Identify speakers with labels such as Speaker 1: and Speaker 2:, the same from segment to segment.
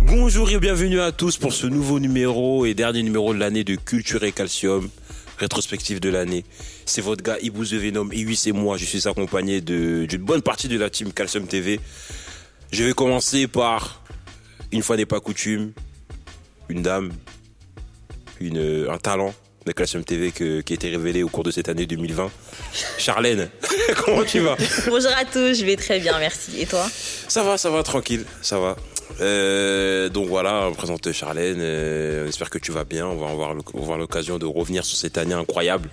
Speaker 1: Bonjour et bienvenue à tous pour ce nouveau numéro et dernier numéro de l'année de Culture et Calcium, rétrospective de l'année. C'est votre gars Ibou The Venom et oui c'est moi, je suis accompagné de- d'une bonne partie de la team Calcium TV. Je vais commencer par, une fois n'est pas coutume, une dame, une, euh, un talent de Calcium TV que- qui a été révélé au cours de cette année 2020. Charlène, comment tu vas
Speaker 2: Bonjour à tous, je vais très bien, merci. Et toi
Speaker 1: Ça va, ça va, tranquille, ça va. Euh, donc voilà, on présente Charlène. euh, on espère que tu vas bien. On va avoir, l'oc- on va avoir l'occasion de revenir sur cette année incroyable.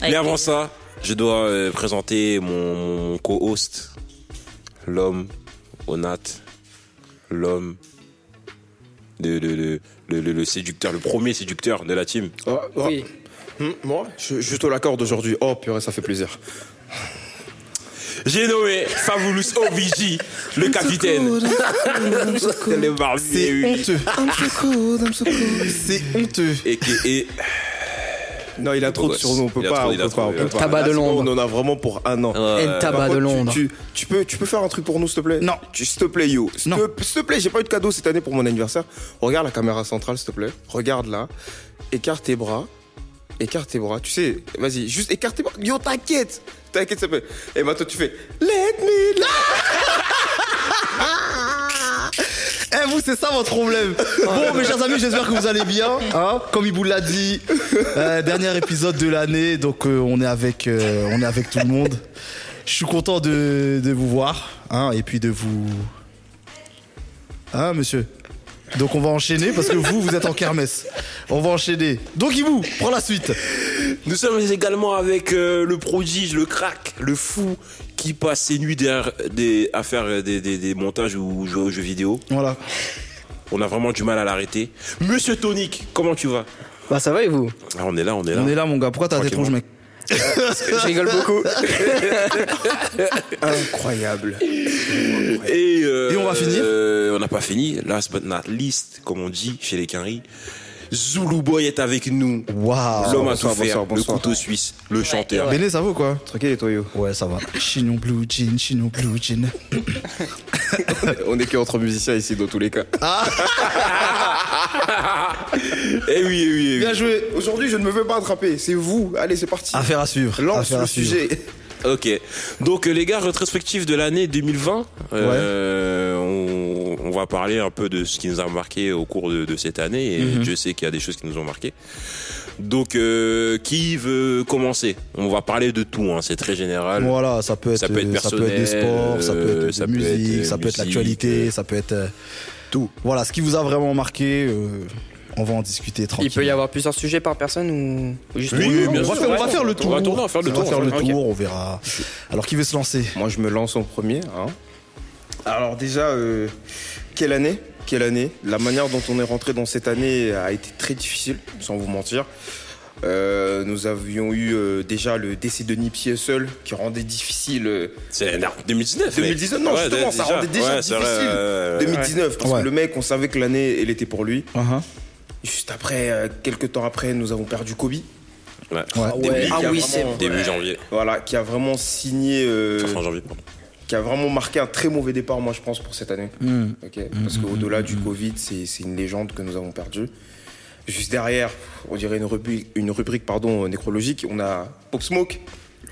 Speaker 2: Avec
Speaker 1: Mais avant
Speaker 2: plaisir.
Speaker 1: ça, je dois euh, présenter mon, mon co-host, l'homme Onat, l'homme, de, de- de- le, le- le séducteur, le premier séducteur de la team.
Speaker 3: Ah, ah.
Speaker 4: Oui.
Speaker 3: Hmm, moi, je, je te l'accorde aujourd'hui. Oh purée, ça fait plaisir.
Speaker 1: J'ai nommé Fabulous Obiji, le capitaine. le barbu et Uli,
Speaker 3: I'm so cold, I'm so cold. C'est honteux.
Speaker 1: aka
Speaker 3: Non, il a trop de
Speaker 1: gosse.
Speaker 3: surnoms, on peut
Speaker 1: Il a
Speaker 3: pas.
Speaker 1: trop-
Speaker 3: on
Speaker 1: il a
Speaker 3: peut
Speaker 1: trop-
Speaker 3: pas, on
Speaker 1: il a
Speaker 3: peut
Speaker 1: trop. Ah,
Speaker 3: pas.
Speaker 4: Tabac
Speaker 3: Là,
Speaker 4: de
Speaker 3: c'est bon,
Speaker 4: Londres.
Speaker 3: On en a vraiment pour un an.
Speaker 1: euh,
Speaker 4: El
Speaker 3: Par
Speaker 4: tabac
Speaker 3: contre,
Speaker 4: de
Speaker 3: tu-
Speaker 4: Londres.
Speaker 3: Tu, tu peux, tu peux faire un truc pour nous, s'il te plaît
Speaker 4: Non.
Speaker 3: Tu- S'il te plaît, yo. S'il
Speaker 4: Non.
Speaker 3: te- s'il te plaît, j'ai pas eu de cadeau cette année pour mon anniversaire. Regarde la caméra centrale, s'il te plaît. Regarde là. Écarte tes bras. Écarte tes bras. Tu sais, vas-y, juste écarte tes bras. Yo, t'inquiète. T'inquiète, s'il te plaît. Et maintenant, tu fais Let me love.
Speaker 5: Eh vous, c'est ça votre problème. Bon, mes chers amis, j'espère que vous allez bien. Hein Comme Ibou l'a dit, euh, dernier épisode de l'année, donc euh, on est avec, euh, on est avec tout le monde. Je suis content de, de vous voir, hein, et puis de vous, hein, monsieur. Donc on va enchaîner parce que vous, vous êtes en kermesse. On va enchaîner. Donc Ibou, prends la suite.
Speaker 1: Nous sommes également avec euh, le prodige, le crack, le fou qui passe ses nuits derrière des, à faire euh, des, des- des montages ou jouer aux jeux vidéo.
Speaker 5: Voilà.
Speaker 1: On a vraiment du mal à l'arrêter. Monsieur Tonic, comment tu vas
Speaker 4: Bah ça va et vous
Speaker 1: Ah, On est là, on est là.
Speaker 5: On est là, mon gars. Pourquoi t'as des tronches,
Speaker 1: Tranquillement.
Speaker 5: mec
Speaker 4: Je rigole beaucoup.
Speaker 3: Incroyable.
Speaker 1: Et, euh,
Speaker 5: Et on va finir
Speaker 1: euh, On n'a pas fini. Last but not least, comme on dit chez les Quinri, Zulu Boy est avec nous.
Speaker 5: Waouh.
Speaker 1: L'homme à tout
Speaker 3: Ah, bonsoir,
Speaker 1: faire,
Speaker 3: bonsoir, bonsoir.
Speaker 1: le couteau suisse, le chanteur.
Speaker 5: Béné, ça vaut quoi
Speaker 3: Tranquille, toi, yo.
Speaker 5: Ouais, ça va. Chinon blue jean, chinon blue jean.
Speaker 3: On est que entre musiciens ici, dans tous les cas.
Speaker 1: Eh oui, eh oui, eh oui.
Speaker 5: Bien joué.
Speaker 3: Aujourd'hui, je ne me veux pas attraper. C'est vous. Allez, c'est parti.
Speaker 5: Affaire à suivre.
Speaker 3: Lance
Speaker 5: Affaire à
Speaker 3: le
Speaker 5: suivre.
Speaker 3: sujet.
Speaker 1: Ok. Donc euh, les gars, rétrospective de l'année 2020. euh, on, on va parler un peu de ce qui nous a marqué au cours de, de cette année. Et
Speaker 3: Mhm.
Speaker 1: Dieu sait qu'il y a des choses qui nous ont marqué. Donc euh, qui veut commencer On va parler de tout. Hein, C'est très général.
Speaker 5: Voilà, ça peut être,
Speaker 1: Ça peut être
Speaker 5: euh, ça peut être des
Speaker 1: personnel,
Speaker 5: sports, ça peut
Speaker 1: euh,
Speaker 5: être de
Speaker 1: ça peut
Speaker 5: musique,
Speaker 1: être, euh,
Speaker 5: ça peut
Speaker 1: musique,
Speaker 5: être l'actualité,
Speaker 1: euh,
Speaker 5: ça peut être euh, tout. Voilà, ce qui vous a vraiment marqué, euh, on va en discuter
Speaker 4: Il
Speaker 5: tranquillement.
Speaker 4: peut y avoir plusieurs sujets par personne ou ou juste
Speaker 1: Oui,
Speaker 4: une
Speaker 1: oui,
Speaker 4: personne
Speaker 1: bien
Speaker 5: on
Speaker 1: sûr,
Speaker 5: va, faire, on va
Speaker 1: ouais.
Speaker 5: faire le
Speaker 1: On
Speaker 5: tour.
Speaker 1: va tourner, on va faire le
Speaker 5: On
Speaker 1: tour,
Speaker 5: va faire le
Speaker 4: ok.
Speaker 5: tour, on verra. Alors, qui veut se lancer
Speaker 3: Moi, je me lance en premier. hein. Alors déjà, euh, quelle année Quelle année La manière dont on est rentré dans cette année a été très difficile, sans vous mentir. Euh, nous avions eu euh, déjà le décès de Nipier seul, qui rendait difficile euh,
Speaker 1: C'est l'année 2019. mais-
Speaker 3: 2019. Non,
Speaker 1: Ouais,
Speaker 3: justement, ça rendait déjà
Speaker 1: Ouais, c'est
Speaker 3: difficile.
Speaker 1: vrai, euh,
Speaker 3: 2019, parce
Speaker 5: Ouais.
Speaker 3: que le mec, on savait que l'année, elle était pour lui.
Speaker 5: Uh-huh.
Speaker 3: Juste après, euh, quelques temps après, nous avons perdu Kobe.
Speaker 1: ouais.
Speaker 5: Ouais.
Speaker 3: Début,
Speaker 4: Ah
Speaker 3: qui a
Speaker 4: oui,
Speaker 3: vraiment-
Speaker 4: c'est vrai.
Speaker 1: Début janvier.
Speaker 3: Voilà, qui a vraiment signé. euh,
Speaker 5: Oh.
Speaker 1: Fin janvier. pardon.
Speaker 3: qui a vraiment marqué un très mauvais départ, moi, je pense, pour cette année. Ok Parce qu'au-delà du Covid, c'est c'est une légende que nous avons perdue. Juste derrière, on dirait une rubrique, une rubrique pardon, nécrologique, on a Pop Smoke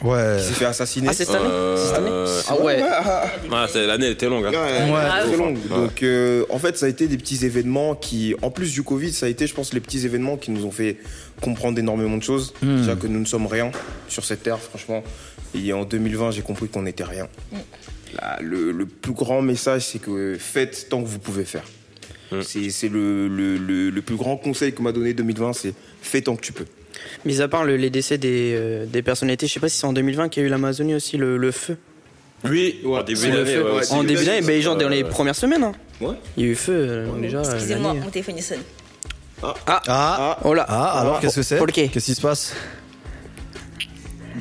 Speaker 5: Ouais.
Speaker 3: qui s'est fait assassiner.
Speaker 4: Ah, c'est cette année
Speaker 1: Euh,
Speaker 4: C'est cette année
Speaker 1: euh,
Speaker 4: Ah ouais.
Speaker 1: Ah, c'est- l'année elle était longue. hein.
Speaker 3: Ouais,
Speaker 5: Ouais.
Speaker 3: très longue. Donc, euh, en fait, ça a été des petits événements qui, en plus du Covid, ça a été, je pense, les petits événements qui nous ont fait comprendre énormément de choses.
Speaker 2: Hmm.
Speaker 3: Déjà que nous ne sommes rien sur cette terre, franchement. Et en 2020, j'ai compris qu'on n'était rien.
Speaker 2: Hmm.
Speaker 3: Là, le, le plus grand message, c'est que faites tant que vous pouvez faire. C'est c'est le, le- le- le plus grand conseil que m'a donné 2020, c'est fais tant que tu peux.
Speaker 4: Mis à part le- les décès des, euh, des personnalités, je sais pas si c'est en 2020 qu'il y a eu l'Amazonie aussi, le, le feu.
Speaker 1: Oui, en début
Speaker 4: C'est le
Speaker 1: d'année,
Speaker 4: feu.
Speaker 1: ouais,
Speaker 4: en
Speaker 1: ouais,
Speaker 4: début
Speaker 1: c'est-
Speaker 4: d'année, ben, genre dans les
Speaker 1: Ouais.
Speaker 4: premières semaines, hein,
Speaker 3: Ouais.
Speaker 4: il y a eu feu euh, déjà. euh,
Speaker 2: Excusez-moi,
Speaker 4: l'année.
Speaker 2: mon téléphone il sonne.
Speaker 5: Ah,
Speaker 4: Oh là.
Speaker 5: ah, alors qu'est-ce que c'est
Speaker 4: Pour le quai.
Speaker 5: Qu'est-ce qui se passe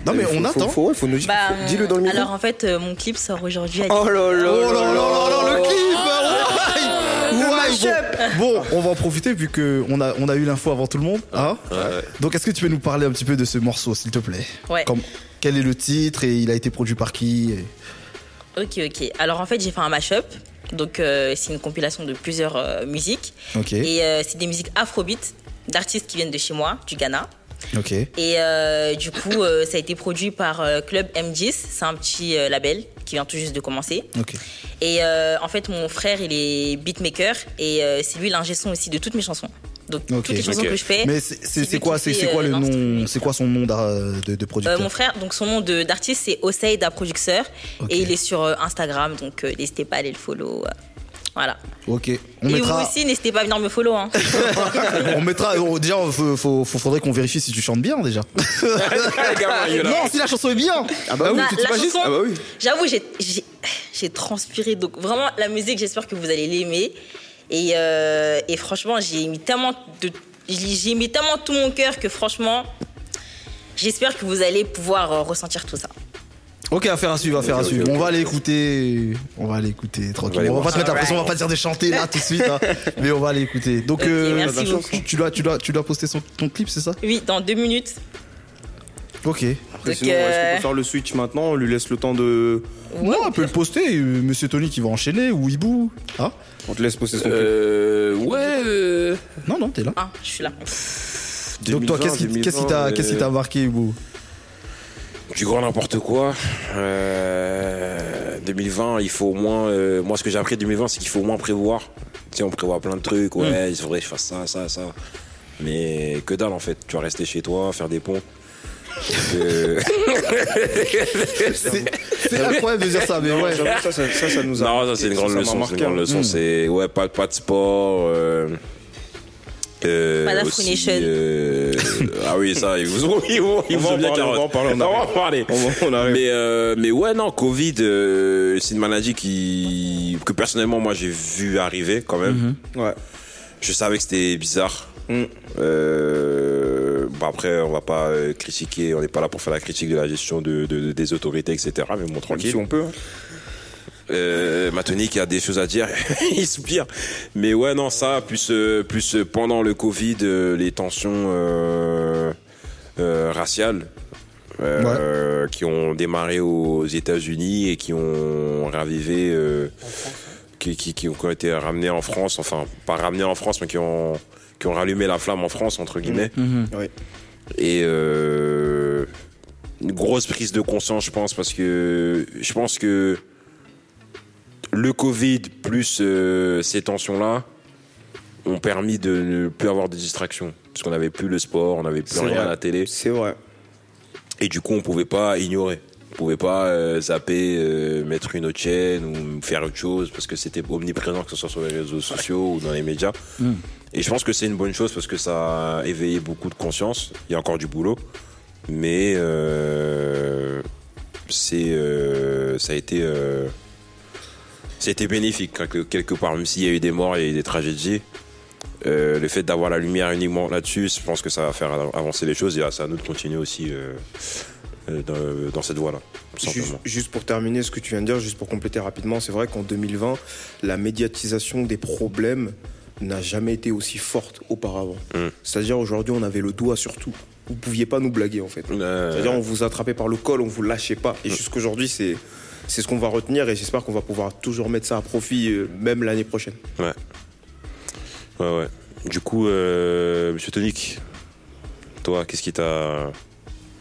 Speaker 5: Non, mais on attend.
Speaker 3: Faut, ouais, faut nous-
Speaker 2: Bah,
Speaker 3: faut- dis-le dans le micro.
Speaker 2: alors en fait, euh, mon clip sort aujourd'hui à
Speaker 4: Oh là là.
Speaker 5: Oh là là là là, le clip
Speaker 4: Le
Speaker 5: ouais, bon, bon, on va en profiter vu qu'on a, on a eu l'info avant tout le monde. hein
Speaker 1: Ouais, ouais.
Speaker 5: Donc, est-ce que tu peux nous parler un petit peu de ce morceau, s'il te plaît
Speaker 2: Ouais.
Speaker 5: Comme- Quel est le titre et il a été produit par qui et-
Speaker 2: Ok, ok. Alors en fait, j'ai fait un mashup Donc, euh, c'est une compilation de plusieurs euh, musiques.
Speaker 5: Ok.
Speaker 2: Et euh, c'est des musiques afrobeat d'artistes qui viennent de chez moi, du Ghana.
Speaker 5: Ok.
Speaker 2: Et euh, du coup, euh, ça a été produit par euh, Club M10. C'est un petit euh, label qui vient tout juste de commencer.
Speaker 5: Ok.
Speaker 2: Et euh, en fait, mon frère, il est beatmaker et euh, c'est lui l'ingé son aussi de toutes mes chansons. Donc,
Speaker 5: Ok.
Speaker 2: toutes les chansons
Speaker 1: Ok.
Speaker 2: que je fais.
Speaker 5: Mais c'est- c'est
Speaker 2: lui
Speaker 5: c'est quoi,
Speaker 2: qui
Speaker 5: c'est
Speaker 2: fait,
Speaker 5: c'est quoi
Speaker 2: euh,
Speaker 5: le nom,
Speaker 2: l'instru.
Speaker 5: c'est quoi son nom d'ar- de, de
Speaker 2: Euh,
Speaker 5: producteur
Speaker 2: mon frère, donc son nom de- d'artiste, c'est Oseida Producteur.
Speaker 5: Ok.
Speaker 2: Et il est sur euh, Instagram, donc euh, n'hésitez pas à aller le follow. euh, voilà.
Speaker 5: Ok. On
Speaker 2: et
Speaker 5: mettra.
Speaker 2: vous aussi, n'hésitez pas à venir me follow. Hein.
Speaker 5: on mettra. oh, déjà, faut, faut- faut- faudrait qu'on vérifie si tu chantes bien déjà. non, si la chanson est bien. Ah bah
Speaker 2: oui,
Speaker 3: tu t'imagines Ah bah oui.
Speaker 2: J'avoue, j'ai- j'ai j'ai transpiré. Donc, vraiment, la musique, j'espère que vous allez l'aimer. Et, euh, et franchement, j'ai mis tellement de. J'ai mis tellement tout mon cœur que franchement, j'espère que vous allez pouvoir euh, ressentir tout ça.
Speaker 5: Ok, affaire à suivre, affaire à
Speaker 1: Ok, ok,
Speaker 5: suivre. On
Speaker 1: ok.
Speaker 5: va aller écouter. On va aller écouter
Speaker 1: aller
Speaker 5: tranquillement. On va pas
Speaker 1: voir
Speaker 5: te mettre la pression, on va pas te dire de chanter là tout de suite. hein. mais on va aller écouter. Donc,
Speaker 2: Ok,
Speaker 5: euh,
Speaker 2: merci
Speaker 5: tu-
Speaker 2: beaucoup.
Speaker 5: tu dois, tu dois, tu dois poster son, ton clip, c'est ça
Speaker 2: Oui, dans deux minutes.
Speaker 5: Ok.
Speaker 3: Après,
Speaker 2: Donc,
Speaker 3: sinon, est-ce qu'on
Speaker 2: euh,
Speaker 3: peut faire le switch maintenant On lui laisse le temps de.
Speaker 5: non, on peut le poster. euh, Monsieur Tony qui va enchaîner ou Hibou. Ah
Speaker 3: On te laisse poster son clip.
Speaker 1: Euh, ouais. euh,
Speaker 5: Non, non, t'es là.
Speaker 2: Ah, je suis là.
Speaker 5: Donc toi, qu'est-ce qui
Speaker 1: 2020,
Speaker 5: qu'est-ce qui t'a, qu'est-ce qui t'a marqué, Hibou
Speaker 1: Du grand n'importe quoi. Euh, 2020, il faut au moins. euh, moi, ce que j'ai appris de 2020, c'est qu'il faut au moins prévoir. Tu sais, on prévoit plein de trucs.
Speaker 5: Hmm.
Speaker 1: Ouais, il faudrait que je fasse ça, ça, ça. Mais que dalle en fait. Tu vas rester chez toi, faire des pompes. Euh,
Speaker 5: C'est incroyable de dire ça, mais ouais.
Speaker 3: J'avoue, ça, ça, ça, ça nous a.
Speaker 1: non, ça, c'est une grande
Speaker 3: m'a
Speaker 1: leçon. C'est une
Speaker 3: marqué,
Speaker 1: grande
Speaker 3: hein.
Speaker 1: leçon. C'est ouais, pas, pas de sport. Euh, euh,
Speaker 2: Pas
Speaker 1: aussi,
Speaker 2: d'afro-nation.
Speaker 1: euh, ah oui, ça, ils vous ont, ils vous, ils
Speaker 3: On
Speaker 1: vous
Speaker 3: va
Speaker 1: ont
Speaker 3: en
Speaker 1: bien
Speaker 3: parler, on va en parler, on
Speaker 1: va en parler.
Speaker 3: arrive. On va- on arrive.
Speaker 1: Mais, euh, mais ouais, non, Covid, euh, c'est une maladie qui, que personnellement, moi, j'ai vu arriver quand même.
Speaker 3: Ouais.
Speaker 1: Je savais que c'était bizarre.
Speaker 3: Mm-hmm. Mm.
Speaker 1: Euh, bah après, on va pas euh, critiquer, on n'est pas là pour faire la critique de la gestion de, de- de- des autorités, etc. Mais bon, tranquille.
Speaker 3: Si on peut. hein.
Speaker 1: Euh, Matoni qui a des choses à dire, il soupire. Mais ouais, non, ça, plus, euh, plus euh, pendant le Covid, euh, les tensions euh, euh, raciales euh, qui ont démarré aux États-Unis et qui ont ravivé. euh, qui, qui, qui ont qui ont été ramenés en France, enfin, pas ramenés en France, mais qui ont, qui ont rallumé la flamme en France, entre guillemets.
Speaker 3: Ouais.
Speaker 1: Et euh, une grosse prise de conscience, je pense, parce que je pense que le Covid plus euh, ces tensions-là ont permis de ne plus avoir de distractions. Parce qu'on n'avait plus le sport, on n'avait plus
Speaker 3: C'est
Speaker 1: rien
Speaker 3: vrai.
Speaker 1: à la télé.
Speaker 3: C'est vrai.
Speaker 1: Et du coup, on pouvait pas ignorer. On pouvait pas euh, zapper, euh, mettre une autre chaîne ou faire autre chose parce que c'était omniprésent, que ce soit sur les réseaux sociaux ou dans les médias. Et je pense que c'est une bonne chose parce que ça a éveillé beaucoup de conscience. Il y a encore du boulot, mais euh, c'est euh, ça a été euh, c'était bénéfique quelque, quelque part. Même s'il y a eu des morts, il y a eu des tragédies. euh, le fait d'avoir la lumière uniquement là-dessus, je pense que ça va faire avancer les choses et là, c'est à nous de continuer aussi euh, euh, dans, dans cette voie-là. tout
Speaker 3: Juste,
Speaker 1: simplement.
Speaker 3: juste pour terminer ce que tu viens de dire, juste pour compléter rapidement, c'est vrai qu'en 2020, la médiatisation des problèmes n'a jamais été aussi forte auparavant.
Speaker 1: Mm.
Speaker 3: C'est-à-dire aujourd'hui, on avait le doigt sur tout. Vous pouviez pas nous blaguer en fait.
Speaker 1: Euh,
Speaker 3: C'est-à-dire on vous attrapait par le col, on vous lâchait pas.
Speaker 1: Mm.
Speaker 3: Et jusqu'aujourd'hui, c'est c'est ce qu'on va retenir et j'espère qu'on va pouvoir toujours mettre ça à profit, euh, même l'année prochaine.
Speaker 1: Ouais. Ouais, ouais. Du coup, euh, monsieur Tonic, toi, qu'est-ce qui t'a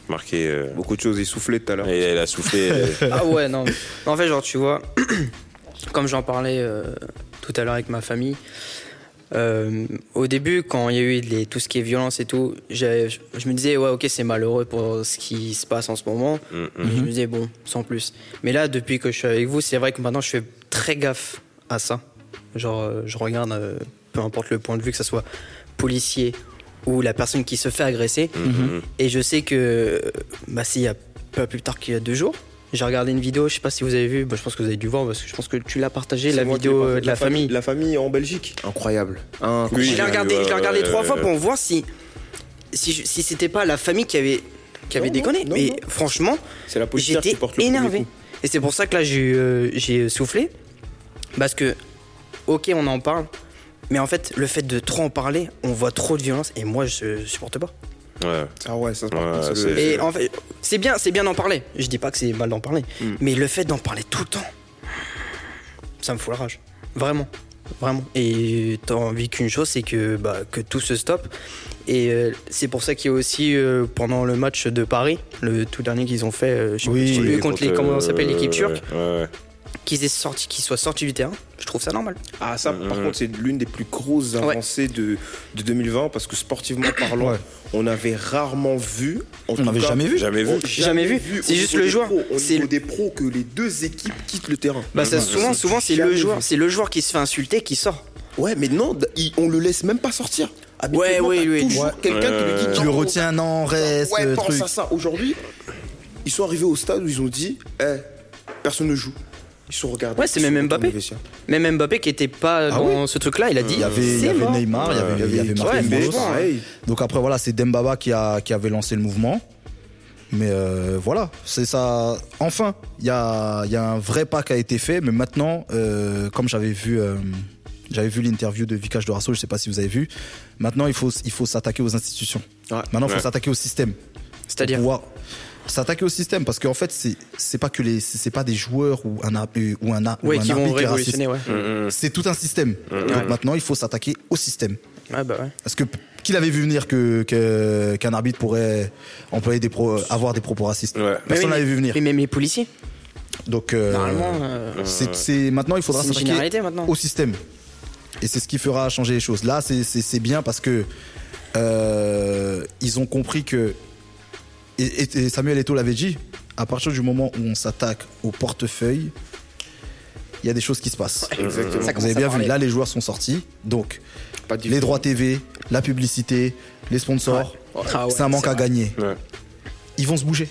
Speaker 1: marqué euh,
Speaker 3: Beaucoup de choses essoufflées tout à l'heure.
Speaker 1: et Elle a soufflé. euh,
Speaker 4: Ah ouais, non. Non, En fait, genre, tu vois, comme j'en parlais euh, tout à l'heure avec ma famille, euh, au début, quand il y a eu les- tout ce qui est violence et tout, j'ai- je je me disais, ouais, ok, c'est malheureux pour ce qui se passe en ce moment.
Speaker 1: mm,
Speaker 4: Mais Je me disais, bon, sans plus. Mais là, depuis que je suis avec vous, c'est vrai que maintenant, je fais très gaffe à ça. Genre, euh, je regarde, euh, peu importe le point de vue, que ce soit policier ou la personne qui se fait agresser.
Speaker 1: mm, mm, mm.
Speaker 4: Et je sais que, bah, s'il y a pas plus tard qu'il y a deux jours, j'ai regardé une vidéo, je sais pas si vous avez vu, bah, je pense que vous avez dû voir parce que je pense que tu l'as partagé,
Speaker 3: C'est
Speaker 4: la
Speaker 3: moi qui
Speaker 4: vidéo
Speaker 3: l'ai
Speaker 4: euh,
Speaker 3: partagé.
Speaker 4: de la famille.
Speaker 3: La famille en Belgique. Incroyable.
Speaker 1: Oui,
Speaker 4: je
Speaker 1: oui,
Speaker 4: l'ai regardé,
Speaker 1: oui,
Speaker 4: je l'ai
Speaker 1: ouais,
Speaker 4: regardé
Speaker 1: ouais,
Speaker 4: trois
Speaker 1: ouais,
Speaker 4: fois
Speaker 1: ouais.
Speaker 4: pour voir si, si, je- si c'était pas la famille qui avait, qui avait
Speaker 3: Non,
Speaker 4: déconné.
Speaker 3: non, non,
Speaker 4: mais
Speaker 3: non.
Speaker 4: franchement,
Speaker 3: C'est la policière qui
Speaker 4: j'étais
Speaker 3: porte le premier
Speaker 4: énervé.
Speaker 3: coup.
Speaker 4: Et c'est pour ça que là, j'ai eu, euh, j'ai soufflé. Parce que, ok, on en parle. Mais en fait, le fait de trop en parler, on voit trop de violence et moi, je, je supporte pas.
Speaker 1: Ouais.
Speaker 3: Ah ouais, ça.
Speaker 1: Ouais,
Speaker 3: par contre,
Speaker 1: c'est-
Speaker 3: le-
Speaker 4: Et en fait, c'est bien, c'est bien d'en parler. Je dis pas que c'est mal d'en parler, mais le fait d'en parler tout le temps, ça me fout la rage. Vraiment. Vraiment. Et t'as envie qu'une chose, c'est que, bah, que tout se stoppe. Et euh, c'est pour ça qu'il y a aussi, euh, pendant le match de Paris, le tout dernier qu'ils ont fait, euh, je sais
Speaker 5: Oui.
Speaker 4: plus, je sais plus,
Speaker 1: Oui, euh,
Speaker 4: contre, les, comment on s'appelle, l'équipe turque,
Speaker 1: ouais, ouais.
Speaker 4: qu'ils aient sorti- qu'ils soient sortis du terrain, je trouve ça normal.
Speaker 3: Ah ça par
Speaker 1: Mhm.
Speaker 3: contre c'est l'une des plus grosses avancées de, de 2020 parce que sportivement parlant
Speaker 5: Ouais.
Speaker 3: on avait rarement vu en
Speaker 5: On n'avait jamais vu.
Speaker 1: Jamais vu.
Speaker 3: on-
Speaker 4: Jamais vu.
Speaker 3: au
Speaker 4: C'est
Speaker 3: niveau
Speaker 4: juste le
Speaker 3: des
Speaker 4: joueur.
Speaker 3: pros, au
Speaker 4: C'est-
Speaker 3: niveau des pros que les deux équipes quittent le terrain. Ah,
Speaker 4: Bah, ça,
Speaker 1: Mhm.
Speaker 4: souvent, souvent c'est le
Speaker 3: Jamais
Speaker 4: joueur,
Speaker 3: vu.
Speaker 4: c'est le joueur qui se fait insulter qui sort.
Speaker 3: Ouais mais non d- il- on le laisse même pas sortir.
Speaker 4: Ouais,
Speaker 3: Habituellement,
Speaker 4: oui,
Speaker 3: t'as
Speaker 4: oui.
Speaker 3: Toujours
Speaker 5: Ouais.
Speaker 3: quelqu'un qui lui dit
Speaker 5: Tu le
Speaker 3: non,
Speaker 5: retiens, non, reste,
Speaker 3: Ouais,
Speaker 5: euh,
Speaker 3: pense
Speaker 5: truc.
Speaker 3: à ça. Aujourd'hui, ils sont arrivés au stade où ils ont dit Eh, personne ne joue. Ils sont regardés.
Speaker 4: Ouais, c'est
Speaker 3: Ils
Speaker 4: même
Speaker 3: sont
Speaker 4: Mbappé.
Speaker 3: retournés au vestiaire.
Speaker 4: Même Mbappé qui était pas
Speaker 5: Ah
Speaker 4: dans ce truc-là, il a dit.
Speaker 5: Il y avait, il y
Speaker 4: c'est
Speaker 5: avait
Speaker 4: mort.
Speaker 5: Neymar, il y avait, il y avait Marquinhos.
Speaker 4: Kimpembe,
Speaker 3: pareil.
Speaker 5: Donc après, voilà, c'est Dembaba qui, a, qui avait lancé le mouvement. Mais euh, voilà, c'est ça. Enfin, il y a, il y a un vrai pas qui a été fait. Mais maintenant, euh, comme j'avais vu, euh, j'avais vu l'interview de Vikash Dorasso, je ne sais pas si vous avez vu. Maintenant, il faut, il faut s'attaquer aux institutions.
Speaker 3: Ouais.
Speaker 5: Maintenant, il faut
Speaker 1: Ouais.
Speaker 5: s'attaquer au système.
Speaker 4: C'est-à-dire
Speaker 5: Pour pouvoir s'attaquer au système parce qu'en fait c'est c'est pas que les c'est c'est pas des joueurs ou un ar- ou un ar- ou
Speaker 4: Ouais,
Speaker 5: un
Speaker 4: qui vont
Speaker 5: arbitre est raciste.
Speaker 4: révolutionner, ouais.
Speaker 5: c'est tout un système donc
Speaker 4: Ouais.
Speaker 5: maintenant il faut s'attaquer au système
Speaker 1: Mm.
Speaker 4: Ouais, bah ouais.
Speaker 5: parce que p- qui l'avait vu venir que que- qu'un arbitre pourrait employer des pro- avoir des propos racistes
Speaker 1: Ouais.
Speaker 4: Mais oui,
Speaker 5: personne l'avait
Speaker 4: mais-
Speaker 5: vu venir
Speaker 4: oui, même les policiers.
Speaker 5: donc euh,
Speaker 4: Normalement, euh,
Speaker 5: c'est c'est- maintenant il faudra
Speaker 4: C'est une généralité,
Speaker 5: s'attaquer
Speaker 4: maintenant.
Speaker 5: au système et c'est ce qui fera changer les choses là c'est- c'est c'est bien parce que euh, ils ont compris que et, et- et Samuel Eto'o l'avait dit à partir du moment où on s'attaque au portefeuille il y a des choses qui se passent
Speaker 3: Exactement.
Speaker 4: Ça
Speaker 5: vous
Speaker 4: commence
Speaker 5: avez
Speaker 4: à
Speaker 5: bien vu
Speaker 4: parler.
Speaker 5: là les joueurs sont sortis donc
Speaker 3: Pas
Speaker 5: les droits TV la publicité les sponsors
Speaker 4: Ah ouais,
Speaker 5: c'est un manque
Speaker 4: c'est
Speaker 5: à
Speaker 4: vrai.
Speaker 5: gagner
Speaker 1: Ouais.
Speaker 5: ils vont se bouger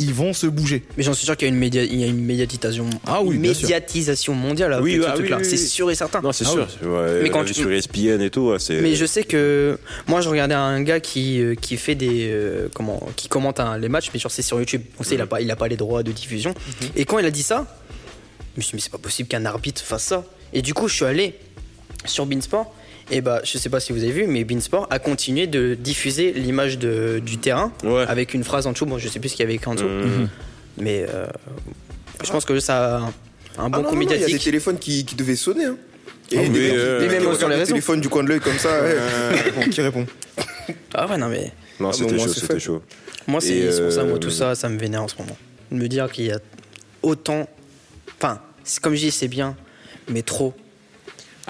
Speaker 5: ils vont se bouger
Speaker 4: Mais j'en suis sûr qu'il y a une, média- il y a une médiatisation,
Speaker 5: Ah oui,
Speaker 4: une
Speaker 5: bien sûr.
Speaker 4: médiatisation mondiale avec
Speaker 1: Oui,
Speaker 4: ce
Speaker 1: ah oui,
Speaker 4: truc-là.
Speaker 1: oui, oui.
Speaker 4: C'est sûr et certain.
Speaker 1: Non, c'est
Speaker 5: Ah
Speaker 1: sûr. Ouais,
Speaker 4: Mais quand
Speaker 1: la vie
Speaker 4: tu-
Speaker 1: sur E ESPN et tout, ouais, c'est.
Speaker 3: Euh,
Speaker 4: Mais je sais que moi je regardais un gars qui, euh, qui fait des euh, comment qui commente un- les matchs mais genre c'est sur YouTube. On sait il a pas il a pas les droits de diffusion.
Speaker 3: Mhm.
Speaker 4: Et quand il a dit ça, je me suis dit mais c'est pas possible qu'un arbitre fasse ça. Et du coup je suis allé sur Beansport et bah je sais pas si vous avez vu mais Beansport a continué de diffuser l'image de- du terrain
Speaker 1: Ouais.
Speaker 4: avec une phrase en dessous. Bon je sais plus ce qu'il y avait écrit en dessous. Mais euh, je pense que ça a un, un bon
Speaker 3: Ah non,
Speaker 4: coup
Speaker 3: non, non, Il y a des
Speaker 4: médiatique.
Speaker 3: téléphones qui, qui devaient sonner. Hein. Et
Speaker 1: Ah oui,
Speaker 3: des gens qui-
Speaker 1: euh,
Speaker 3: des
Speaker 1: même
Speaker 3: mecs qui
Speaker 4: sur les
Speaker 3: regardent le
Speaker 4: réseaux.
Speaker 3: téléphone du coin de l'œil comme ça. ouais. Qui répond
Speaker 4: Ah ouais non mais
Speaker 1: Non,
Speaker 3: Ah, mais au
Speaker 1: c'était
Speaker 3: moins,
Speaker 1: chaud,
Speaker 3: c'est
Speaker 1: c'était
Speaker 3: fait.
Speaker 1: chaud.
Speaker 4: Moi, c'est
Speaker 1: Et,
Speaker 4: c'est pour ça, moi,
Speaker 1: euh,
Speaker 4: tout ça, ça me vénère en ce moment. De me dire qu'il y a autant. Enfin, c'est- comme je dis, c'est bien, mais trop.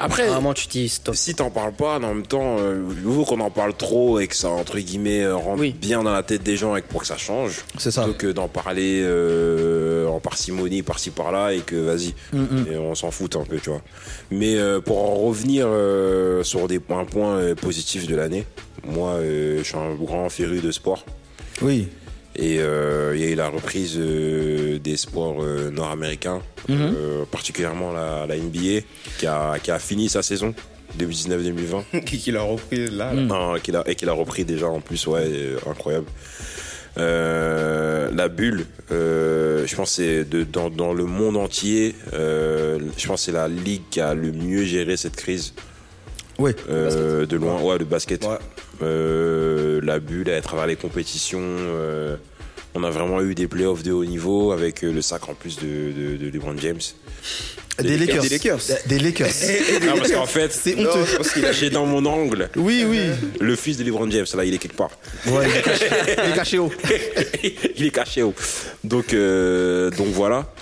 Speaker 1: Après, euh,
Speaker 4: Vraiment, tu te dis stop.
Speaker 1: si t'en parles pas, en même temps, euh, vous qu'on en parle trop et que ça, entre guillemets, euh, rentre
Speaker 4: Oui.
Speaker 1: bien dans la tête des gens et que pour que ça change,
Speaker 5: C'est ça.
Speaker 1: plutôt que d'en parler euh, en parcimonie, par-ci, par-là, et que vas-y, et on s'en fout un peu, tu vois. Mais euh, pour en revenir euh, sur des points, points euh, positifs de l'année, moi, euh, je suis un grand féru de sport.
Speaker 5: oui
Speaker 1: Et euh, il y a eu la reprise euh, des sports euh, nord-américains, euh, particulièrement la, la NBA, qui a, qui a fini sa saison 2019-2020,
Speaker 3: Qui, qui l'a repris là,
Speaker 5: Mm.
Speaker 3: là.
Speaker 1: Non, qu'il a- et qui l'a repris déjà en plus, ouais, euh, incroyable. Euh, la bulle, euh, je pense que c'est de- dans, dans le monde entier, euh, je pense que c'est la ligue qui a le mieux géré cette crise
Speaker 5: oui
Speaker 1: euh, de loin, ouais, le basket.
Speaker 3: Ouais.
Speaker 1: Euh, la bulle à travers les compétitions. euh, on a vraiment eu des playoffs de haut niveau avec euh, le sac en plus de, de, de LeBron James.
Speaker 5: des Lakers
Speaker 3: Des Lakers.
Speaker 5: des Lakers
Speaker 4: Eh
Speaker 1: Non, parce qu'en fait,
Speaker 5: c'est honteux
Speaker 3: Non, parce qu'il a-
Speaker 1: j'ai dans mon angle
Speaker 5: oui oui
Speaker 1: le fils de LeBron James. Là, il est quelque part.
Speaker 5: Ouais, il est caché- il est caché haut
Speaker 1: il est caché haut. Donc, euh, donc voilà.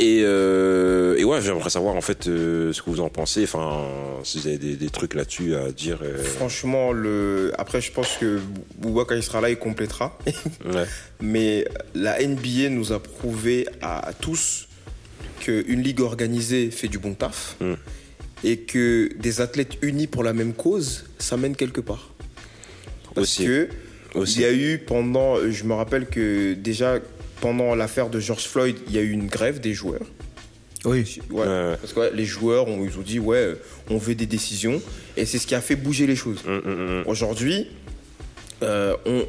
Speaker 1: Et, euh, et ouais, j'aimerais savoir en fait euh, ce que vous en pensez. Enfin, si vous avez des, des trucs là-dessus à dire. euh,
Speaker 3: Franchement, le... après, je pense que Bouba, quand il sera là, il complétera.
Speaker 1: ouais.
Speaker 3: Mais la NBA nous a prouvé à tous qu'une ligue organisée fait du bon taf
Speaker 1: Mm.
Speaker 3: et que des athlètes unis pour la même cause, ça mène quelque part. Parce
Speaker 1: Aussi.
Speaker 3: que
Speaker 1: Aussi.
Speaker 3: il y a eu pendant, je me rappelle que déjà pendant l'affaire de George Floyd, il y a eu une grève des joueurs.
Speaker 5: oui
Speaker 3: Ouais.
Speaker 1: Ouais.
Speaker 3: Parce que ouais, les joueurs, ont, ils ont dit ouais, euh, on veut des décisions et c'est ce qui a fait bouger les choses.
Speaker 1: Hum, hum, hum.
Speaker 3: Aujourd'hui, euh, on-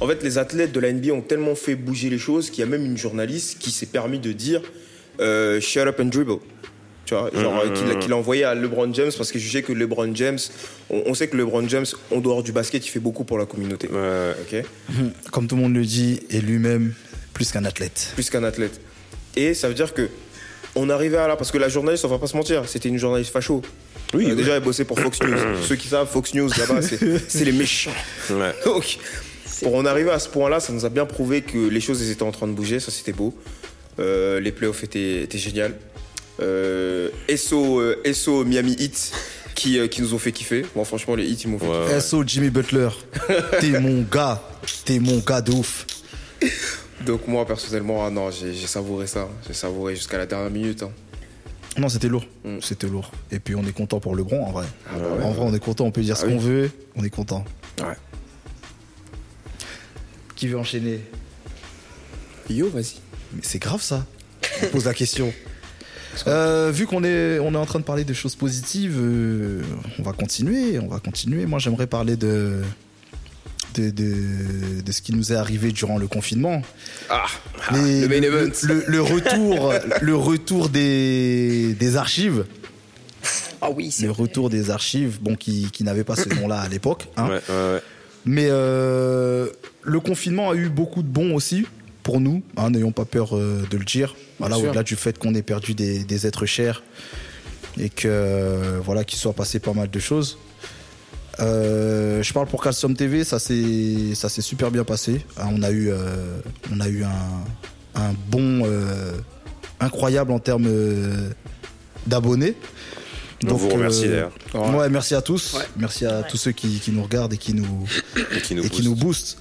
Speaker 3: en fait, les athlètes de la NBA ont tellement fait bouger les choses qu'il y a même une journaliste qui s'est permis de dire euh, Shut up and dribble. Tu vois, genre,
Speaker 1: Mm,
Speaker 3: euh, qu'il a- qu'il a envoyé à LeBron James parce qu'il jugeait que LeBron James, on, on sait que LeBron James, en dehors du basket, il fait beaucoup pour la communauté.
Speaker 1: Ouais.
Speaker 3: Ok
Speaker 5: comme tout le monde le dit et lui-même plus qu'un athlète
Speaker 3: plus qu'un athlète. Et ça veut dire que on arrivait à là, parce que la journaliste, on va pas se mentir, c'était une journaliste facho.
Speaker 1: Oui,
Speaker 3: Euh,
Speaker 1: oui.
Speaker 3: Déjà, elle bossait pour Fox News. Ceux qui savent, Fox News, là-bas, c'est c'est les méchants.
Speaker 1: Ouais.
Speaker 3: Donc, pour en arriver à ce point-là, ça nous a bien prouvé que les choses elles étaient en train de bouger, ça c'était beau. Euh, les playoffs étaient, étaient géniales. Euh, SO, euh, SO Miami Heat qui, euh, qui nous ont fait kiffer. Moi, franchement, les Heat, ils m'ont fait
Speaker 1: Ouais,
Speaker 3: kiffer.
Speaker 1: ouais.
Speaker 5: SO Jimmy Butler, t'es mon gars, t'es mon gars de ouf.
Speaker 3: Donc, moi, personnellement, ah non, j'ai j'ai savouré ça. J'ai savouré jusqu'à la dernière minute. hein.
Speaker 5: Non, c'était lourd.
Speaker 3: Mm.
Speaker 5: C'était lourd. Et puis on est content pour LeBron en vrai. en vrai, on est content, on peut dire ce
Speaker 3: bah Ah
Speaker 5: qu'on
Speaker 3: oui.
Speaker 5: veut, on est content.
Speaker 3: Ouais.
Speaker 5: Qui veut enchaîner
Speaker 3: Yo, vas-y.
Speaker 5: Mais c'est grave ça. On pose la question. Euh, vu qu'on est, on est en train de parler de choses positives, euh, on va continuer, on va continuer. Moi, j'aimerais parler de, de, de, de ce qui nous est arrivé durant le confinement.
Speaker 3: Ah,
Speaker 5: Les-
Speaker 3: le main event.
Speaker 5: le- le retour, le retour des, des archives.
Speaker 4: Ah oui, c'est
Speaker 5: le retour des archives, bon, qui, qui n'avaient pas ce nom-là à l'époque. hein.
Speaker 1: Ouais, ouais, ouais.
Speaker 5: Mais euh, le confinement a eu beaucoup de bons aussi pour nous, hein, n'ayons pas peur euh, de le dire. Voilà,
Speaker 3: sûr.
Speaker 5: au-delà du fait qu'on ait perdu des, des êtres chers et que euh, voilà, qu'il soit passé pas mal de choses. Euh, je parle pour Calcium TV, ça s'est ça s'est super bien passé. Hein, on a eu euh, on a eu un, un bon euh, incroyable en termes euh, d'abonnés. euh,
Speaker 1: On vous remercie, d'ailleurs.
Speaker 5: Ouais. merci à tous.
Speaker 4: Ouais.
Speaker 5: Merci à tous ceux qui, qui nous regardent et qui nous
Speaker 1: Et qui
Speaker 5: et qui nous booste.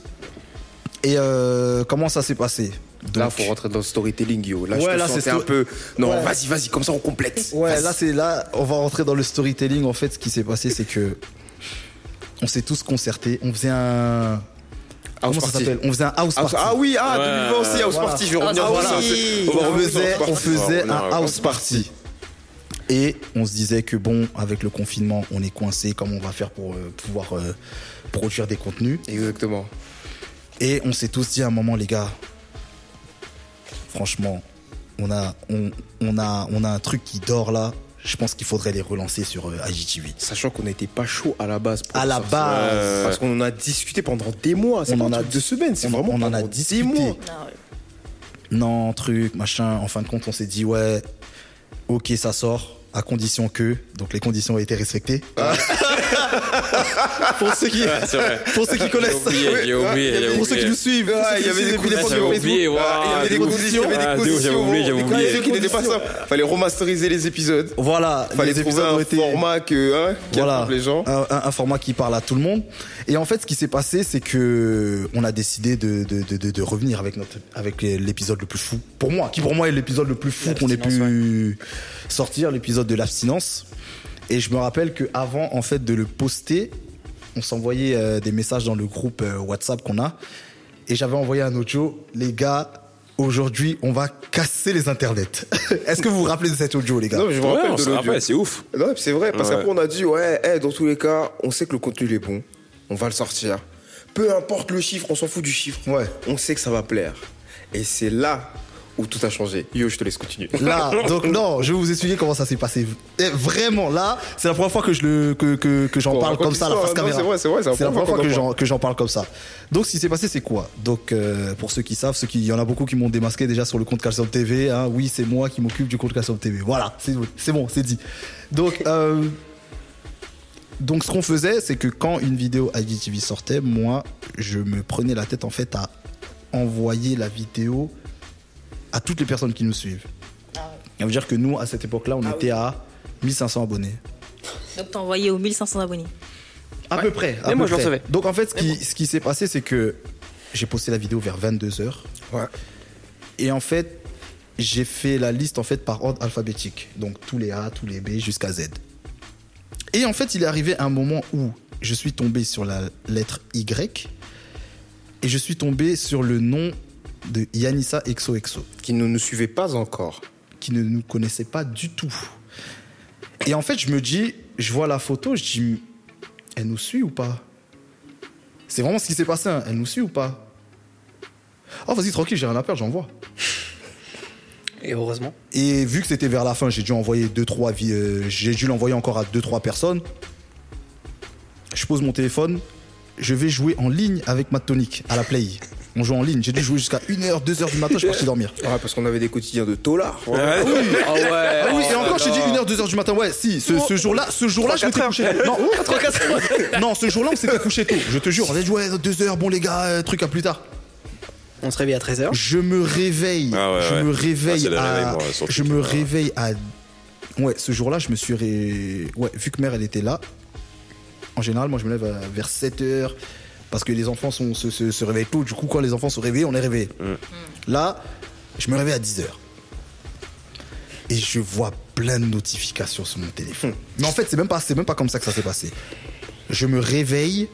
Speaker 5: Et euh, comment ça s'est passé
Speaker 3: Là,
Speaker 5: Donc-
Speaker 3: faut rentrer dans le storytelling, yo. Là, je
Speaker 5: Ouais,
Speaker 3: te
Speaker 5: là, c'est
Speaker 3: sentais
Speaker 5: sto-
Speaker 3: un peu. Non,
Speaker 5: Ouais.
Speaker 3: vas-y, vas-y, comme ça, on complète.
Speaker 5: Ouais,
Speaker 3: Vas-y.
Speaker 5: là c'est là, on va rentrer dans le storytelling. En fait, ce qui s'est passé, c'est que on s'est tous concertés. On faisait un
Speaker 3: House
Speaker 5: comment ça
Speaker 3: party.
Speaker 5: s'appelle On faisait un house
Speaker 3: House-
Speaker 5: party.
Speaker 3: Ah oui, ah,
Speaker 1: Ouais.
Speaker 3: 2020 aussi, House
Speaker 5: Voilà.
Speaker 3: Party, je vais
Speaker 2: Ah,
Speaker 3: revenir voir
Speaker 2: oui.
Speaker 3: ça.
Speaker 2: Oui.
Speaker 3: On va
Speaker 5: on
Speaker 3: revenir sur
Speaker 5: faisait,
Speaker 3: House
Speaker 5: on
Speaker 3: Party.
Speaker 1: Ouais,
Speaker 5: faisait
Speaker 1: on
Speaker 5: un
Speaker 1: a-
Speaker 5: house party. Et on se disait que bon, avec le confinement, on est coincé. Comment on va faire pour euh, pouvoir euh, produire des contenus
Speaker 3: Exactement.
Speaker 5: Et on s'est tous dit à un moment, les gars, franchement, on a, on, on a, on a un truc qui dort là. Je pense qu'il faudrait les relancer sur euh, IGTV.
Speaker 3: Sachant qu'on n'était pas chaud à la base. pour
Speaker 5: À la
Speaker 3: sortir.
Speaker 5: base.
Speaker 3: Parce qu'on en a discuté pendant des mois. C'est
Speaker 5: On
Speaker 3: pas un
Speaker 5: en a-
Speaker 3: truc de semaines, c'est
Speaker 5: on-
Speaker 3: vraiment
Speaker 5: on en a
Speaker 3: pendant des
Speaker 5: discuté.
Speaker 3: mois.
Speaker 2: Non, Ah ouais.
Speaker 5: Non, truc, machin. En fin de compte, on s'est dit, ouais, ok, ça sort, à condition que. Donc les conditions ont été respectées. pour, ceux qui,
Speaker 1: C'est vrai.
Speaker 5: pour ceux qui
Speaker 1: J'ai
Speaker 5: connaissent.
Speaker 1: oublié, j'ai oublié, j'ai
Speaker 5: Pour ceux qui
Speaker 1: oublié.
Speaker 5: nous suivent, pour
Speaker 3: Ouais,
Speaker 5: ceux qui
Speaker 3: il y
Speaker 5: nous
Speaker 3: avait des
Speaker 5: suivent depuis
Speaker 3: coups
Speaker 1: Ah,
Speaker 5: l'époque de
Speaker 1: j'avais
Speaker 5: Facebook.
Speaker 1: oublié, waouh,
Speaker 3: Ah, il y avait des
Speaker 5: des
Speaker 3: conditions, il y
Speaker 1: Ah,
Speaker 3: avait
Speaker 1: de
Speaker 3: des
Speaker 1: ouf, j'avais
Speaker 3: conditions.
Speaker 1: oublié, j'avais
Speaker 3: Et quand il y avait
Speaker 1: oublié.
Speaker 3: qui n'étaient pas ça, fallait remasteriser les épisodes.
Speaker 5: Voilà,
Speaker 3: Fallait
Speaker 5: les
Speaker 3: trouver
Speaker 5: épisodes ont
Speaker 3: un
Speaker 5: été.
Speaker 3: format que, hein, qui
Speaker 5: voilà, Ah,
Speaker 3: attrape les gens.
Speaker 5: Un, un- un format qui parle à tout le monde. Et en fait, ce qui s'est passé, c'est que on a décidé de, de, de, de- de revenir avec notre avec l'épisode le plus fou pour moi, qui pour moi est l'épisode le plus fou qu'on ait pu sortir, l'épisode de l'abstinence. Et je me rappelle que avant, en fait, de le poster, on s'envoyait euh, des messages dans le groupe euh, WhatsApp qu'on a. Et j'avais envoyé un audio, les gars. Aujourd'hui, on va casser les internets. Est-ce que vous vous rappelez de cet audio, les gars
Speaker 3: Non, mais je me
Speaker 1: Ouais,
Speaker 3: rappelle
Speaker 1: on
Speaker 3: de
Speaker 1: se
Speaker 3: l'audio.
Speaker 1: rappelle, c'est ouf.
Speaker 3: Non, mais c'est vrai, parce
Speaker 1: Ouais.
Speaker 3: qu'après on a dit, ouais, eh, dans tous les cas, on sait que le contenu il est bon, on va le sortir. Peu importe le chiffre, on s'en fout du chiffre.
Speaker 5: Ouais.
Speaker 3: On sait que ça va plaire. Et c'est là où tout a changé. Yo, je te laisse continuer.
Speaker 5: Là, donc non, je vais vous expliquer comment ça s'est passé. Eh, vraiment, là, c'est la première fois que je le que, que, que j'en
Speaker 3: Qu'on
Speaker 5: parle
Speaker 3: raconte
Speaker 5: comme ça à la
Speaker 3: l'histoire,
Speaker 5: face
Speaker 3: non,
Speaker 5: caméra.
Speaker 3: c'est vrai, c'est vrai, c'est la
Speaker 5: la
Speaker 3: première
Speaker 5: première fois
Speaker 3: qu'on
Speaker 5: que
Speaker 3: en parle.
Speaker 5: j'en que j'en parle comme ça. Donc, ce qui s'est passé, c'est quoi Donc, euh, pour ceux qui savent, ceux qui, il y en a beaucoup qui m'ont démasqué déjà sur le compte Calcium TV. hein. oui, c'est moi qui m'occupe du compte Calcium TV. Voilà, c'est c'est bon, c'est dit. Donc. euh, donc ce qu'on faisait, c'est que quand une vidéo IGTV sortait, moi, je me prenais la tête en fait à envoyer la vidéo à toutes les personnes qui nous suivent. Ça veut dire que nous, à cette époque-là, on était à 1500 abonnés.
Speaker 2: Donc t'as envoyé aux 1500 abonnés.
Speaker 5: À peu près. à
Speaker 4: Mais
Speaker 5: peu
Speaker 4: moi, je le
Speaker 5: près.
Speaker 4: recevais.
Speaker 5: Donc en fait, ce qui, ce qui s'est passé, c'est que j'ai posté la vidéo vers 22h.
Speaker 3: Ouais.
Speaker 5: Et en fait, j'ai fait la liste en fait par ordre alphabétique. Donc tous les A, tous les B jusqu'à Z. Et en fait, il est arrivé un moment où je suis tombé sur la lettre Y et je suis tombé sur le nom de Yanissa XOXO
Speaker 3: Qui ne nous suivait pas encore.
Speaker 5: qui ne nous connaissait pas du tout. Et en fait, je me dis, je vois la photo, je dis, elle nous suit ou pas C'est vraiment ce qui s'est passé, hein. elle nous suit ou pas Oh, vas-y, tranquille, j'ai rien à perdre, j'envoie.
Speaker 4: Et heureusement.
Speaker 5: Et vu que c'était vers la fin, j'ai dû envoyer deux trois vi- euh, j'ai dû l'envoyer encore à deux trois personnes. Je pose mon téléphone, je vais jouer en ligne avec Matt Tonic à la play. On jouait en ligne. J'ai dû jouer jusqu'à 1h, 2h du matin, je suis parti dormir.
Speaker 3: Ah, parce qu'on avait des quotidiens de tolard.
Speaker 4: Ah ouais.
Speaker 5: Ah oui, et encore, j'ai dit 1h, 2h du matin. Ouais, si, ce, ce jour-là, ce jour-là, je m'étais couché. Non, non, ce jour-là, on s'était couché tôt. Je te jure, on a dit, ouais, 2h, bon les gars, euh, truc à plus tard.
Speaker 4: On se réveille à 13h.
Speaker 5: Je me réveille.
Speaker 1: Ah ouais,
Speaker 5: je
Speaker 1: ouais.
Speaker 5: me
Speaker 1: Ah,
Speaker 5: réveille
Speaker 1: c'est le réveil,
Speaker 5: à.
Speaker 1: moi, surtout.
Speaker 5: je me
Speaker 1: Ah.
Speaker 5: réveille à. Ouais, ce jour-là, je me suis. Ré... Ouais, vu que mère, elle était là. En général, moi, je me lève à- vers 7 h parce que les enfants sont, se, se- se réveillent tôt. Du coup, quand les enfants se réveillent, on est réveillés. Là, je me réveille à 10 h et je vois plein de notifications sur mon
Speaker 1: Hmm.
Speaker 5: téléphone. Mais en fait, c'est même pas, c'est même pas comme ça que ça s'est passé. Je me réveille,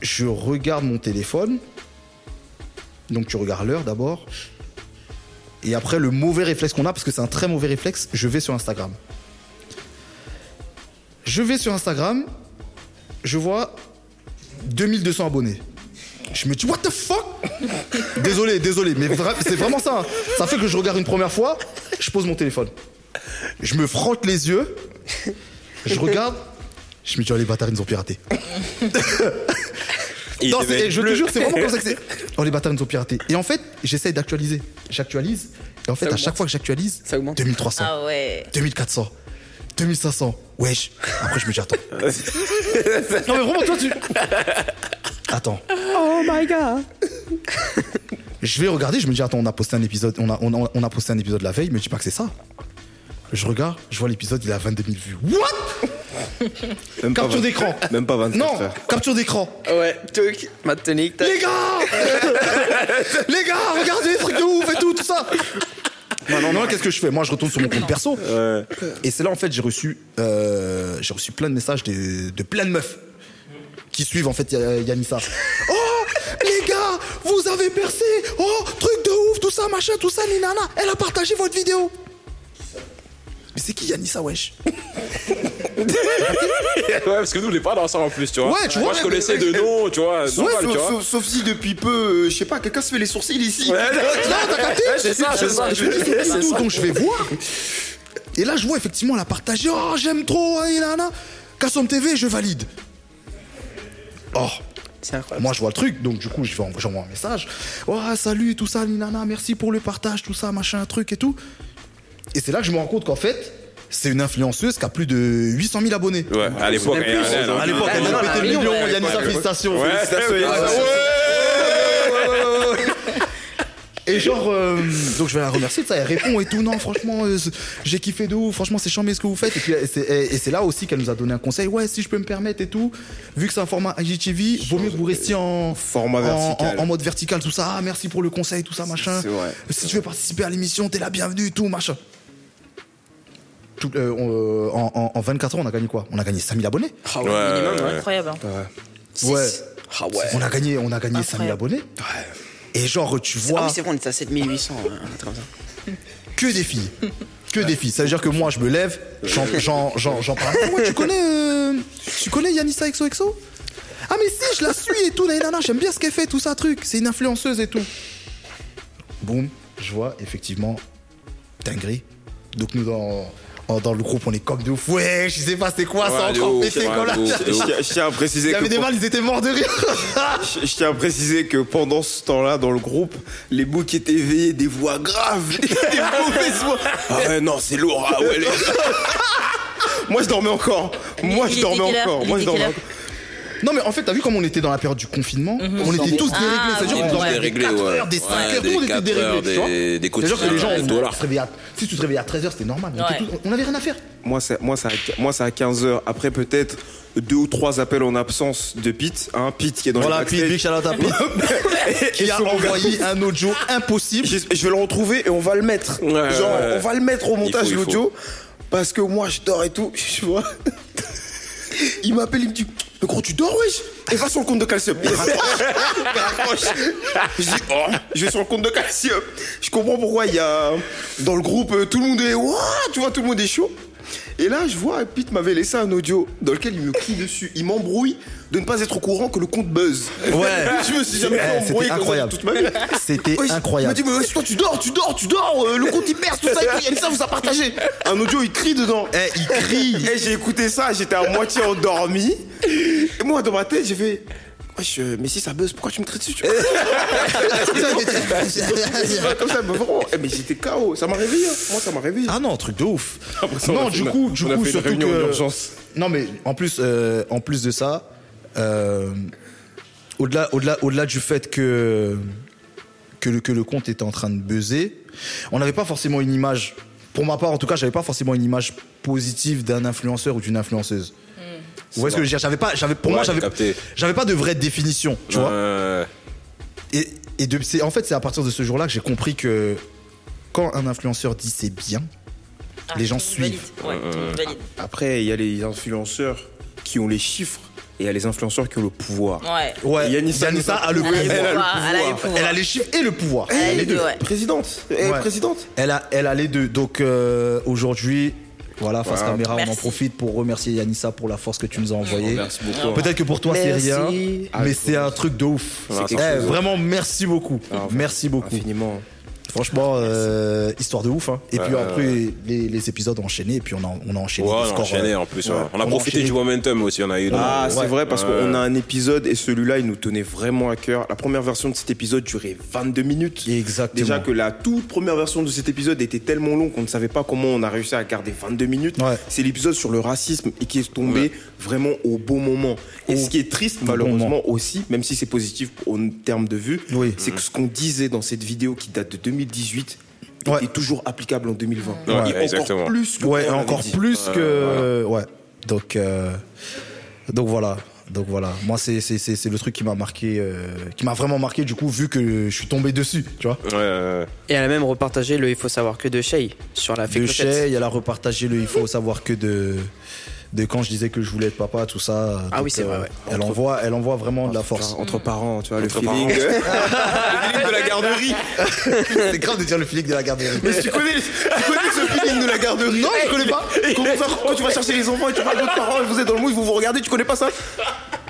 Speaker 5: je regarde mon téléphone. Donc tu regardes l'heure d'abord. Et après, le mauvais réflexe qu'on a, parce que c'est un très mauvais réflexe, je vais sur Instagram. Je vais sur Instagram, je vois 2200 abonnés. Je me dis, what the fuck Désolé, désolé, mais vra- c'est vraiment ça. hein. Ça fait que je regarde une première fois, je pose mon téléphone. Je me frotte les yeux, je regarde, je me dis, oh les bâtards, ils nous ont piraté.
Speaker 1: Il
Speaker 5: Non,
Speaker 1: devait
Speaker 5: c'est-
Speaker 1: être
Speaker 5: je te
Speaker 1: bleu.
Speaker 5: jure, c'est vraiment comme ça que c'est. Oh, les bâtards, ils nous ont piraté. Et en fait, j'essaye d'actualiser. J'actualise. Et en fait,
Speaker 4: Ça
Speaker 5: à chaque
Speaker 4: augmente.
Speaker 5: fois que j'actualise,
Speaker 4: Ça augmente.
Speaker 5: 2300,
Speaker 2: Ah ouais.
Speaker 5: 2400, 2500. Wesh. Après, je me dis, attends. non, mais vraiment, toi, tu. Attends. Oh my god. Je vais regarder, je me dis, attends, on a posté un épisode, on a, on a, on a posté un épisode la veille, mais dis pas que c'est ça. Je regarde, je vois l'épisode, il est à 22 000 vues. What
Speaker 3: Même pas
Speaker 5: Capture
Speaker 3: 20
Speaker 5: d'écran.
Speaker 3: Même pas 24
Speaker 5: Non,
Speaker 3: frère.
Speaker 5: capture d'écran.
Speaker 4: Ouais, truc, ma tonique, tac.
Speaker 5: Les gars Les gars, regardez, truc de ouf et tout, tout ça non, non, non, qu'est-ce que je fais Moi, je retourne sur mon compte perso.
Speaker 1: euh,
Speaker 5: Et c'est là, en fait, j'ai reçu, euh, j'ai reçu plein de messages de, de plein de meufs qui suivent, en fait, Ya- Yanissa. Oh Les gars, vous avez percé Oh, truc de ouf, tout ça, machin, tout ça, ninana Elle a partagé votre vidéo Mais c'est qui Yanissa, wesh
Speaker 1: Ouais, parce que nous, on n'est pas dans ça en plus, tu vois.
Speaker 5: Ouais, tu vois,
Speaker 1: Moi, je
Speaker 5: mais-
Speaker 1: connaissais de nom, tu vois.
Speaker 3: Ouais,
Speaker 1: normal,
Speaker 3: sauf,
Speaker 1: tu vois.
Speaker 3: sauf- sauf si depuis peu, euh, je sais pas, quelqu'un se fait les sourcils ici.
Speaker 1: Ouais,
Speaker 5: Non, t'as capté
Speaker 1: Ouais, c'est ça, c'est ça.
Speaker 5: Ah, Je me dis, c'est tout, donc je vais voir. Et là, je vois effectivement la partager. Oh, j'aime trop, hein, Ilana. Kassom TV, je valide. Oh.
Speaker 4: C'est incroyable.
Speaker 5: Moi, je vois le truc, donc du coup, je vais en- j'envoie un message. Oh, salut, tout ça, Nana, merci pour le partage, tout ça, machin, truc et tout. Et c'est là que je me rends compte qu'en fait, c'est une influenceuse qui a plus de 800 000 abonnés.
Speaker 1: Ouais, à l'époque,
Speaker 4: Même
Speaker 1: elle-
Speaker 4: plus.
Speaker 1: elle- elle-
Speaker 5: À l'époque, elle
Speaker 4: Ah,
Speaker 5: a
Speaker 4: non,
Speaker 5: pété
Speaker 4: un
Speaker 5: le
Speaker 4: million,
Speaker 5: million,
Speaker 4: ouais,
Speaker 5: Yannis, félicitations.
Speaker 1: Ouais,
Speaker 5: félicitations,
Speaker 1: ouais,
Speaker 5: félicitations. Et genre, euh, donc je vais la remercier de ça, elle répond et tout, non, franchement, euh, c'est- j'ai kiffé de ouf, franchement, c'est chambé ce que vous faites. Et puis, euh, c'est- et et c'est là aussi qu'elle nous a donné un conseil, ouais, si je peux me permettre et tout, vu que c'est un format IGTV, vaut mieux que vous restiez en,
Speaker 3: Format
Speaker 5: en-
Speaker 3: vertical.
Speaker 5: en- en mode vertical, tout ça, ah, merci pour le conseil, tout ça, machin.
Speaker 3: C'est vrai.
Speaker 5: Si tu veux participer à l'émission, t'es la bienvenue, et tout, machin. Tout, euh, on- euh, en, en- en 24 heures, on a gagné quoi On a gagné 5000 abonnés.
Speaker 4: Ah ouais,
Speaker 1: Ouais,
Speaker 4: minimum,
Speaker 1: ouais,
Speaker 5: Euh,
Speaker 4: ouais.
Speaker 2: Incroyable. hein.
Speaker 4: Six.
Speaker 5: Ouais.
Speaker 4: Ah ouais.
Speaker 5: On a gagné, on a gagné 5000 abonnés. Et genre, tu vois.
Speaker 4: Ah oui, c'est vrai, on était à 7800. ouais, un truc comme ça.
Speaker 5: que des filles. Que des filles. Ça veut dire que moi, je me lève, j'en- j'en j'en- j'en parle. Ouais, tu connais, euh, tu connais Yanissa XOXO Ah, mais si, je la suis et tout, nanana, j'aime bien ce qu'elle fait, tout ça, truc. C'est une influenceuse et tout. Boum, je vois effectivement dinguerie. Donc, nous, dans, en- dans le groupe, on est comme de ouf. Ouais, je sais pas Ah, c'est quoi, ça
Speaker 1: Ouais, de
Speaker 5: encore
Speaker 1: ouf,
Speaker 5: pété
Speaker 1: ouais,
Speaker 5: comme la
Speaker 1: de ouf,
Speaker 5: tête.
Speaker 1: de ouf.
Speaker 3: Je tiens- je tiens à préciser
Speaker 5: Il y
Speaker 3: que
Speaker 5: avait des
Speaker 3: pour-
Speaker 5: balles, ils étaient morts de rire.
Speaker 3: Je je tiens à préciser que pendant ce temps-là, dans le groupe, les mots qui étaient éveillés, des voix graves, des mauvaises voix. Ah ouais, non, c'est lourd. Ah ouais, les gars. Moi, je dormais encore. Moi,
Speaker 2: Il
Speaker 3: je
Speaker 2: était
Speaker 3: dormais
Speaker 2: quelle heure
Speaker 3: encore.
Speaker 2: Il
Speaker 3: Moi,
Speaker 2: était
Speaker 3: je dormais
Speaker 2: quelle
Speaker 3: encore.
Speaker 5: Non mais en fait, t'as vu comme on était dans la période du confinement, on était tous déréglés,
Speaker 2: Ah,
Speaker 5: c'est-à-dire
Speaker 2: oui,
Speaker 5: qu'on
Speaker 2: ouais.
Speaker 5: dormait des
Speaker 1: Déréglés,
Speaker 5: 4
Speaker 1: ouais.
Speaker 5: heures, des 5
Speaker 1: Ouais,
Speaker 5: heures, tout
Speaker 1: des
Speaker 5: le monde était
Speaker 1: quatre
Speaker 5: déréglé,
Speaker 1: heures,
Speaker 5: tu vois.
Speaker 1: des- des
Speaker 5: C'est-à-dire que les gens,
Speaker 1: quotidiens, des
Speaker 5: on
Speaker 1: dollars.
Speaker 5: se réveillait à- si tu te réveillais à 13h, c'était normal, on, était
Speaker 2: Ouais.
Speaker 5: tous- on avait rien à faire.
Speaker 3: Moi, c'est, moi, c'est à, moi, c'est à 15h. Après, peut-être deux ou trois appels en absence de Pete. Hein, Pete qui est dans les backstage.
Speaker 5: Charlotte qui a envoyé un audio impossible.
Speaker 3: J'es- Je vais le retrouver et on va le mettre.
Speaker 1: Ouais, ouais,
Speaker 3: Genre,
Speaker 1: ouais.
Speaker 3: on va le mettre au
Speaker 1: Il
Speaker 3: montage
Speaker 1: faut, il
Speaker 3: l'audio. Parce que moi, je dors et tout. Je vois. Il m'appelle, il me dit Mais gros, tu dors, wesh Et va sur le compte de calcium. Il raccroche. Il raccroche. Je dis Oh, je vais sur le compte de calcium. Je comprends pourquoi il y a. Dans le groupe, euh, tout le monde est. Ouah tu vois, tout le monde est chaud. Et là, je vois, Pete m'avait laissé un audio dans lequel il me crie dessus. Il m'embrouille de ne pas être au courant que le compte buzz.
Speaker 5: Ouais.
Speaker 3: je me suis jamais
Speaker 5: Eh,
Speaker 3: fait
Speaker 5: c'était
Speaker 3: embrouiller comme ça de
Speaker 5: incroyable.
Speaker 3: toute ma vie.
Speaker 5: C'était
Speaker 3: Oui,
Speaker 5: incroyable.
Speaker 3: Il m'a dit, mais ouais, toi, tu dors, tu dors, tu dors, euh, le compte il perce, tout ça, et tout, Yanissa vous a partagé. Un audio, il crie dedans.
Speaker 5: Eh, il crie.
Speaker 3: Eh, j'ai écouté ça, j'étais à moitié endormi. Et moi, dans ma tête, j'ai fait. Wesh, euh, mais si ça buzz, pourquoi tu me traites dessus tu vois Tu vois, Comme ça, mais vraiment, eh, mais j'étais KO, ça m'a réveillé. hein. Moi, ça m'a réveillé.
Speaker 5: Ah non, truc de ouf.
Speaker 3: Après ça, on
Speaker 5: non,
Speaker 3: a fait
Speaker 5: du
Speaker 3: une-
Speaker 5: coup, du
Speaker 3: on a
Speaker 5: coup,
Speaker 3: fait une
Speaker 5: surtout
Speaker 3: réunion
Speaker 5: que-
Speaker 3: d'urgence.
Speaker 5: Non, mais en plus, euh, en plus de ça, euh, au-delà, au-delà, au-delà du fait que que le, que le compte était en train de buzzer, on n'avait pas forcément une image. Pour ma part, en tout cas, j'avais pas forcément une image positive d'un influenceur ou d'une influenceuse. Vous voyez ce que je veux dire J'avais pas, j'avais, pour
Speaker 1: Ouais,
Speaker 5: moi,
Speaker 1: j'ai
Speaker 5: j'avais,
Speaker 1: capté.
Speaker 5: j'avais pas de vraie définition, tu vois.
Speaker 1: Euh,
Speaker 5: Et, et de- c'est- en fait, c'est à partir de ce jour-là que j'ai compris que quand un influenceur dit c'est bien, les gens suivent. Euh,
Speaker 2: Ouais, tout le monde Ah, valide.
Speaker 3: Après, il y a les influenceurs qui ont les chiffres et il y a les influenceurs qui ont le pouvoir.
Speaker 2: Ouais.
Speaker 5: Ouais,
Speaker 3: Yannissa-
Speaker 5: Yannissa a le
Speaker 2: Elle a les
Speaker 5: pouvoir.
Speaker 2: pouvoirs, elle a les
Speaker 5: Elle
Speaker 2: pouvoirs.
Speaker 5: a les chiffres et le pouvoir.
Speaker 2: Elle a les deux, ouais.
Speaker 3: Présidente, eh,
Speaker 5: Ouais.
Speaker 3: présidente.
Speaker 5: Elle a, elle a les deux. Donc euh, aujourd'hui, voilà, face
Speaker 3: Voilà.
Speaker 5: caméra, on en
Speaker 2: Merci.
Speaker 5: profite pour remercier Yanissa pour la force que tu nous as envoyée.
Speaker 1: Merci beaucoup.
Speaker 5: Peut-être que pour toi c'est
Speaker 4: Merci.
Speaker 5: rien,
Speaker 3: Ah,
Speaker 5: mais
Speaker 3: je
Speaker 5: c'est un truc de ouf.
Speaker 1: C'est
Speaker 5: Eh,
Speaker 1: quelque chose.
Speaker 5: vraiment, merci beaucoup.
Speaker 3: enfin,
Speaker 5: merci beaucoup.
Speaker 3: Ah, Infiniment.
Speaker 5: Franchement, euh, histoire de ouf. hein. Et puis
Speaker 1: Ouais,
Speaker 5: après, les, les épisodes ont enchaîné et puis on a, on a enchaîné.
Speaker 1: Ouais,
Speaker 5: le
Speaker 1: on a
Speaker 5: score,
Speaker 1: enchaîné
Speaker 5: euh,
Speaker 1: en plus.
Speaker 5: ouais.
Speaker 1: hein. On a
Speaker 5: On a
Speaker 1: profité
Speaker 5: enchaîné.
Speaker 1: du momentum aussi. On a eu.
Speaker 3: Ah,
Speaker 1: donc,
Speaker 3: c'est
Speaker 5: ouais.
Speaker 3: vrai, parce
Speaker 1: Ouais.
Speaker 3: qu'on a un épisode et celui-là, il nous tenait vraiment à cœur. La première version de cet épisode durait 22 minutes.
Speaker 5: Exactement.
Speaker 3: Déjà que la toute première version de cet épisode était tellement longue qu'on ne savait pas comment on a réussi à garder 22 minutes.
Speaker 5: Ouais.
Speaker 3: C'est l'épisode sur le racisme et qui est tombé vraiment au bon moment. Et
Speaker 5: Au
Speaker 3: ce qui est triste,
Speaker 5: bon
Speaker 3: malheureusement
Speaker 5: moment.
Speaker 3: aussi, même si c'est positif en termes de vues,
Speaker 5: Oui.
Speaker 3: c'est que ce qu'on disait dans cette vidéo qui date de 2018
Speaker 5: Ouais.
Speaker 3: était toujours applicable en 2020.
Speaker 1: Ouais,
Speaker 3: Et encore
Speaker 1: exactement.
Speaker 3: plus que
Speaker 5: Ouais,
Speaker 3: quand on
Speaker 5: encore
Speaker 3: l'avait dit.
Speaker 5: plus que. Ouais. Donc, euh, donc voilà. Donc voilà. Moi, c'est c'est- c'est- c'est le truc qui m'a marqué, euh, qui m'a vraiment marqué du coup, vu que je suis tombé dessus, tu vois.
Speaker 1: Ouais, ouais, ouais.
Speaker 4: Et elle a même repartagé le Il faut savoir que de Shay sur la
Speaker 5: Le
Speaker 4: fée
Speaker 5: chef, elle a repartagé le Il faut savoir que de. De quand je disais que je voulais être papa, tout ça.
Speaker 4: Ah
Speaker 5: Donc, euh,
Speaker 4: oui, c'est vrai, ouais.
Speaker 5: Elle envoie, elle envoie vraiment de la force.
Speaker 3: Enfin, entre parents, tu vois,
Speaker 1: Entre
Speaker 3: le
Speaker 1: parents.
Speaker 3: feeling. le feeling de la garderie.
Speaker 5: c'est grave de dire le flic de la garderie.
Speaker 3: Mais tu connais, tu connais ce feeling de la garderie Non, je connais pas. Quand, on- quand tu vas chercher les enfants et tu parles d'autres parents et vous êtes dans le mou, ils vont vous regarder, tu connais pas ça bah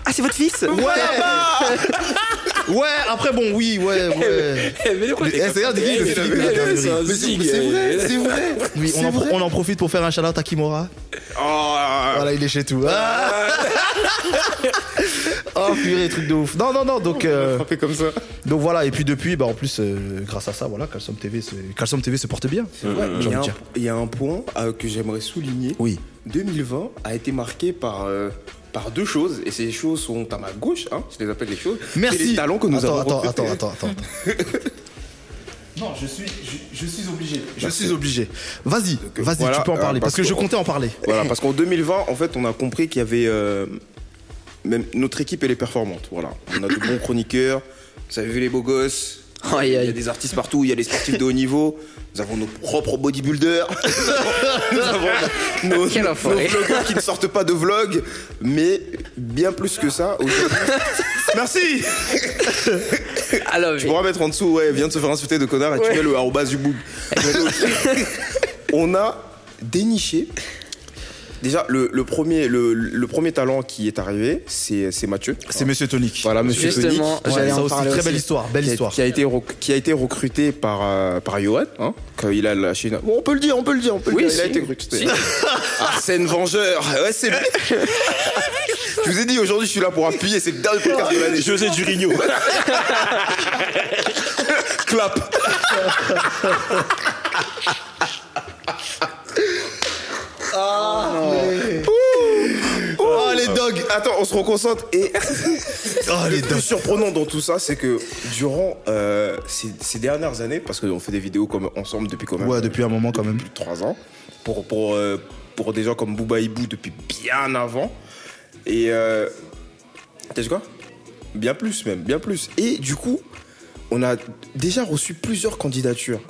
Speaker 4: Ah, c'est votre fils
Speaker 5: Ouais Ouais, après bon, oui, ouais,
Speaker 3: Eh,
Speaker 5: ouais. Mais, eh, c'est grave de dire le flic de la garderie.
Speaker 1: Mais c'est- c'est
Speaker 3: eh.
Speaker 1: vrai, c'est-
Speaker 3: vrai.
Speaker 5: Oui, on en, pro- on en profite pour faire un shout-out à Kimura.
Speaker 1: Oh,
Speaker 5: Voilà, il est chez tout. Ah oh purée, truc de ouf. Non, non, non, donc, euh,
Speaker 3: fait comme ça.
Speaker 5: donc voilà. Et puis depuis, bah, en plus, euh, grâce à ça, voilà, Calsom TV, se- Calcium TV se porte bien.
Speaker 3: Il
Speaker 5: J'ai
Speaker 3: y, a
Speaker 5: envie
Speaker 3: un-
Speaker 5: de dire.
Speaker 3: il y a un point euh, que j'aimerais souligner.
Speaker 5: Oui.
Speaker 3: 2020 a été marqué par. euh, par deux choses, et ces choses sont à ma gauche, hein, je les appelle les choses.
Speaker 5: Merci.
Speaker 3: C'est les talents que nous
Speaker 5: attends,
Speaker 3: avons
Speaker 5: attends,
Speaker 3: recrutés.
Speaker 5: attends, attends, attends, Non, je suis, je, suis obligé. Je suis obligé. Vas-y, vas-y,
Speaker 3: voilà,
Speaker 5: tu peux en
Speaker 3: euh,
Speaker 5: parler,
Speaker 3: parce
Speaker 5: parce que,
Speaker 3: que-
Speaker 5: je comptais en parler.
Speaker 3: Voilà, parce qu'en 2020, en fait, on a compris qu'il y avait. euh, même notre équipe, elle est performante. Voilà. On a de bons chroniqueurs. Vous avez vu les beaux gosses.
Speaker 4: Aïe,
Speaker 3: Il y
Speaker 4: aïe.
Speaker 3: a des artistes partout. Il y a les sportifs de haut niveau. Nous avons nos propres bodybuilders. Nous avons nos,
Speaker 4: Quel
Speaker 3: nos
Speaker 4: enfoiré.
Speaker 3: vlogueurs qui ne sortent pas de vlog. Mais bien plus que ça. aujourd'hui- Merci!
Speaker 4: Alors,
Speaker 3: Tu pourras mettre en dessous, ouais, viens de se faire insulter de connard et tu mets le arrobas du bout. On a déniché. Déjà, le, le premier, le, le premier talent qui est arrivé, c'est c'est Mathieu.
Speaker 5: C'est Monsieur Tonic.
Speaker 3: Voilà, monsieur Tony.
Speaker 4: justement,
Speaker 5: Ouais,
Speaker 4: j'allais
Speaker 5: ça
Speaker 4: en
Speaker 5: aussi,
Speaker 4: parler
Speaker 5: très belle
Speaker 4: aussi.
Speaker 5: histoire, belle
Speaker 3: Qui a-
Speaker 5: histoire.
Speaker 3: Qui a, été, rec- qui a été recruté par, euh, par Johan, hein, quand il a lâché. une- On peut le dire, on peut le dire, on peut le
Speaker 4: Oui,
Speaker 3: dire. Il a
Speaker 4: si.
Speaker 3: été recruté. Arsène Vengeur, ouais, c'est lui. Je vous ai dit, aujourd'hui, je suis là pour appuyer, c'est le dernier podcast de l'année.
Speaker 1: José Durigno.
Speaker 3: clap.
Speaker 5: Ah, Oh les dogs
Speaker 3: Ah, Attends, on se reconcentre et
Speaker 5: Oh les
Speaker 3: le plus
Speaker 5: dogs
Speaker 3: surprenant dans tout ça, c'est que durant euh, ces, ces dernières années, parce qu'on fait des vidéos comme ensemble depuis quand même
Speaker 5: Ouais, depuis un moment quand même.
Speaker 3: plus de 3 ans, pour, pour, euh, pour des gens comme Booba Ibou depuis bien avant. Et. Euh, T'as dit quoi Bien plus même, bien plus. Et du coup, on a déjà reçu plusieurs candidatures,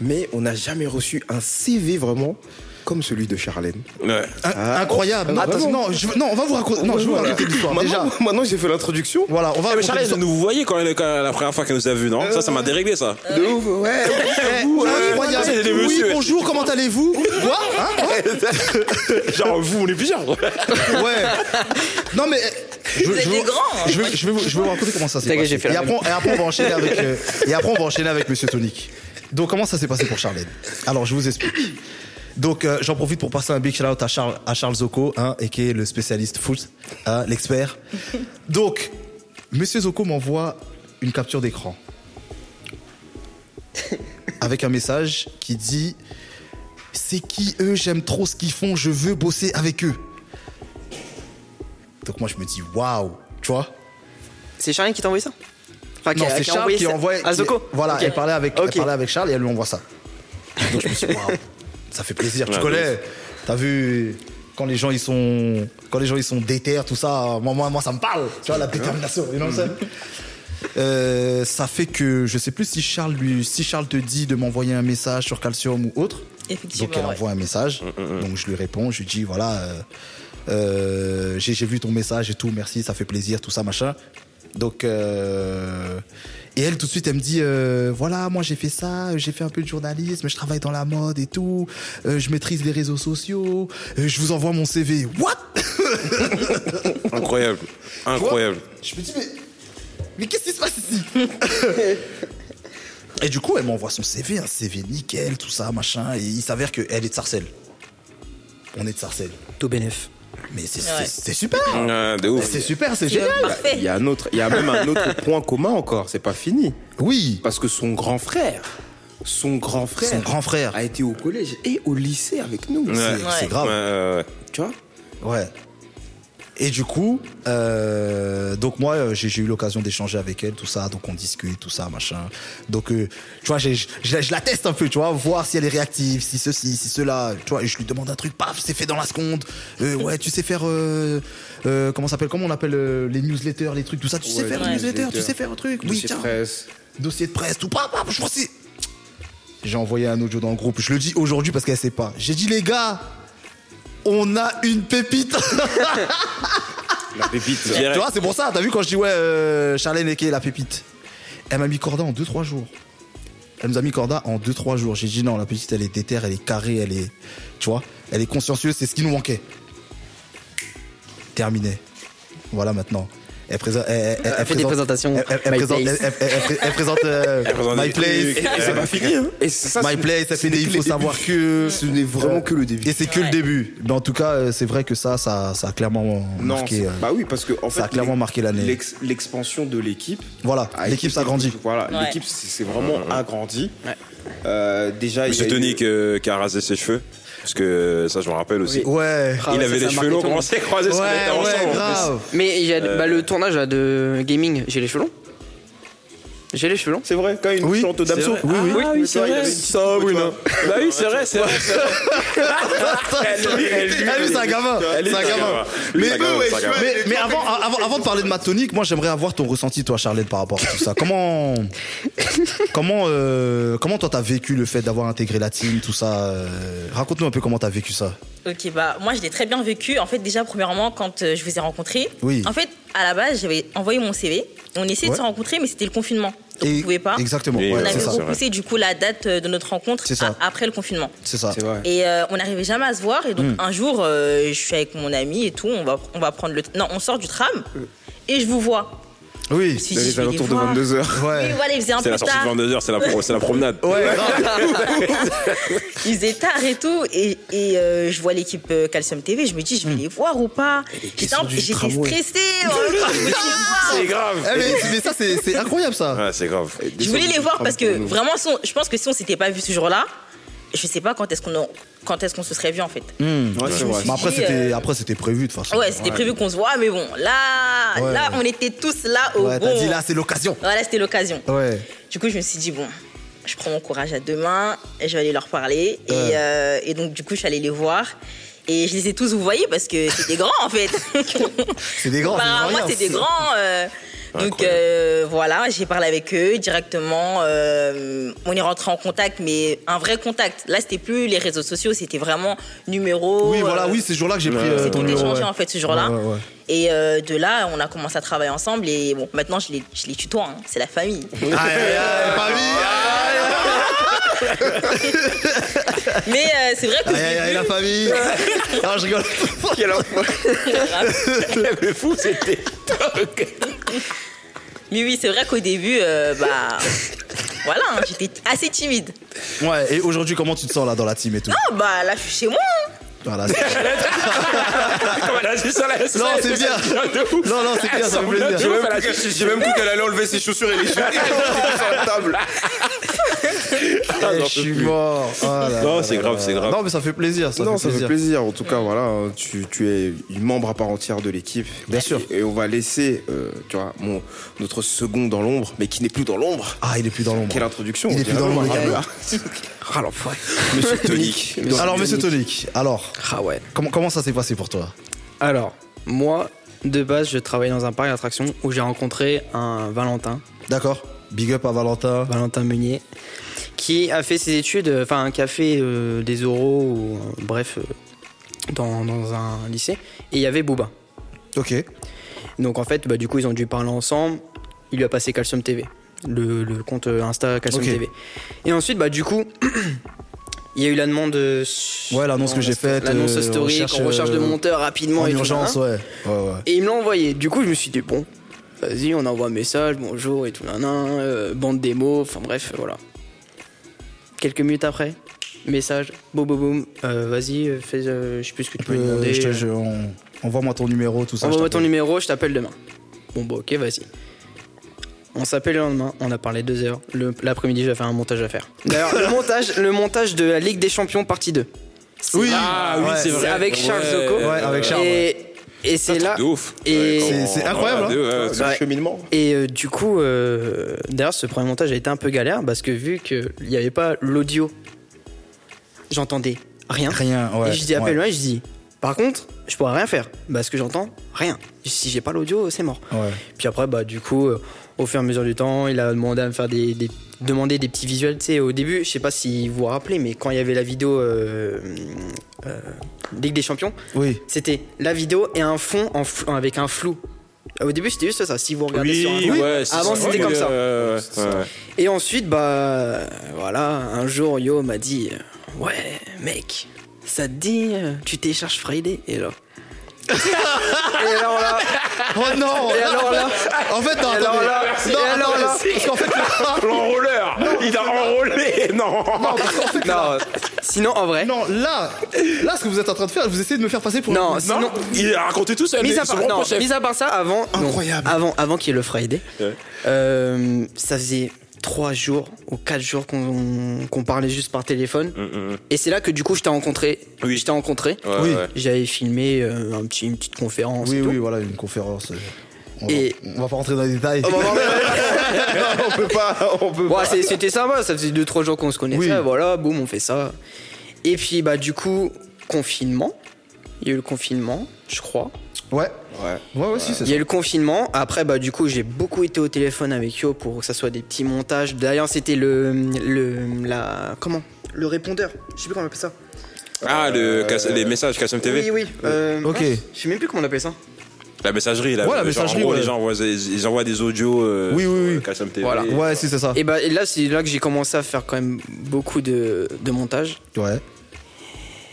Speaker 3: mais on n'a jamais reçu un CV vraiment comme celui de Charlène.
Speaker 1: Ouais.
Speaker 5: In-
Speaker 3: Ah,
Speaker 5: incroyable.
Speaker 3: oh,
Speaker 5: Non,
Speaker 3: ah,
Speaker 5: attends,
Speaker 3: vraiment Oh,
Speaker 5: non, je veux- non, on va vous raconter. Non, je veux vous raconter l'histoire. Déjà,
Speaker 3: Maintenant, maintenant j'ai fait l'introduction.
Speaker 5: voilà, on va.
Speaker 1: Eh, mais
Speaker 5: raconter
Speaker 1: Charles,
Speaker 5: l'histoire.
Speaker 1: nous vous voyez quand, elle- quand la première fois qu'elle nous a vu, non Ça, ça m'a déréglé, ça.
Speaker 3: De ouf, ouais.
Speaker 5: Vous, euh,
Speaker 1: Ah, c'est des
Speaker 5: oui,
Speaker 1: messieurs.
Speaker 5: bonjour, comment allez-vous Quoi Hein
Speaker 1: Genre, vous, on est plusieurs.
Speaker 5: Ouais. Non mais je,
Speaker 2: Vous êtes
Speaker 5: veux-
Speaker 2: des grands, hein.
Speaker 5: je veux, je vais vous, je vais vous raconter comment ça s'est
Speaker 4: T'as gagné,
Speaker 5: passé.
Speaker 4: j'ai fait
Speaker 5: et,
Speaker 4: la
Speaker 5: après, et après, on va enchaîner avec euh, et après on va enchaîner avec Monsieur Tonic. Donc comment ça s'est passé pour Charlène Alors je vous explique. Donc euh, j'en profite pour passer un big shout out à Charles à Charles Zoko, hein, et qui est le spécialiste foot, hein, l'expert. Donc Monsieur Zoko m'envoie une capture d'écran avec un message qui dit C'est qui eux J'aime trop ce qu'ils font, je veux bosser avec eux. Donc moi je me dis Waouh, tu vois
Speaker 4: C'est Charline qui t'a envoyé ça Enfin,
Speaker 5: Non,
Speaker 4: a-
Speaker 5: c'est
Speaker 4: a
Speaker 5: Charles
Speaker 4: envoyé
Speaker 5: qui
Speaker 4: ça
Speaker 5: envoie.
Speaker 4: À
Speaker 5: qui-
Speaker 4: Zoko
Speaker 5: Voilà,
Speaker 4: Ok.
Speaker 5: elle, parlait avec, elle
Speaker 4: Ok.
Speaker 5: parlait avec Charles et elle lui envoie ça. Donc je me suis dit, waouh, ça fait plaisir. Tu
Speaker 1: Ouais, de
Speaker 5: connais, t'as vu, quand les gens ils sont, quand les gens ils sont déter, tout ça, moi, moi, moi, ça me parle. Tu vois, la détermination, you know what I'm saying Euh, ça fait que je sais plus si Charles lui, si Charles te dit de m'envoyer un message sur Calcium ou autre.
Speaker 2: Effectivement.
Speaker 5: Donc elle
Speaker 2: ouais. Mm,
Speaker 5: envoie un message. Donc je lui réponds, je lui dis voilà, euh, euh, j'ai j'ai vu ton message et tout, merci, ça fait plaisir, tout ça, machin. Donc euh, et elle tout de suite elle me dit euh, voilà moi j'ai fait ça, j'ai fait un peu de journalisme, je travaille dans la mode et tout, euh, je maîtrise les réseaux sociaux, euh, je vous envoie mon CV. What
Speaker 1: Incroyable. Incroyable.
Speaker 5: Je me dis mais mais qu'est-ce qui se passe ici Et du coup elle m'envoie son CV, un CV nickel, tout ça, machin. Et il s'avère que elle est de Sarcelles. On est de Sarcelles.
Speaker 4: Tout bénef.
Speaker 5: Mais c'est
Speaker 2: Ouais.
Speaker 5: c'est- c'est super hein.
Speaker 1: Ouais, de ouf.
Speaker 5: C'est super, c'est
Speaker 2: C'est
Speaker 5: génial
Speaker 2: parfait.
Speaker 3: Ah, Il y a un autre, il y a même un autre point commun encore. C'est pas fini.
Speaker 5: Oui
Speaker 3: Parce que son grand frère, son grand frère,
Speaker 5: Son grand frère.
Speaker 3: a été au collège et au lycée avec nous.
Speaker 1: Ouais.
Speaker 5: C'est c'est
Speaker 2: Ouais.
Speaker 5: grave,
Speaker 1: Ouais, ouais, ouais.
Speaker 3: Tu vois
Speaker 5: ouais. Et du coup, euh, donc moi, euh, j'ai j'ai eu l'occasion d'échanger avec elle, tout ça, donc on discute, tout ça, machin. Donc, euh, tu vois, j'ai- je je- je la teste un peu, tu vois, voir si elle est réactive, si ceci, si cela, tu vois, et je lui demande un truc, paf, c'est fait dans la seconde. Euh, ouais, tu sais faire, euh, euh, comment ça s'appelle, comment on appelle euh, les newsletters, les trucs, tout ça, tu sais
Speaker 3: Ouais,
Speaker 5: faire
Speaker 3: les
Speaker 5: une newsletter, tu
Speaker 3: newsletters.
Speaker 5: sais faire un truc, oui,
Speaker 3: Dossier
Speaker 5: tiens.
Speaker 3: presse.
Speaker 5: dossier de presse, tout, pam, pam, je pensais. J'ai envoyé un audio dans le groupe. Je le dis aujourd'hui parce qu'elle sait pas. J'ai dit, les gars, on a une pépite.
Speaker 1: La pépite.
Speaker 5: tu vois, c'est pour ça. T'as vu quand je dis, ouais, euh, Charlène Eke, la pépite. Elle m'a mis corda en 2-3 jours. Elle nous a mis corda en 2-3 jours. J'ai dit, non, la petite, elle est déterre, elle est carrée, elle est. Tu vois, elle est consciencieuse, c'est ce qui nous manquait. Terminé. Voilà maintenant. Elle, présente- elle- elle- elle
Speaker 4: fait des
Speaker 5: présente-
Speaker 4: présentations.
Speaker 5: Elle, elle- elle
Speaker 4: My
Speaker 5: présente,
Speaker 4: Place.
Speaker 5: elle- elle- elle- elle présente, euh,
Speaker 1: Elle présente
Speaker 5: My
Speaker 1: des
Speaker 5: Place.
Speaker 1: trucs. euh, Et
Speaker 3: Et c'est pas fini. Hein. Et c'est ça.
Speaker 5: My
Speaker 3: c'est-
Speaker 5: Place, ça fait des il faut savoir que. euh,
Speaker 3: Ce n'est vraiment que le début.
Speaker 5: Et c'est que le
Speaker 2: Ouais.
Speaker 5: début. Mais en tout cas, euh, c'est vrai que ça, ça, ça a clairement
Speaker 3: Non,
Speaker 5: marqué.
Speaker 3: c'est-
Speaker 5: euh,
Speaker 3: bah oui, parce que en
Speaker 5: ça
Speaker 3: fait,
Speaker 5: a clairement
Speaker 3: l'é-
Speaker 5: marqué l'année.
Speaker 3: l'ex- L'expansion de l'équipe.
Speaker 5: Voilà,
Speaker 3: a
Speaker 5: l'équipe
Speaker 3: été-
Speaker 5: s'agrandit.
Speaker 3: Voilà,
Speaker 2: Ouais.
Speaker 3: l'équipe s'est s'est vraiment agrandie. Euh, déjà, il y
Speaker 1: Monsieur
Speaker 3: a eu-
Speaker 1: Tonic euh, qui a rasé ses cheveux. Parce que ça, je me rappelle aussi.
Speaker 4: Oui.
Speaker 5: Ouais.
Speaker 4: Ah
Speaker 1: il
Speaker 4: ouais,
Speaker 1: avait
Speaker 4: ça,
Speaker 1: les
Speaker 4: ça a
Speaker 1: cheveux
Speaker 4: marqué
Speaker 1: longs,
Speaker 4: tout le
Speaker 1: on
Speaker 4: monde.
Speaker 1: s'est croisés parce qu'on était ensemble. en
Speaker 5: ouais,
Speaker 1: plus.
Speaker 5: grave.
Speaker 4: Mais il y a- bah, le tournage là, de gaming, j'ai les cheveux longs J'ai les cheveux longs
Speaker 3: C'est vrai, quand il
Speaker 5: Oui,
Speaker 3: chante au
Speaker 5: c'est
Speaker 3: Damso.
Speaker 5: vrai. Oui, oui.
Speaker 3: Ah c'est vrai.
Speaker 1: Ça, oui, non. Bah oui, c'est vrai, c'est vrai. c'est vrai.
Speaker 5: Ah, lui,
Speaker 1: elle- lui,
Speaker 5: c'est un gamin.
Speaker 1: elle-
Speaker 5: C'est un
Speaker 1: elle-
Speaker 5: gamin.
Speaker 1: elle-
Speaker 5: Mais
Speaker 1: elle- elle-
Speaker 5: mais-
Speaker 1: elle- elle-
Speaker 5: mais- mais avant, avant, avant de parler de ma tonique, moi, j'aimerais avoir ton ressenti, toi, Charlotte, par rapport à tout ça. Comment, comment, euh, comment toi, t'as vécu le fait d'avoir intégré la team, tout ça euh, Raconte-nous un peu comment t'as vécu ça.
Speaker 2: Ok, bah moi je l'ai très bien vécu. En fait, déjà, premièrement, quand euh, je vous ai rencontré,
Speaker 5: Oui.
Speaker 2: en fait, à la base, j'avais envoyé mon CV. On essayait
Speaker 5: Ouais.
Speaker 2: de se rencontrer, mais c'était le confinement. Donc, on
Speaker 5: Et-
Speaker 2: pouvait pas.
Speaker 5: Exactement.
Speaker 1: Et,
Speaker 5: ouais,
Speaker 2: On
Speaker 1: euh,
Speaker 5: c'est
Speaker 2: avait
Speaker 5: ça.
Speaker 1: c'est vrai.
Speaker 2: repoussé du coup la date euh, de notre rencontre
Speaker 5: C'est ça.
Speaker 2: à- après le confinement.
Speaker 5: C'est ça.
Speaker 3: C'est vrai.
Speaker 2: Et euh, on n'arrivait jamais à se voir. Et donc
Speaker 5: Hmm.
Speaker 2: un jour, euh, je suis avec mon ami et tout. On va, on va prendre le. Non, on sort du tram
Speaker 5: Euh.
Speaker 2: et je vous vois.
Speaker 5: Oui.
Speaker 2: Je me suis
Speaker 3: Dans
Speaker 2: dit,
Speaker 3: les
Speaker 2: je vais
Speaker 3: alentours de
Speaker 2: voir.
Speaker 3: 22h.
Speaker 2: Oui,
Speaker 5: Ouais.
Speaker 2: voilà, il faisait un
Speaker 1: C'est
Speaker 2: peu
Speaker 1: la sortie
Speaker 2: tard.
Speaker 1: de 22h, c'est la, pro- c'est la promenade.
Speaker 5: Ouais,
Speaker 2: Il faisait tard et tout. Et, et, euh, je vois l'équipe euh, Calcium TV. Je me dis, je
Speaker 5: Hmm.
Speaker 2: vais les voir ou pas. J'étais un- j'étais stressée. en même temps, je voulais les voir.
Speaker 1: C'est grave.
Speaker 5: Eh, mais, mais ça, c'est c'est incroyable, ça.
Speaker 1: Ouais, c'est grave.
Speaker 2: Je voulais les voir parce que vraiment, si on- je pense que si on s'était pas vu ce jour-là, je sais pas quand est-ce qu'on en- quand est-ce qu'on se serait vu en fait.
Speaker 5: Hmm.
Speaker 3: Ouais, c'est vrai.
Speaker 5: Mais après,
Speaker 2: dit,
Speaker 5: c'était
Speaker 2: euh,
Speaker 5: après c'était prévu de toute façon.
Speaker 2: Ouais, c'était prévu qu'on se voit, mais bon, là,
Speaker 5: Ouais.
Speaker 2: là, on était tous là au
Speaker 5: Ouais,
Speaker 2: bon.
Speaker 5: t'as dit là, c'est l'occasion.
Speaker 2: Voilà, c'était l'occasion.
Speaker 5: Ouais.
Speaker 2: Du coup, je me suis dit bon, je prends mon courage à deux mains et je vais aller leur parler. Et,
Speaker 5: Ouais.
Speaker 2: euh, et donc, du coup, je suis allée les voir. Et je les ai tous vous voyez parce que c'est des grands en fait.
Speaker 5: C'est des grands.
Speaker 2: Bah,
Speaker 5: c'est
Speaker 2: moi,
Speaker 5: des moyens.
Speaker 2: c'est des grands. euh, donc
Speaker 1: Incroyable.
Speaker 2: euh, voilà, j'ai parlé avec eux directement. euh, on est rentré en contact, mais un vrai contact. Là, c'était plus les réseaux sociaux, c'était vraiment numéro.
Speaker 5: Oui,
Speaker 2: euh,
Speaker 5: voilà, oui, c'est ce jour-là que j'ai pris. euh,
Speaker 2: C'est
Speaker 5: ton
Speaker 2: tout
Speaker 5: numéro,
Speaker 2: échangé
Speaker 5: ouais.
Speaker 2: en fait ce jour-là.
Speaker 5: Ouais, ouais, ouais.
Speaker 2: Et euh, de là, on a commencé à travailler ensemble. Et bon, maintenant, je les, je les tutoie. hein. C'est la famille.
Speaker 5: Aïe, aïe, aïe, famille,
Speaker 2: Mais euh, c'est vrai que. au
Speaker 5: Aïe, aïe, aïe, la
Speaker 2: début,
Speaker 5: famille. Non, je rigole.
Speaker 1: Le fou, c'était.
Speaker 2: Mais oui, c'est vrai qu'au début, euh, bah. voilà, hein, j'étais assez timide.
Speaker 5: Ouais, et aujourd'hui, comment tu te sens là dans la team et tout
Speaker 2: Ah, bah là, je suis chez moi. hein.
Speaker 5: Voilà, c'est-
Speaker 1: Comme elle a dit ça, là,
Speaker 5: Non,
Speaker 1: ça, ça,
Speaker 5: c'est bien.
Speaker 1: de ouf.
Speaker 5: Non, non, c'est
Speaker 1: Elle
Speaker 5: bien, ça
Speaker 1: s'en
Speaker 5: me fait
Speaker 1: fout de
Speaker 5: plaisir.
Speaker 1: ouf, elle a dit,
Speaker 3: J'ai même cru qu'elle allait enlever ses chaussures et les jeter sur la table.
Speaker 1: Ah,
Speaker 5: Eh,
Speaker 1: j'en
Speaker 5: je
Speaker 1: peux
Speaker 5: suis
Speaker 1: plus.
Speaker 5: mort. Oh là là
Speaker 1: Non,
Speaker 5: là
Speaker 1: c'est
Speaker 5: là
Speaker 1: grave,
Speaker 5: là
Speaker 1: c'est
Speaker 5: là.
Speaker 1: grave.
Speaker 5: Non, mais ça fait plaisir. Ça
Speaker 3: non,
Speaker 5: fait
Speaker 3: ça
Speaker 5: plaisir.
Speaker 3: fait plaisir. En tout cas, voilà, hein, tu, tu es une membre à part entière de l'équipe.
Speaker 5: Bien sûr.
Speaker 3: Et, et on va laisser, euh, tu vois, mon, notre second dans l'ombre, mais qui n'est plus dans l'ombre.
Speaker 5: Ah, il est plus dans l'ombre.
Speaker 3: Quelle introduction
Speaker 5: Il
Speaker 3: on
Speaker 5: est plus
Speaker 3: dirait
Speaker 5: dans l'ombre,
Speaker 3: le
Speaker 5: les gars.
Speaker 3: Hammer.
Speaker 4: Ah l'enfoiré.
Speaker 3: Monsieur Tonic.
Speaker 5: Alors, monsieur Tonic, alors,
Speaker 4: Ah ouais.
Speaker 5: comment, comment ça s'est passé pour toi
Speaker 4: Alors, moi, de base, je travaille dans un parc d'attractions où j'ai rencontré un Valentin,
Speaker 5: D'accord Big up à Valentin.
Speaker 4: Valentin Meunier, qui a fait ses études, euh, enfin, qui a fait euh, des oraux, ou, euh, bref, euh, dans, dans un lycée. Et il y avait Booba.
Speaker 5: Ok.
Speaker 4: Donc en fait, bah, du coup, ils ont dû parler ensemble. Il lui a passé Calcium TV, le, le compte euh, Insta Calcium
Speaker 5: Ok.
Speaker 4: TV. Et ensuite, bah, du coup, il y a eu la demande. euh, su-
Speaker 5: Ouais, l'annonce
Speaker 4: dans
Speaker 5: que j'ai
Speaker 4: Insta-
Speaker 5: faite,
Speaker 4: L'annonce
Speaker 5: euh,
Speaker 4: historique,
Speaker 5: recherche,
Speaker 4: on recherche de
Speaker 5: euh,
Speaker 4: monteur rapidement
Speaker 5: en
Speaker 4: et tout,
Speaker 5: urgence,
Speaker 4: nanana.
Speaker 5: ouais. Ouais, ouais.
Speaker 4: Et il me l'a envoyé. Du coup, je me suis dit, bon, vas-y, on envoie un message, bonjour et tout, nanan, euh, bande démo, enfin bref, euh, voilà. Quelques minutes après, message, boum boum boum, euh, vas-y, euh, fais, euh, je sais plus ce que tu peux
Speaker 5: Euh,
Speaker 4: demander.
Speaker 5: je te-
Speaker 4: euh,
Speaker 5: je- on- Envoie-moi ton numéro, tout ça. je
Speaker 4: Envoie-moi ton
Speaker 5: t'appelle.
Speaker 4: numéro, je t'appelle demain. Bon, bah, ok, vas-y. On s'appelle le lendemain, on a parlé deux heures. Le- L'après-midi, j'avais un montage à faire. D'ailleurs, le, montage, le montage de la Ligue des Champions, partie 2.
Speaker 5: Oui
Speaker 1: Ah oui,
Speaker 5: Ouais.
Speaker 1: c'est vrai.
Speaker 4: avec Charles
Speaker 1: Ouais,
Speaker 4: Zoko.
Speaker 5: Ouais, avec Charles.
Speaker 4: Et, et c'est là.
Speaker 1: De ouf.
Speaker 4: Et-
Speaker 1: Ouais,
Speaker 5: C'est-
Speaker 1: comment-
Speaker 4: Oh,
Speaker 5: c'est
Speaker 4: ah,
Speaker 5: incroyable, hein.
Speaker 1: Ouais, de- ouais, ouais.
Speaker 3: C'est le
Speaker 4: Ouais.
Speaker 3: cheminement.
Speaker 4: Et euh, du coup, euh, d'ailleurs, ce premier montage a été un peu galère parce que vu qu'il n'y avait pas l'audio, j'entendais rien.
Speaker 5: Rien, ouais.
Speaker 4: et je dis,
Speaker 5: ouais.
Speaker 4: appelle-moi, je dis, par contre, je pourrais rien faire parce que j'entends rien. Si j'ai pas l'audio, c'est mort.
Speaker 5: Ouais.
Speaker 4: Puis après, bah, du coup, euh, au fur et à mesure du temps, il a demandé à me faire des, des- demander des petits visuels. Tu sais, au début, je sais pas si vous vous rappelez, mais quand il y avait la vidéo euh, euh, Ligue des Champions,
Speaker 5: Oui.
Speaker 4: c'était la vidéo et un fond en flou- avec un flou. Au début, c'était juste ça. Si vous regardez sur un
Speaker 1: Oui,
Speaker 4: flou.
Speaker 1: ouais, c'est
Speaker 4: avant,
Speaker 1: ça.
Speaker 4: c'était
Speaker 1: Ouais,
Speaker 4: comme
Speaker 1: ouais,
Speaker 4: ça.
Speaker 1: ouais, ouais.
Speaker 4: Et ensuite, bah, euh, voilà, un jour, Yo m'a dit, euh, ouais, mec, ça te dit, euh, tu télécharges Friday Et là. et alors là,
Speaker 5: Oh non
Speaker 4: Ah. et alors là.
Speaker 5: En fait, non,
Speaker 4: alors
Speaker 5: attendez.
Speaker 4: là
Speaker 5: non,
Speaker 4: Et alors
Speaker 5: attendez,
Speaker 4: là
Speaker 5: Parce qu'en fait,
Speaker 1: L'enrôleur Il a enrôlé Non
Speaker 4: Non, sinon, en vrai.
Speaker 5: non, là, là, ce que vous êtes en train de faire, vous essayez de me faire passer pour.
Speaker 4: Non,
Speaker 5: un-
Speaker 4: sinon.
Speaker 1: Il a raconté tout ça, mais
Speaker 4: Mis à,
Speaker 1: son
Speaker 4: part,
Speaker 1: propre
Speaker 4: non,
Speaker 1: chef.
Speaker 4: mis à part ça, avant, non,
Speaker 5: Incroyable.
Speaker 4: avant, avant qu'il y ait le Friday,
Speaker 1: Ouais.
Speaker 4: euh, ça faisait 3 jours ou 4 jours qu'on qu'on parlait juste par téléphone.
Speaker 1: Mm, mm.
Speaker 4: Et c'est là que du coup, je t'ai rencontré.
Speaker 1: Oui.
Speaker 4: Je t'ai rencontré.
Speaker 1: Ouais,
Speaker 5: Oui.
Speaker 1: ouais.
Speaker 4: J'avais filmé euh, un petit, une petite conférence.
Speaker 5: Oui,
Speaker 4: et
Speaker 5: oui,
Speaker 4: tout.
Speaker 5: voilà, une conférence. euh, On va,
Speaker 4: Et-
Speaker 5: on va pas rentrer dans les détails.
Speaker 4: Oh,
Speaker 3: on peut pas, on peut
Speaker 4: bah, Ouais, c'est- C'était sympa, ça faisait 2-3 jours qu'on se connaissait.
Speaker 5: Oui.
Speaker 4: Voilà, boum, on fait ça. Et puis, bah, du coup, confinement. Il y a eu le confinement, je crois.
Speaker 5: Ouais.
Speaker 3: Ouais.
Speaker 5: Ouais, ouais, si, c'est
Speaker 4: Il y
Speaker 5: ça.
Speaker 4: a eu le confinement. Après, bah, du coup, j'ai beaucoup été au téléphone avec Yo pour que ça soit des petits montages. D'ailleurs, c'était le, le, la, comment Le répondeur. Je sais plus comment on appelle ça.
Speaker 1: Ah, le, casse- les messages Cassem TV
Speaker 4: Oui, oui. euh,
Speaker 5: Ok.
Speaker 4: mince, Je sais même plus comment on appelle ça.
Speaker 1: La messagerie, là.
Speaker 5: Ouais, la
Speaker 1: Genre,
Speaker 5: messagerie,
Speaker 1: en gros,
Speaker 5: ouais.
Speaker 1: les gens envoient, ils ils envoient des audios. euh,
Speaker 5: Oui, oui,
Speaker 1: sur,
Speaker 5: oui.
Speaker 1: euh, Cassem TV.
Speaker 4: Voilà.
Speaker 5: Ouais, si, c'est ça.
Speaker 4: Et bah, et là, c'est là que j'ai commencé à faire quand même beaucoup de, de montages.
Speaker 5: Ouais.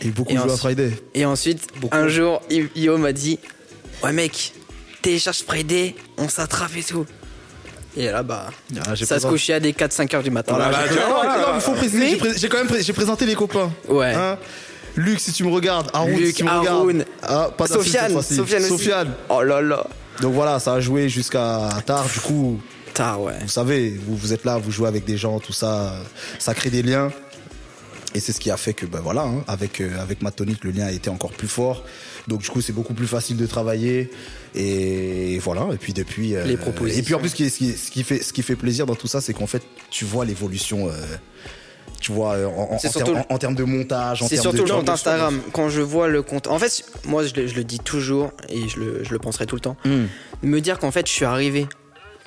Speaker 5: Et beaucoup
Speaker 4: Et
Speaker 5: joué à
Speaker 4: ensuite-
Speaker 5: Friday.
Speaker 4: Et ensuite, un jour, I- Yo m'a dit Ouais, mec, télécharge Friday, on s'attrape et tout. Et là, bah,
Speaker 5: Ah, j'ai
Speaker 4: ça
Speaker 5: pas
Speaker 4: se
Speaker 5: droit.
Speaker 4: couchait à des 4-5 heures du matin.
Speaker 5: Ah,
Speaker 1: Voilà,
Speaker 5: j'ai-
Speaker 1: tu vois,
Speaker 5: non,
Speaker 1: voilà,
Speaker 5: non,
Speaker 1: voilà.
Speaker 5: mais faut préciser, j'ai pré- j'ai quand même pré- j'ai présenté les copains.
Speaker 4: Ouais.
Speaker 5: Hein Luc, si tu me regardes, Haroun,
Speaker 4: Luc,
Speaker 5: si tu me
Speaker 4: Haroun.
Speaker 5: regardes. Ah, pas d'insultes cette
Speaker 4: Sofiane,
Speaker 5: fois-ci.
Speaker 4: Sofiane aussi.
Speaker 5: Sofiane.
Speaker 4: Oh là là.
Speaker 5: Donc voilà, ça a joué jusqu'à tard. Du coup,
Speaker 4: Tard, ouais.
Speaker 5: vous savez, vous, vous êtes là, vous jouez avec des gens, tout ça, euh, ça crée des liens. Et c'est ce qui a fait que, ben voilà, hein, avec, euh, avec Matonic, le lien a été encore plus fort. Donc, du coup, c'est beaucoup plus facile de travailler. Et voilà. Et puis, depuis. euh,
Speaker 4: Les propositions.
Speaker 5: Et puis, en plus, ce qui, ce qui- ce qui fait, ce qui fait plaisir dans tout ça, c'est qu'en fait, tu vois l'évolution. euh, tu vois, euh, en, en- en
Speaker 4: C'est
Speaker 5: termes
Speaker 4: surtout le-
Speaker 5: en- en termes de montage, en
Speaker 4: C'est
Speaker 5: termes
Speaker 4: surtout
Speaker 5: de.
Speaker 4: le compte Instagram. Quand je vois le compte. En fait, moi, je le, je le dis toujours et je le, je le penserai tout le temps.
Speaker 5: Hmm.
Speaker 4: Me dire qu'en fait, je suis arrivé.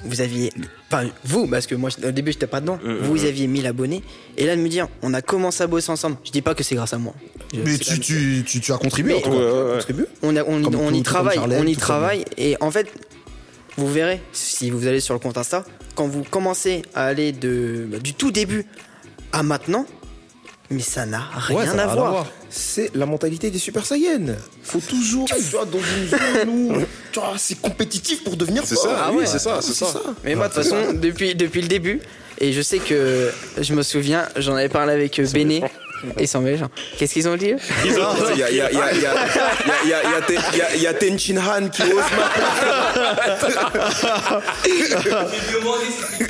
Speaker 4: Vous aviez. Enfin, vous, parce que moi, je- au début, j'étais pas dedans.
Speaker 5: Euh,
Speaker 4: vous aviez 1000 abonnés. Et là, de me dire, on a commencé à bosser ensemble. Je dis pas que c'est grâce à moi. Je-
Speaker 5: Mais
Speaker 4: c'est
Speaker 5: tu,
Speaker 4: pas-
Speaker 5: tu, tu, tu as contribué,
Speaker 4: Mais-
Speaker 5: en tout cas.
Speaker 1: Ouais,
Speaker 3: Euh,
Speaker 1: ouais, ouais.
Speaker 5: Contribué
Speaker 4: On, a- on,
Speaker 5: Comme
Speaker 4: on
Speaker 5: tout- tout
Speaker 4: y
Speaker 5: comme
Speaker 4: travaille,
Speaker 5: Charlène,
Speaker 4: on y
Speaker 5: tout comme-
Speaker 4: travaille. Et en fait, vous verrez, si vous allez sur le compte Insta, quand vous commencez à aller de, bah, du tout début à maintenant, mais ça n'a rien,
Speaker 5: Ouais, ça n'a
Speaker 4: à
Speaker 5: rien à
Speaker 4: voir.
Speaker 5: voir.
Speaker 3: C'est la mentalité des Super Saiyans. Faut toujours, tu vois, dans une zone où, tu vois, c'est compétitif pour devenir
Speaker 1: C'est
Speaker 3: fort.
Speaker 1: ça,
Speaker 4: Ah
Speaker 1: oui,
Speaker 4: ouais.
Speaker 1: c'est ça, c'est ça.
Speaker 4: Mais moi, de toute façon, depuis, depuis le début, et je sais que je me souviens, j'en avais parlé avec euh, Béné. Ils sont méchants. Qu'est-ce qu'ils ont dit eux
Speaker 3: Il y a- il y a- il y a- il y a- il y a- il y a Ten- il y a- il y a Tenchin Han qui ose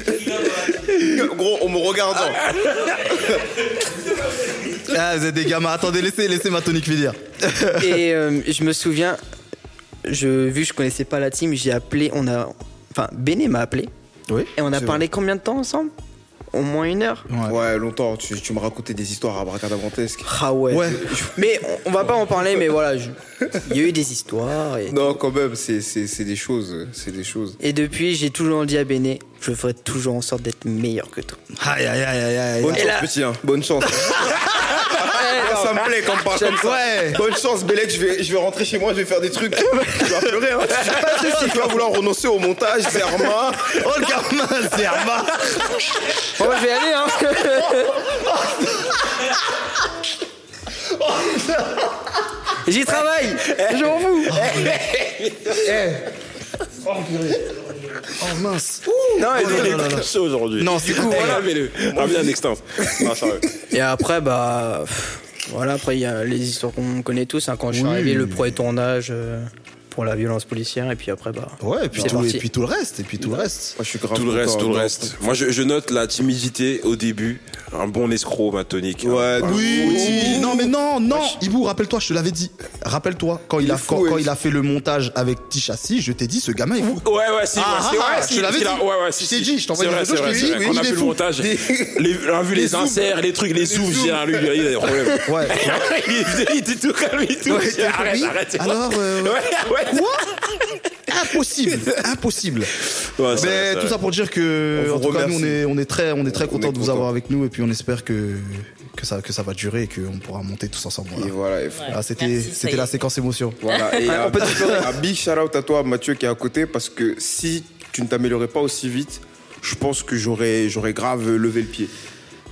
Speaker 3: maintenant. Gros, on me regardant.
Speaker 5: Ah, vous êtes des gamins. Attendez, laissez, laissez ma tonique finir.
Speaker 4: Et euh, je me souviens, je, vu que je connaissais pas la team, j'ai appelé, on a, enfin, Béné m'a appelé
Speaker 5: Oui.
Speaker 4: et on a parlé combien de temps ensemble Au moins une heure.
Speaker 5: Ouais.
Speaker 3: Ouais, longtemps, tu, tu me racontais des histoires à bracadabrantesques.
Speaker 4: Ah ouais.
Speaker 5: Ouais.
Speaker 4: Mais on, on va pas en parler, mais voilà, je- il y a eu des histoires. Et,
Speaker 3: Non, quand même, c'est c'est- c'est des choses. C'est des choses.
Speaker 4: et depuis, j'ai toujours dit à Béné, je ferai toujours en sorte d'être meilleur que toi.
Speaker 5: Aïe, aïe, aïe, aïe, aïe.
Speaker 3: Bonne
Speaker 4: Et
Speaker 3: chance,
Speaker 4: là-
Speaker 3: petit, hein. Bonne chance.
Speaker 4: bah,
Speaker 3: Ah, ça me plaît quand on parle comme ça.
Speaker 5: Ouais.
Speaker 3: Bonne chance, Bélec, je vais, je vais rentrer chez moi, je vais faire des trucs. Tu vas pleurer, hein. Tu vas vouloir renoncer au montage, Zerma.
Speaker 5: Oh, le gamin, c'est Arma.
Speaker 4: Bon, bah, je vais aller, hein. J'y travaille, je m'en fous.
Speaker 5: Oh, mince.
Speaker 1: Non, il
Speaker 5: là
Speaker 1: est
Speaker 5: là.
Speaker 1: très chaud aujourd'hui.
Speaker 5: Non, c'est
Speaker 1: du coup,
Speaker 5: cool.
Speaker 1: voilà, mais le. Ramenez un extens. Non, sérieux.
Speaker 4: Et après, bah. pff, Voilà, après, il y a les histoires qu'on connaît tous. hein. quand je suis
Speaker 5: Oui.
Speaker 4: arrivé, le premier tournage euh, pour la violence policière, et puis après, bah.
Speaker 5: Ouais, et puis,
Speaker 4: C'est
Speaker 5: tout, et
Speaker 4: parti.
Speaker 5: puis tout le reste. Et puis tout le reste.
Speaker 3: je suis grave
Speaker 1: Tout le reste,
Speaker 3: content,
Speaker 1: tout le
Speaker 3: non.
Speaker 1: reste. Moi, je, je note la timidité au début. Un bon escroc, ma tonique.
Speaker 3: Ouais,
Speaker 1: Un-
Speaker 5: Oui, non mais non, non, Ibou, rappelle-toi, je te l'avais dit. Rappelle-toi, quand il, a,
Speaker 3: fou,
Speaker 5: quand,
Speaker 3: ouais.
Speaker 5: quand il a fait le montage avec Tichassi, je t'ai dit, ce gamin est fou.
Speaker 1: Ouais, ouais, si,
Speaker 5: Ah,
Speaker 1: ouais,
Speaker 5: ah,
Speaker 1: si, ouais,
Speaker 5: ah,
Speaker 1: si,
Speaker 5: je te l'avais
Speaker 1: si,
Speaker 5: dit.
Speaker 1: là, Ouais, ouais, si,
Speaker 5: Je t'ai
Speaker 1: si.
Speaker 5: dit, je t'envoie
Speaker 1: C'est
Speaker 5: des
Speaker 1: vrai, c'est
Speaker 5: photos, je
Speaker 1: vrai,
Speaker 5: te
Speaker 1: c'est
Speaker 5: dis,
Speaker 1: vrai.
Speaker 5: oui,
Speaker 1: On a
Speaker 5: il est
Speaker 1: fait le
Speaker 5: fou.
Speaker 1: montage. Les- On a vu les inserts, les trucs, les zooms. J'ai un- lui, lui, il a des problèmes.
Speaker 5: Ouais.
Speaker 1: Il est- Il était tout calme et tout.
Speaker 5: Ouais,
Speaker 1: J'ai-
Speaker 5: t'es
Speaker 1: Arrête,
Speaker 5: permis
Speaker 1: arrête.
Speaker 5: Alors, euh,
Speaker 1: Ouais, ouais.
Speaker 5: Quoi Impossible, impossible.
Speaker 1: Ouais, ça va,
Speaker 5: Mais
Speaker 1: ça
Speaker 5: tout
Speaker 1: va.
Speaker 5: ça pour dire que
Speaker 3: On
Speaker 5: en
Speaker 3: vous
Speaker 5: tout cas, nous, on
Speaker 3: remercie.
Speaker 5: est, on est très, on est très
Speaker 3: On
Speaker 5: content
Speaker 3: est
Speaker 5: de vous
Speaker 3: content.
Speaker 5: avoir avec nous et puis on espère que que ça, que ça va durer et qu'on pourra monter tous ensemble. voilà.
Speaker 3: Et voilà, et fr-
Speaker 5: Ah, c'était,
Speaker 2: Merci, ça y
Speaker 5: c'était
Speaker 2: est.
Speaker 5: la séquence émotion.
Speaker 3: voilà. Et un, un big shout out à toi, Mathieu, qui est à côté, parce que si tu ne t'améliorais pas aussi vite, je pense que j'aurais j'aurais grave levé le pied.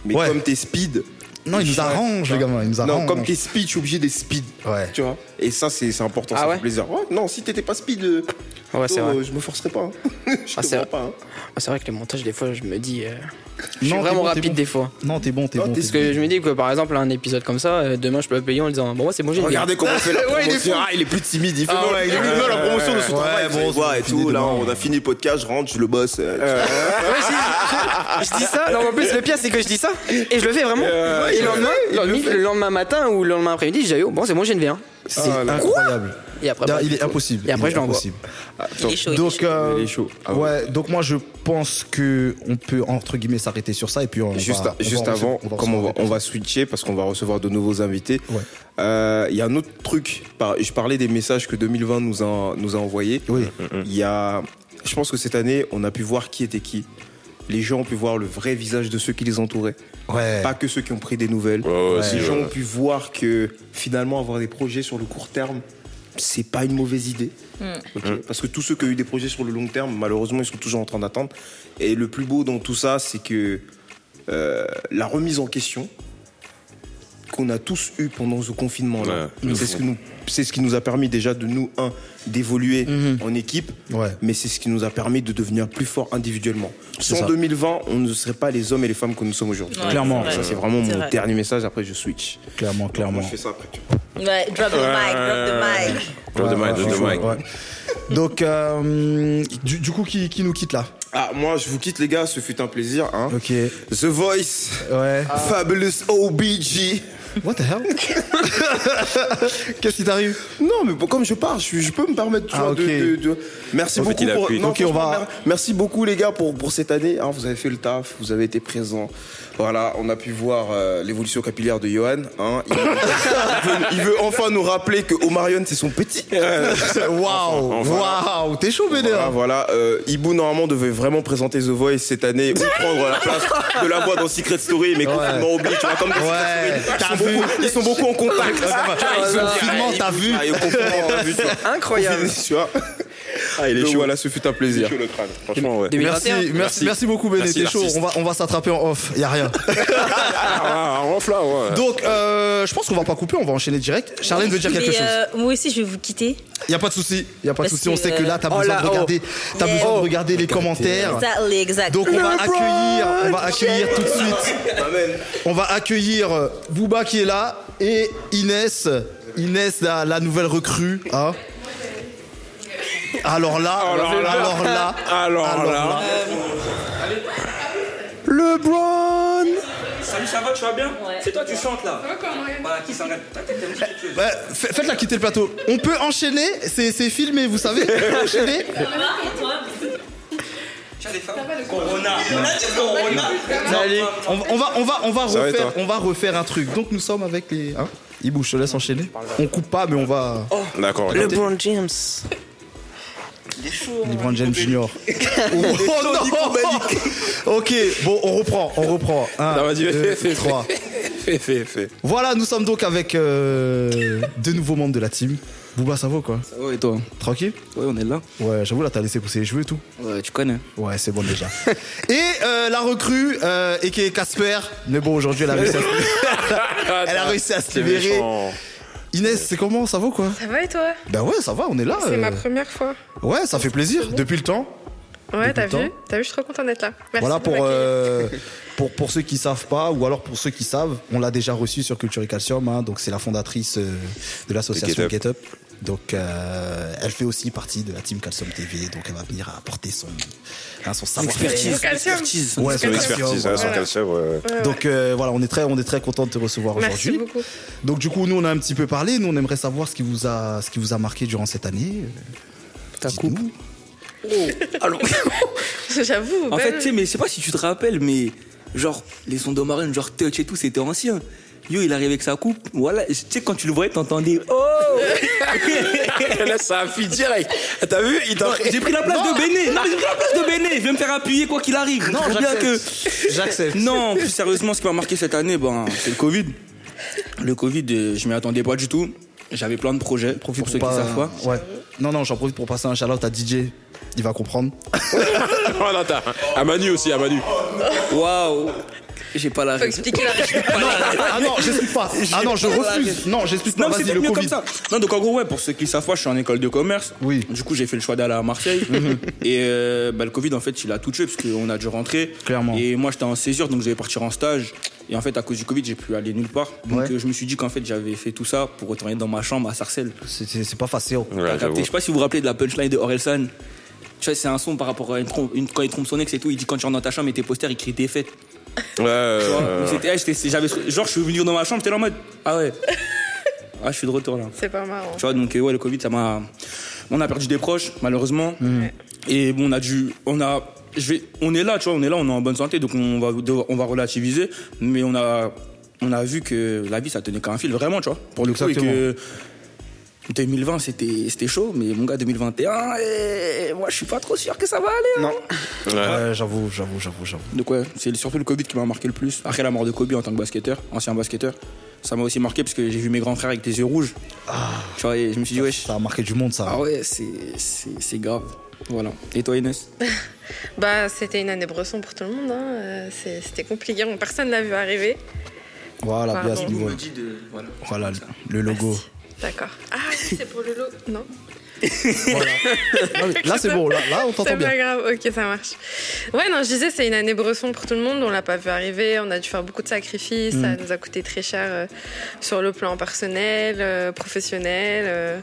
Speaker 3: Mais
Speaker 5: Ouais.
Speaker 3: comme t'es speed.
Speaker 5: Non, il nous arrange, le gamin, il nous arrange.
Speaker 3: Non, comme t'es speed, je suis obligé d'être speed.
Speaker 5: Ouais.
Speaker 3: Tu vois Et ça, c'est c'est important,
Speaker 4: Ah
Speaker 3: ça
Speaker 4: ouais
Speaker 3: fait plaisir. Ouais, non, si t'étais pas speed, euh,
Speaker 4: Ouais, c'est
Speaker 3: toi,
Speaker 4: vrai.
Speaker 3: euh, je me forcerais pas. hein. je
Speaker 4: Ah,
Speaker 3: te
Speaker 4: c'est
Speaker 3: vois
Speaker 4: vrai.
Speaker 3: pas. hein.
Speaker 4: Ah, C'est vrai que les montages, des fois, je me dis. euh, je suis
Speaker 5: Non, t'es
Speaker 4: vraiment
Speaker 5: bon, t'es
Speaker 4: rapide,
Speaker 5: bon.
Speaker 4: des fois.
Speaker 5: Non, t'es bon, t'es
Speaker 3: Non,
Speaker 5: bon.
Speaker 3: t'es
Speaker 5: Oh, t'es
Speaker 4: Parce que je me dis que, par exemple, un épisode comme ça, euh, demain, je peux payer en disant Bon, moi, c'est bon, j'ai
Speaker 3: Regardez comment c'est la
Speaker 4: Ouais, il est
Speaker 3: promotion.
Speaker 4: fou.
Speaker 3: Ah, il est plus timide. Il fait
Speaker 4: Ah
Speaker 3: bon,
Speaker 4: ouais, il est
Speaker 3: il veut la promotion de son
Speaker 5: Ouais,
Speaker 3: travail.
Speaker 5: bon,
Speaker 3: vous allez
Speaker 5: on
Speaker 3: voir
Speaker 5: se
Speaker 3: et
Speaker 5: finit
Speaker 3: tout. Là,
Speaker 5: demain.
Speaker 3: on a fini le podcast. Je rentre, je le bosse. euh,
Speaker 4: Je dis ça, non, mais en plus, le pire, c'est que je dis ça, et je le fais vraiment.
Speaker 5: Euh,
Speaker 4: et le lendemain, le lendemain- le lendemain matin ou le lendemain après-midi, j'ai Bon, c'est bon, j'ai une V1.
Speaker 5: C'est
Speaker 3: Ah, là.
Speaker 5: incroyable.
Speaker 4: Et après,
Speaker 5: Non,
Speaker 4: bah,
Speaker 5: il est
Speaker 4: tout.
Speaker 5: impossible.
Speaker 4: Et après,
Speaker 5: il est
Speaker 4: je l'envoie.
Speaker 5: impossible.
Speaker 2: Il est chaud, il est
Speaker 5: Donc,
Speaker 2: chaud.
Speaker 5: euh,
Speaker 3: Il est chaud. Ah ouais.
Speaker 5: ouais. Donc moi, je pense que on peut entre guillemets s'arrêter sur ça et puis on
Speaker 3: Juste,
Speaker 5: va- on
Speaker 3: juste
Speaker 5: va-
Speaker 3: avant,
Speaker 5: on va-
Speaker 3: comme on va, on va switcher parce qu'on va recevoir de nouveaux invités,
Speaker 5: Ouais.
Speaker 3: euh, il y a un autre truc. Par- Je parlais des messages que 2020 nous a, nous a envoyés.
Speaker 5: Oui.
Speaker 3: Il y a, je pense que cette année, on a pu voir qui était qui. Les gens ont pu voir le vrai visage de ceux qui les entouraient.
Speaker 5: Ouais.
Speaker 3: Pas que ceux qui ont pris des nouvelles.
Speaker 1: Ouais, ouais, si,
Speaker 3: les
Speaker 1: ouais,
Speaker 3: gens
Speaker 1: ouais.
Speaker 3: ont pu voir que finalement avoir des projets sur le court terme, c'est pas une mauvaise idée. Ok
Speaker 1: Hmm.
Speaker 3: Parce que tous ceux qui ont eu des projets sur le long terme, malheureusement, ils sont toujours en train d'attendre. Et le plus beau dans tout ça, c'est que euh, la remise en question qu'on a tous eu pendant ce confinement là,
Speaker 1: Ouais, de
Speaker 3: c'est
Speaker 1: fou.
Speaker 3: ce que nous c'est ce qui nous a permis déjà de nous un d'évoluer en équipe,
Speaker 5: Mhm. Ouais.
Speaker 3: mais c'est ce qui nous a permis de devenir plus forts individuellement.
Speaker 5: C'est
Speaker 3: Sans
Speaker 5: ça.
Speaker 3: 2020, on ne serait pas les hommes et les femmes que nous sommes aujourd'hui.
Speaker 2: Ouais,
Speaker 5: Clairement,
Speaker 2: vrai.
Speaker 3: Ça, c'est vraiment
Speaker 2: C'est
Speaker 3: mon
Speaker 2: vrai.
Speaker 3: dernier message. Après, je switch.
Speaker 5: Clairement, clairement.
Speaker 3: Moi, je fais ça après. tu
Speaker 2: Ouais, drop the mic, drop the mic.
Speaker 1: Drop the mic, drop the
Speaker 5: Ouais,
Speaker 1: mic.
Speaker 5: ouais. Donc, euh, du, du coup, qui, qui nous quitte là
Speaker 3: vois. Ah, moi, je vous quitte, les gars. Ce fut un plaisir. hein.
Speaker 5: Ok. Ah.
Speaker 3: The Voice,
Speaker 5: Ouais.
Speaker 3: Fabulous OBG.
Speaker 5: What the hell Qu'est-ce qui t'arrive
Speaker 3: Non, mais bon, comme je pars, je, suis- je peux me permettre tu
Speaker 5: Ah,
Speaker 3: vois, de-
Speaker 5: ok.
Speaker 3: de, de- Merci
Speaker 1: En fait,
Speaker 3: beaucoup.
Speaker 1: il
Speaker 3: pour...
Speaker 1: appuie.
Speaker 3: non,
Speaker 5: Ok, on va-
Speaker 3: franchement, mer- Merci beaucoup, les gars, pour, pour cette année. hein. vous avez fait le taf, vous avez été présents. Voilà, on a pu voir euh, l'évolution capillaire de Johan. hein. il, il veut, il veut enfin nous rappeler que Omarion, c'est son petit.
Speaker 5: Waouh Waouh T'es chaud, hein. BD
Speaker 3: Voilà, voilà. Euh, Ibu, normalement, devait vraiment présenter The Voice cette année ou prendre la place de la voix dans Secret Story, mais complètement oublié. Tu vois, comme dans
Speaker 5: Ouais,
Speaker 3: Secret
Speaker 5: t'as
Speaker 3: Story, ils sont,
Speaker 5: vu.
Speaker 3: beaucoup, ils sont beaucoup en contact.
Speaker 5: Confinement, t'as vu
Speaker 3: Ah, et au confinement, on a vu, tu vois.
Speaker 4: Incroyable.
Speaker 3: Tu vois.
Speaker 1: Ah, il est
Speaker 3: Donc
Speaker 1: chaud.
Speaker 3: voilà, ce fut un plaisir.
Speaker 1: le crâne. Franchement, ouais.
Speaker 4: 2021.
Speaker 5: Merci, merci, merci beaucoup, Benet.
Speaker 1: Merci,
Speaker 5: T'es chaud.
Speaker 1: l'artiste.
Speaker 5: On va, on va s'attraper en off. Y a rien.
Speaker 1: Ah, on flamme, ouais.
Speaker 5: Donc, euh, je pense qu'on va pas couper. On va enchaîner direct. Charlène veut dire
Speaker 2: Mais,
Speaker 5: quelque chose.
Speaker 2: euh, moi aussi, je vais vous quitter.
Speaker 5: Y a pas de souci. Y a pas
Speaker 2: parce
Speaker 5: de souci. On
Speaker 2: que-
Speaker 5: sait que là, t'as
Speaker 4: Oh
Speaker 5: besoin
Speaker 4: là,
Speaker 5: de
Speaker 4: oh.
Speaker 5: regarder, t'as
Speaker 2: Yeah.
Speaker 5: besoin de regarder les commentaires.
Speaker 2: Exactly, exact.
Speaker 5: Donc on va accueillir, on va accueillir tout de suite. On va accueillir euh, Booba qui est là et Inès, Inès la, la nouvelle recrue. hein. Alors là, alors,
Speaker 1: là.
Speaker 5: là,
Speaker 1: Alors Ah, là.
Speaker 6: Salut, ça va, tu vas bien C'est toi, tu chantes là. Voilà, qui s'engage T'inquiète, t'es une petite chose.
Speaker 5: Ouais, fa- faites-la quitter le plateau. On peut enchaîner, c'est, c'est filmé, vous savez. on peut enchaîner.
Speaker 6: Tiens, les femmes. Corona. On a dit Corona.
Speaker 5: Allez, on, on va, on va, on va
Speaker 3: va,
Speaker 5: refaire,
Speaker 3: toi
Speaker 5: on va refaire un truc. Donc nous sommes avec les. Hein Ibou, je te laisse enchaîner. On coupe pas, mais on va.
Speaker 1: D'accord. d'accord.
Speaker 4: LeBron James.
Speaker 5: LeBron James Jr. oh non Ok, bon, on reprend, on reprend. Un,
Speaker 1: Non, vas-y,
Speaker 5: deux,
Speaker 1: fais, fais,
Speaker 5: trois.
Speaker 1: Fais, fais, fais.
Speaker 5: Voilà, nous sommes donc avec euh, deux nouveaux membres de la team. Bouba, ça va quoi
Speaker 4: Oh,
Speaker 7: Ouais, et toi
Speaker 5: Tranquille
Speaker 7: Ouais, on est là.
Speaker 5: Ouais, j'avoue, là, t'as laissé pousser les cheveux et tout.
Speaker 7: Ouais, tu connais.
Speaker 5: Ouais, c'est bon déjà. Et euh, la recrue, euh, et qui est Casper. Mais bon, aujourd'hui, elle a réussi à se, elle a réussi à se
Speaker 1: C'est
Speaker 5: libérer.
Speaker 1: méchant.
Speaker 5: Inès, c'est comment Ça va quoi
Speaker 8: Ça va et toi
Speaker 5: Bah ouais, ça va, on est là.
Speaker 8: C'est
Speaker 5: euh.
Speaker 8: ma première fois.
Speaker 5: Ouais, ça fait plaisir. Depuis le temps.
Speaker 8: Ouais,
Speaker 5: Depuis
Speaker 8: t'as
Speaker 5: le temps.
Speaker 8: vu T'as vu, je suis trop contente d'être là. Merci
Speaker 5: voilà
Speaker 8: de
Speaker 5: pour,
Speaker 8: m'accueillir.
Speaker 5: euh, pour, pour ceux qui savent pas, ou alors pour ceux qui savent, on l'a déjà reçu sur Culture et Calcium, hein, donc c'est la fondatrice euh, de
Speaker 1: Get
Speaker 5: l'association Get Up. Donc euh, elle fait aussi partie de la team Calcium TV, donc elle va venir apporter son, hein, son
Speaker 8: Expertise.
Speaker 5: savoir-faire.
Speaker 8: Calcium.
Speaker 7: Expertise.
Speaker 5: Ouais,
Speaker 1: Son expertise, hein,
Speaker 5: voilà.
Speaker 1: son calcium, ouais.
Speaker 5: Donc euh, voilà, on est très, on est très content de te recevoir
Speaker 8: Merci
Speaker 5: aujourd'hui.
Speaker 8: beaucoup.
Speaker 5: Donc du coup, nous on a un petit peu parlé, nous on aimerait savoir ce qui vous a, ce qui vous a marqué durant cette année. Euh,
Speaker 7: Ta
Speaker 5: dites-nous.
Speaker 7: Alors,
Speaker 5: euh,
Speaker 8: J'avoue. ben,
Speaker 7: en
Speaker 8: belle-
Speaker 7: fait, tu sais, mais je sais pas si tu te rappelles, mais genre, les sons de Marine, genre Touch et tout, c'était ancien. Yo, il arrivait avec sa coupe. Voilà, tu sais, quand tu le voyais, t'entendais Oh
Speaker 1: Là, ça a fui direct. T'as vu il t'a-
Speaker 7: J'ai pris la place de Béné Non, mais j'ai pris la place de Béné Je vais me faire appuyer quoi qu'il arrive.
Speaker 5: Non,
Speaker 7: Trop bien que.
Speaker 5: j'accepte. J'accepte.
Speaker 7: Non, plus sérieusement, ce qui m'a marqué cette année, ben, c'est le Covid. Le Covid, euh, je m'y attendais pas du tout. J'avais plein de projets,
Speaker 5: profite
Speaker 7: pour ceux
Speaker 5: pas-
Speaker 7: qui savent pas.
Speaker 5: Ouais. Non, non, j'en profite pour passer un shout-out à DJ. Il va comprendre.
Speaker 1: Oh, là, t'as- À Manu aussi, à Manu.
Speaker 7: Waouh J'ai pas la
Speaker 2: Faut
Speaker 7: ref.
Speaker 2: expliquer la réponse.
Speaker 5: Ah non, j'explique pas. Ah non, je refuse. Non, j'explique pas.
Speaker 7: Non, mais
Speaker 5: Vas-y,
Speaker 7: c'était
Speaker 5: le
Speaker 7: mieux
Speaker 5: Covid.
Speaker 7: comme ça. Non, donc en gros, ouais, pour ceux qui savent pas, je suis en école de commerce.
Speaker 5: Oui. Mhm.
Speaker 7: Du coup, j'ai fait le choix d'aller à Marseille. et euh, bah, le Covid, en fait, il a tout tué parce qu'on a dû rentrer.
Speaker 5: Clairement.
Speaker 7: Et moi, j'étais en césure, donc je devais partir en stage. Et en fait, à cause du Covid, j'ai pu aller nulle part. Donc
Speaker 5: Ouais.
Speaker 7: euh, je me suis dit qu'en fait, j'avais fait tout ça pour retourner dans ma chambre à Sarcelles.
Speaker 5: C'est- C'est c'est pas facile.
Speaker 1: Ouais,
Speaker 7: T'as capté
Speaker 1: j'avoue.
Speaker 7: Je sais pas si vous vous rappelez de la punchline de Orelsan. Tu vois, c'est un son par rapport à une trompe, une- quand il trompe son ex et tout. Il dit quand tu rentres dans ta chambre et tes posters, il crie tes fêtes.
Speaker 1: Ouais, ouais,
Speaker 7: Tu vois,
Speaker 1: ouais.
Speaker 7: c'était- ah, j'étais- j'avais- genre, je suis venu dans ma chambre, j'étais là en mode Ah ouais. ah, je suis de retour là.
Speaker 8: C'est pas marrant.
Speaker 7: Tu vois, donc euh, ouais, le Covid, ça m'a. On a perdu des proches, malheureusement. Et bon, on a dû. On a. Je vais, on est là, tu vois, on est là, on est en bonne santé, donc on va, devoir- on va relativiser. Mais on a, on a vu que la vie, ça tenait qu'à un fil, vraiment, tu vois. Pour le coup, et
Speaker 5: Exactement.
Speaker 7: que 2020, c'était c'était chaud, mais mon gars, 2021, eh, moi, je suis pas trop sûr que ça va aller. hein.
Speaker 5: Ouais, j'avoue, j'avoue, j'avoue, j'avoue.
Speaker 7: Donc ouais, c'est surtout le Covid qui m'a marqué le plus. Après la mort de Kobe en tant que basketteur, ancien basketteur, ça m'a aussi marqué parce que j'ai vu mes grands frères avec des yeux rouges. Tu vois, et je me suis dit, wesh.
Speaker 5: Ça a marqué du monde,
Speaker 7: Ah
Speaker 5: ça.
Speaker 7: ouais, c'est- c'est c'est grave. Voilà. Et toi, Inès
Speaker 8: Bah, c'était une année bresson pour tout le monde. hein. Euh, c'est- C'était compliqué. Bon, personne l'a vu arriver.
Speaker 5: Voilà, Ah, bien à ce
Speaker 8: Pardon.
Speaker 5: niveau. Voilà, le logo.
Speaker 8: D'accord. Ah, oui, c'est pour le lot. Non.
Speaker 5: Voilà. Non, mais Ah Là, c'est bon. Là, là, on t'entend
Speaker 8: C'est
Speaker 5: bien.
Speaker 8: pas grave, ok, ça marche. Ouais, non, je disais, c'est une année bresson pour tout le monde. On l'a pas vu arriver, on a dû faire beaucoup de sacrifices.
Speaker 5: Mm.
Speaker 8: Ça nous a coûté très cher euh, sur le plan personnel, euh, professionnel. euh,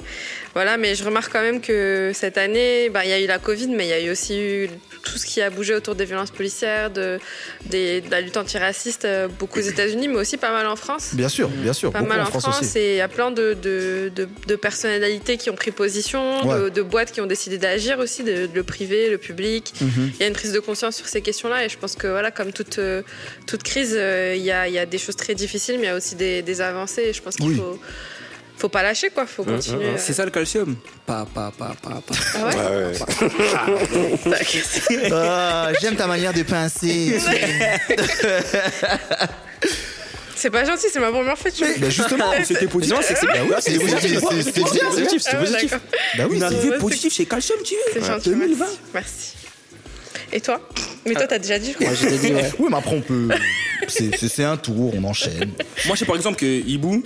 Speaker 8: voilà, mais je remarque quand même que cette année, bah, il y a eu la Covid, mais il y a eu aussi eu tout ce qui a bougé autour des violences policières, de, des- de la lutte antiraciste, euh, beaucoup aux États-Unis, mais aussi pas mal en France
Speaker 5: Bien sûr, bien sûr.
Speaker 8: pas
Speaker 5: Beaucoup
Speaker 8: mal
Speaker 5: en France aussi.
Speaker 8: et il y a plein de, de, de- de personnalités qui ont pris position, de,
Speaker 5: Ouais.
Speaker 8: de boîtes qui ont décidé d'agir aussi, de, de le privé, le public. Il
Speaker 5: Mhm.
Speaker 8: y a une prise de conscience sur ces questions-là et je pense que voilà, comme toute, euh, toute crise, euh, il y, a, il y a des choses très difficiles, mais il y a aussi des, des avancées et je pense qu'il
Speaker 5: Oui.
Speaker 8: faut, faut pas lâcher, quoi, faut continuer.
Speaker 7: Ah,
Speaker 8: euh,
Speaker 7: C'est ça le calcium Pas, pas, pas, pas, pas.
Speaker 8: Ah ouais
Speaker 5: Ah, J'aime ta manière de pincer.
Speaker 8: C'est pas gentil, c'est ma première fête. Mais...
Speaker 3: Bah justement, c'était positif.
Speaker 7: Non, c'est que c'est
Speaker 3: Bah oui, c'est positif.
Speaker 5: Ah, c'est-
Speaker 3: C'est positif.
Speaker 1: c'est positif.
Speaker 5: Bah oui,
Speaker 7: Ah, une
Speaker 5: c'est-
Speaker 7: arrivée positive chez Calcium, tu
Speaker 8: C'est
Speaker 7: veux.
Speaker 8: gentil. Merci. merci. Et toi Mais toi, t'as déjà dit, je crois.
Speaker 4: Moi, je t'ai dit, ouais.
Speaker 5: oui, mais après on peut. C'est c'est- c'est un tour, on enchaîne.
Speaker 7: Moi, je sais par exemple que Ibu,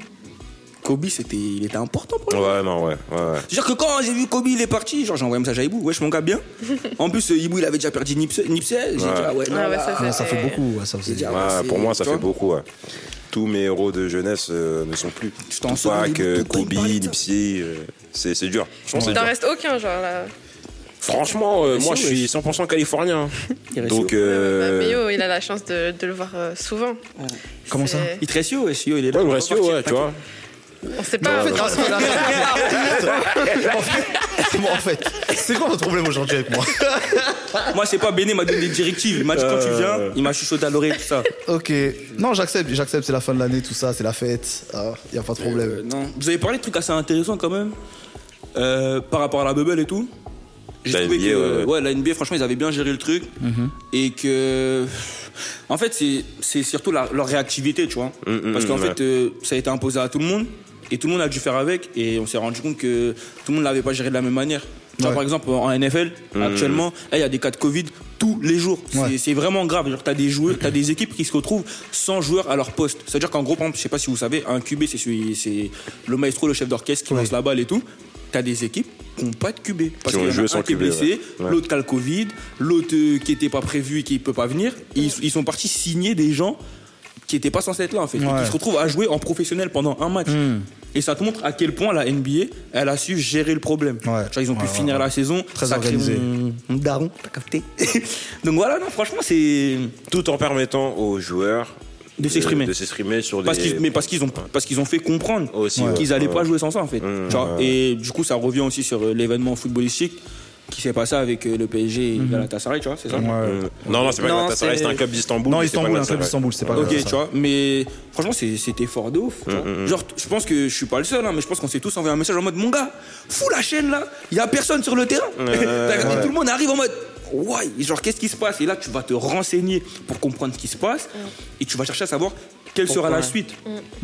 Speaker 7: Kobe, c'était, il était important pour lui.
Speaker 1: Ouais, non, ouais. ouais, ouais.
Speaker 7: Genre que quand j'ai vu Kobe il est parti, genre j'ai envoyé un message à Ibou, wesh mon gars bien. En plus euh, Ibou il avait déjà perdu Nipsey, Nipsey, j'ai dit ah ouais non,
Speaker 8: Ah ouais,
Speaker 7: là,
Speaker 8: ça,
Speaker 5: Ah,
Speaker 8: c'est-
Speaker 5: ça fait beaucoup. ouais, ça
Speaker 7: j'ai dit,
Speaker 5: faisait-
Speaker 7: ah
Speaker 1: Ouais,
Speaker 7: c'est-
Speaker 1: pour moi, ça
Speaker 7: tu
Speaker 1: fait
Speaker 7: vois.
Speaker 1: beaucoup. ouais. Tous mes héros de jeunesse euh, ne sont plus.
Speaker 7: Je t'en sors,
Speaker 1: Tupac,
Speaker 7: Ibou,
Speaker 1: euh,
Speaker 7: tout le temps, il
Speaker 1: Kobe,
Speaker 7: parlait de ça.
Speaker 1: Nipsey, euh, c'est c'est dur. Franchement,
Speaker 8: Il
Speaker 1: c'est
Speaker 8: t'en
Speaker 1: dur.
Speaker 8: reste aucun, genre là.
Speaker 1: Franchement, euh,
Speaker 7: Mais
Speaker 1: moi, je
Speaker 7: si,
Speaker 1: suis 100% californien.
Speaker 7: Il reste
Speaker 1: Donc,
Speaker 7: yo.
Speaker 1: euh,
Speaker 8: Mais yo, Bah, il a la chance de, de le voir euh, souvent.
Speaker 5: Comment ça
Speaker 8: C'est-
Speaker 7: il te reste yo, wesh, yo, il est là.
Speaker 1: ouais,
Speaker 7: il bah, va
Speaker 1: Bressio,
Speaker 7: partir,
Speaker 1: ouais, tu vois.
Speaker 8: On sait pas.
Speaker 5: En fait, en fait- en fait, c'est quoi votre problème aujourd'hui avec moi
Speaker 7: Moi c'est pas Béné m'a donné des directives, il m'a dit quand
Speaker 1: Euh.
Speaker 7: tu viens, il m'a chuchoté à l'oreille tout ça.
Speaker 5: Ok. Non, j'accepte, j'accepte, c'est la fin de l'année, tout ça, c'est la fête. Il n'y a pas de problème.
Speaker 7: Euh, non, vous avez parlé de trucs assez intéressants quand même euh, par rapport à la bubble et tout. J'ai
Speaker 1: La
Speaker 7: trouvé
Speaker 1: NBA,
Speaker 7: que
Speaker 1: Bah, ouais.
Speaker 7: ouais. la NBA franchement ils avaient bien géré le truc et que en fait c'est c'est surtout la- leur réactivité tu vois
Speaker 1: Mhm,
Speaker 7: parce qu'en
Speaker 1: ouais.
Speaker 7: fait euh, ça a été imposé à tout le monde et tout le monde a dû faire avec et on s'est rendu compte que tout le monde l'avait pas géré de la même manière. Genre,
Speaker 5: Ouais.
Speaker 7: Par exemple en NFL actuellement là, il y a des cas de Covid tous les jours
Speaker 5: Ouais.
Speaker 7: C'est- c'est vraiment grave genre t'as des joueurs t'as des équipes qui se retrouvent sans joueurs à leur poste c'est à dire qu'en gros par exemple je sais pas si vous savez un QB c'est celui- c'est le maestro le chef d'orchestre qui
Speaker 5: Oui.
Speaker 7: lance la balle et tout t'as des équipes qui n'ont pas de QB parce
Speaker 1: ont
Speaker 7: qu'il y en
Speaker 1: joué
Speaker 7: a
Speaker 1: sans
Speaker 7: un qui est
Speaker 1: QB, ouais.
Speaker 7: blessé,
Speaker 1: Ouais.
Speaker 7: l'autre qui a le Covid, l'autre euh, qui n'était pas prévu et qui ne peut pas venir. Et ils, ils sont partis signer des gens qui n'étaient pas censés être là en fait. Et
Speaker 5: Ouais. Hmm.
Speaker 7: qui se retrouvent à jouer en professionnel pendant un match. Et ça te montre à quel point la NBA, elle a su gérer le problème.
Speaker 5: Ouais.
Speaker 7: Tu vois, ils ont pu
Speaker 5: Ouais,
Speaker 7: finir
Speaker 5: ouais,
Speaker 7: la saison.
Speaker 5: Très
Speaker 7: sacré
Speaker 5: organisé.
Speaker 7: Mon, mon daron, t'as capté. Donc voilà, non, franchement, c'est.
Speaker 1: Tout en permettant aux joueurs
Speaker 7: De s'exprimer.
Speaker 1: De s'exprimer sur
Speaker 7: Parce
Speaker 1: des.
Speaker 7: qu'ils, mais parce qu'ils ont, parce qu'ils ont fait comprendre
Speaker 1: Aussi, ouais.
Speaker 7: qu'ils n'allaient
Speaker 1: Ouais.
Speaker 7: pas jouer sans ça en fait.
Speaker 1: Mmh,
Speaker 7: Tu vois,
Speaker 1: ouais, ouais.
Speaker 7: Et du coup, ça revient aussi sur euh, l'événement footballistique qui s'est passé avec euh, le PSG et Galatasaray, tu vois, c'est ça
Speaker 5: Ouais.
Speaker 1: Euh, Non, non, c'est pas
Speaker 4: Non,
Speaker 1: Galatasaray,
Speaker 4: c'est-
Speaker 1: c'est un club d'Istanbul.
Speaker 5: Non,
Speaker 1: mais c'est pas
Speaker 5: Istanbul, un
Speaker 1: Galatasaray.
Speaker 5: club d'Istanbul, c'est pas
Speaker 7: Ok,
Speaker 5: grave. Mm,
Speaker 7: tu vois, mais franchement, c'est- c'était fort de ouf. tu vois. Genre, t- je pense que je suis pas le seul, hein, mais je pense qu'on s'est tous envoyé un message en mode Mon gars, fous la chaîne là, il y a personne sur le terrain. T'as regardé, tout le monde arrive en mode Ouais, genre, qu'est-ce qui se passe Et là, tu vas te renseigner pour comprendre ce qui se passe et tu vas chercher à savoir quelle sera la
Speaker 4: Pourquoi
Speaker 7: suite.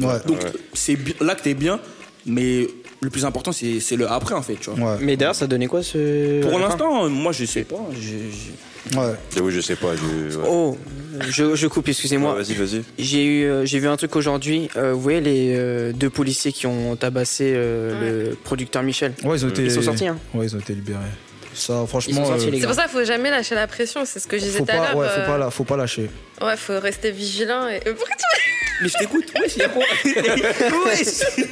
Speaker 5: Ouais.
Speaker 7: Donc, c'est bi- là que t'es bien, mais le plus important, c'est c'est le après en fait, tu vois.
Speaker 5: Ouais.
Speaker 4: Mais d'ailleurs, ça donnait quoi ce.
Speaker 7: Pour
Speaker 4: Enfin,
Speaker 7: l'instant, moi, je sais pas. je- je-
Speaker 5: Ouais.
Speaker 1: Et Oui, je sais pas. je- ouais.
Speaker 4: Oh, je, je coupe,
Speaker 1: Ouais,
Speaker 4: excusez-moi.
Speaker 1: Vas-y, vas-y.
Speaker 4: J'ai eu, euh, j'ai vu un truc aujourd'hui. Euh, vous voyez les euh, deux policiers qui ont tabassé euh, le producteur Michel.
Speaker 5: Ouais, Euh, ils ont été.
Speaker 4: Ils sont sortis, hein.
Speaker 5: Ouais, ils ont été libérés. Ça, franchement.
Speaker 4: Ils sont sortis,
Speaker 5: euh,
Speaker 4: les
Speaker 8: C'est
Speaker 4: gars.
Speaker 8: pour ça qu'il faut jamais lâcher la pression, c'est ce que je disais
Speaker 5: Faut
Speaker 8: tout à
Speaker 5: pas,
Speaker 8: l'heure.
Speaker 5: ouais, faut
Speaker 8: euh,
Speaker 5: pas, la- faut pas lâcher.
Speaker 8: ouais, faut rester vigilant. Et... Euh, Pourquoi
Speaker 7: Mais je t'écoute, ouais, c'est quoi Wesh.
Speaker 8: tu...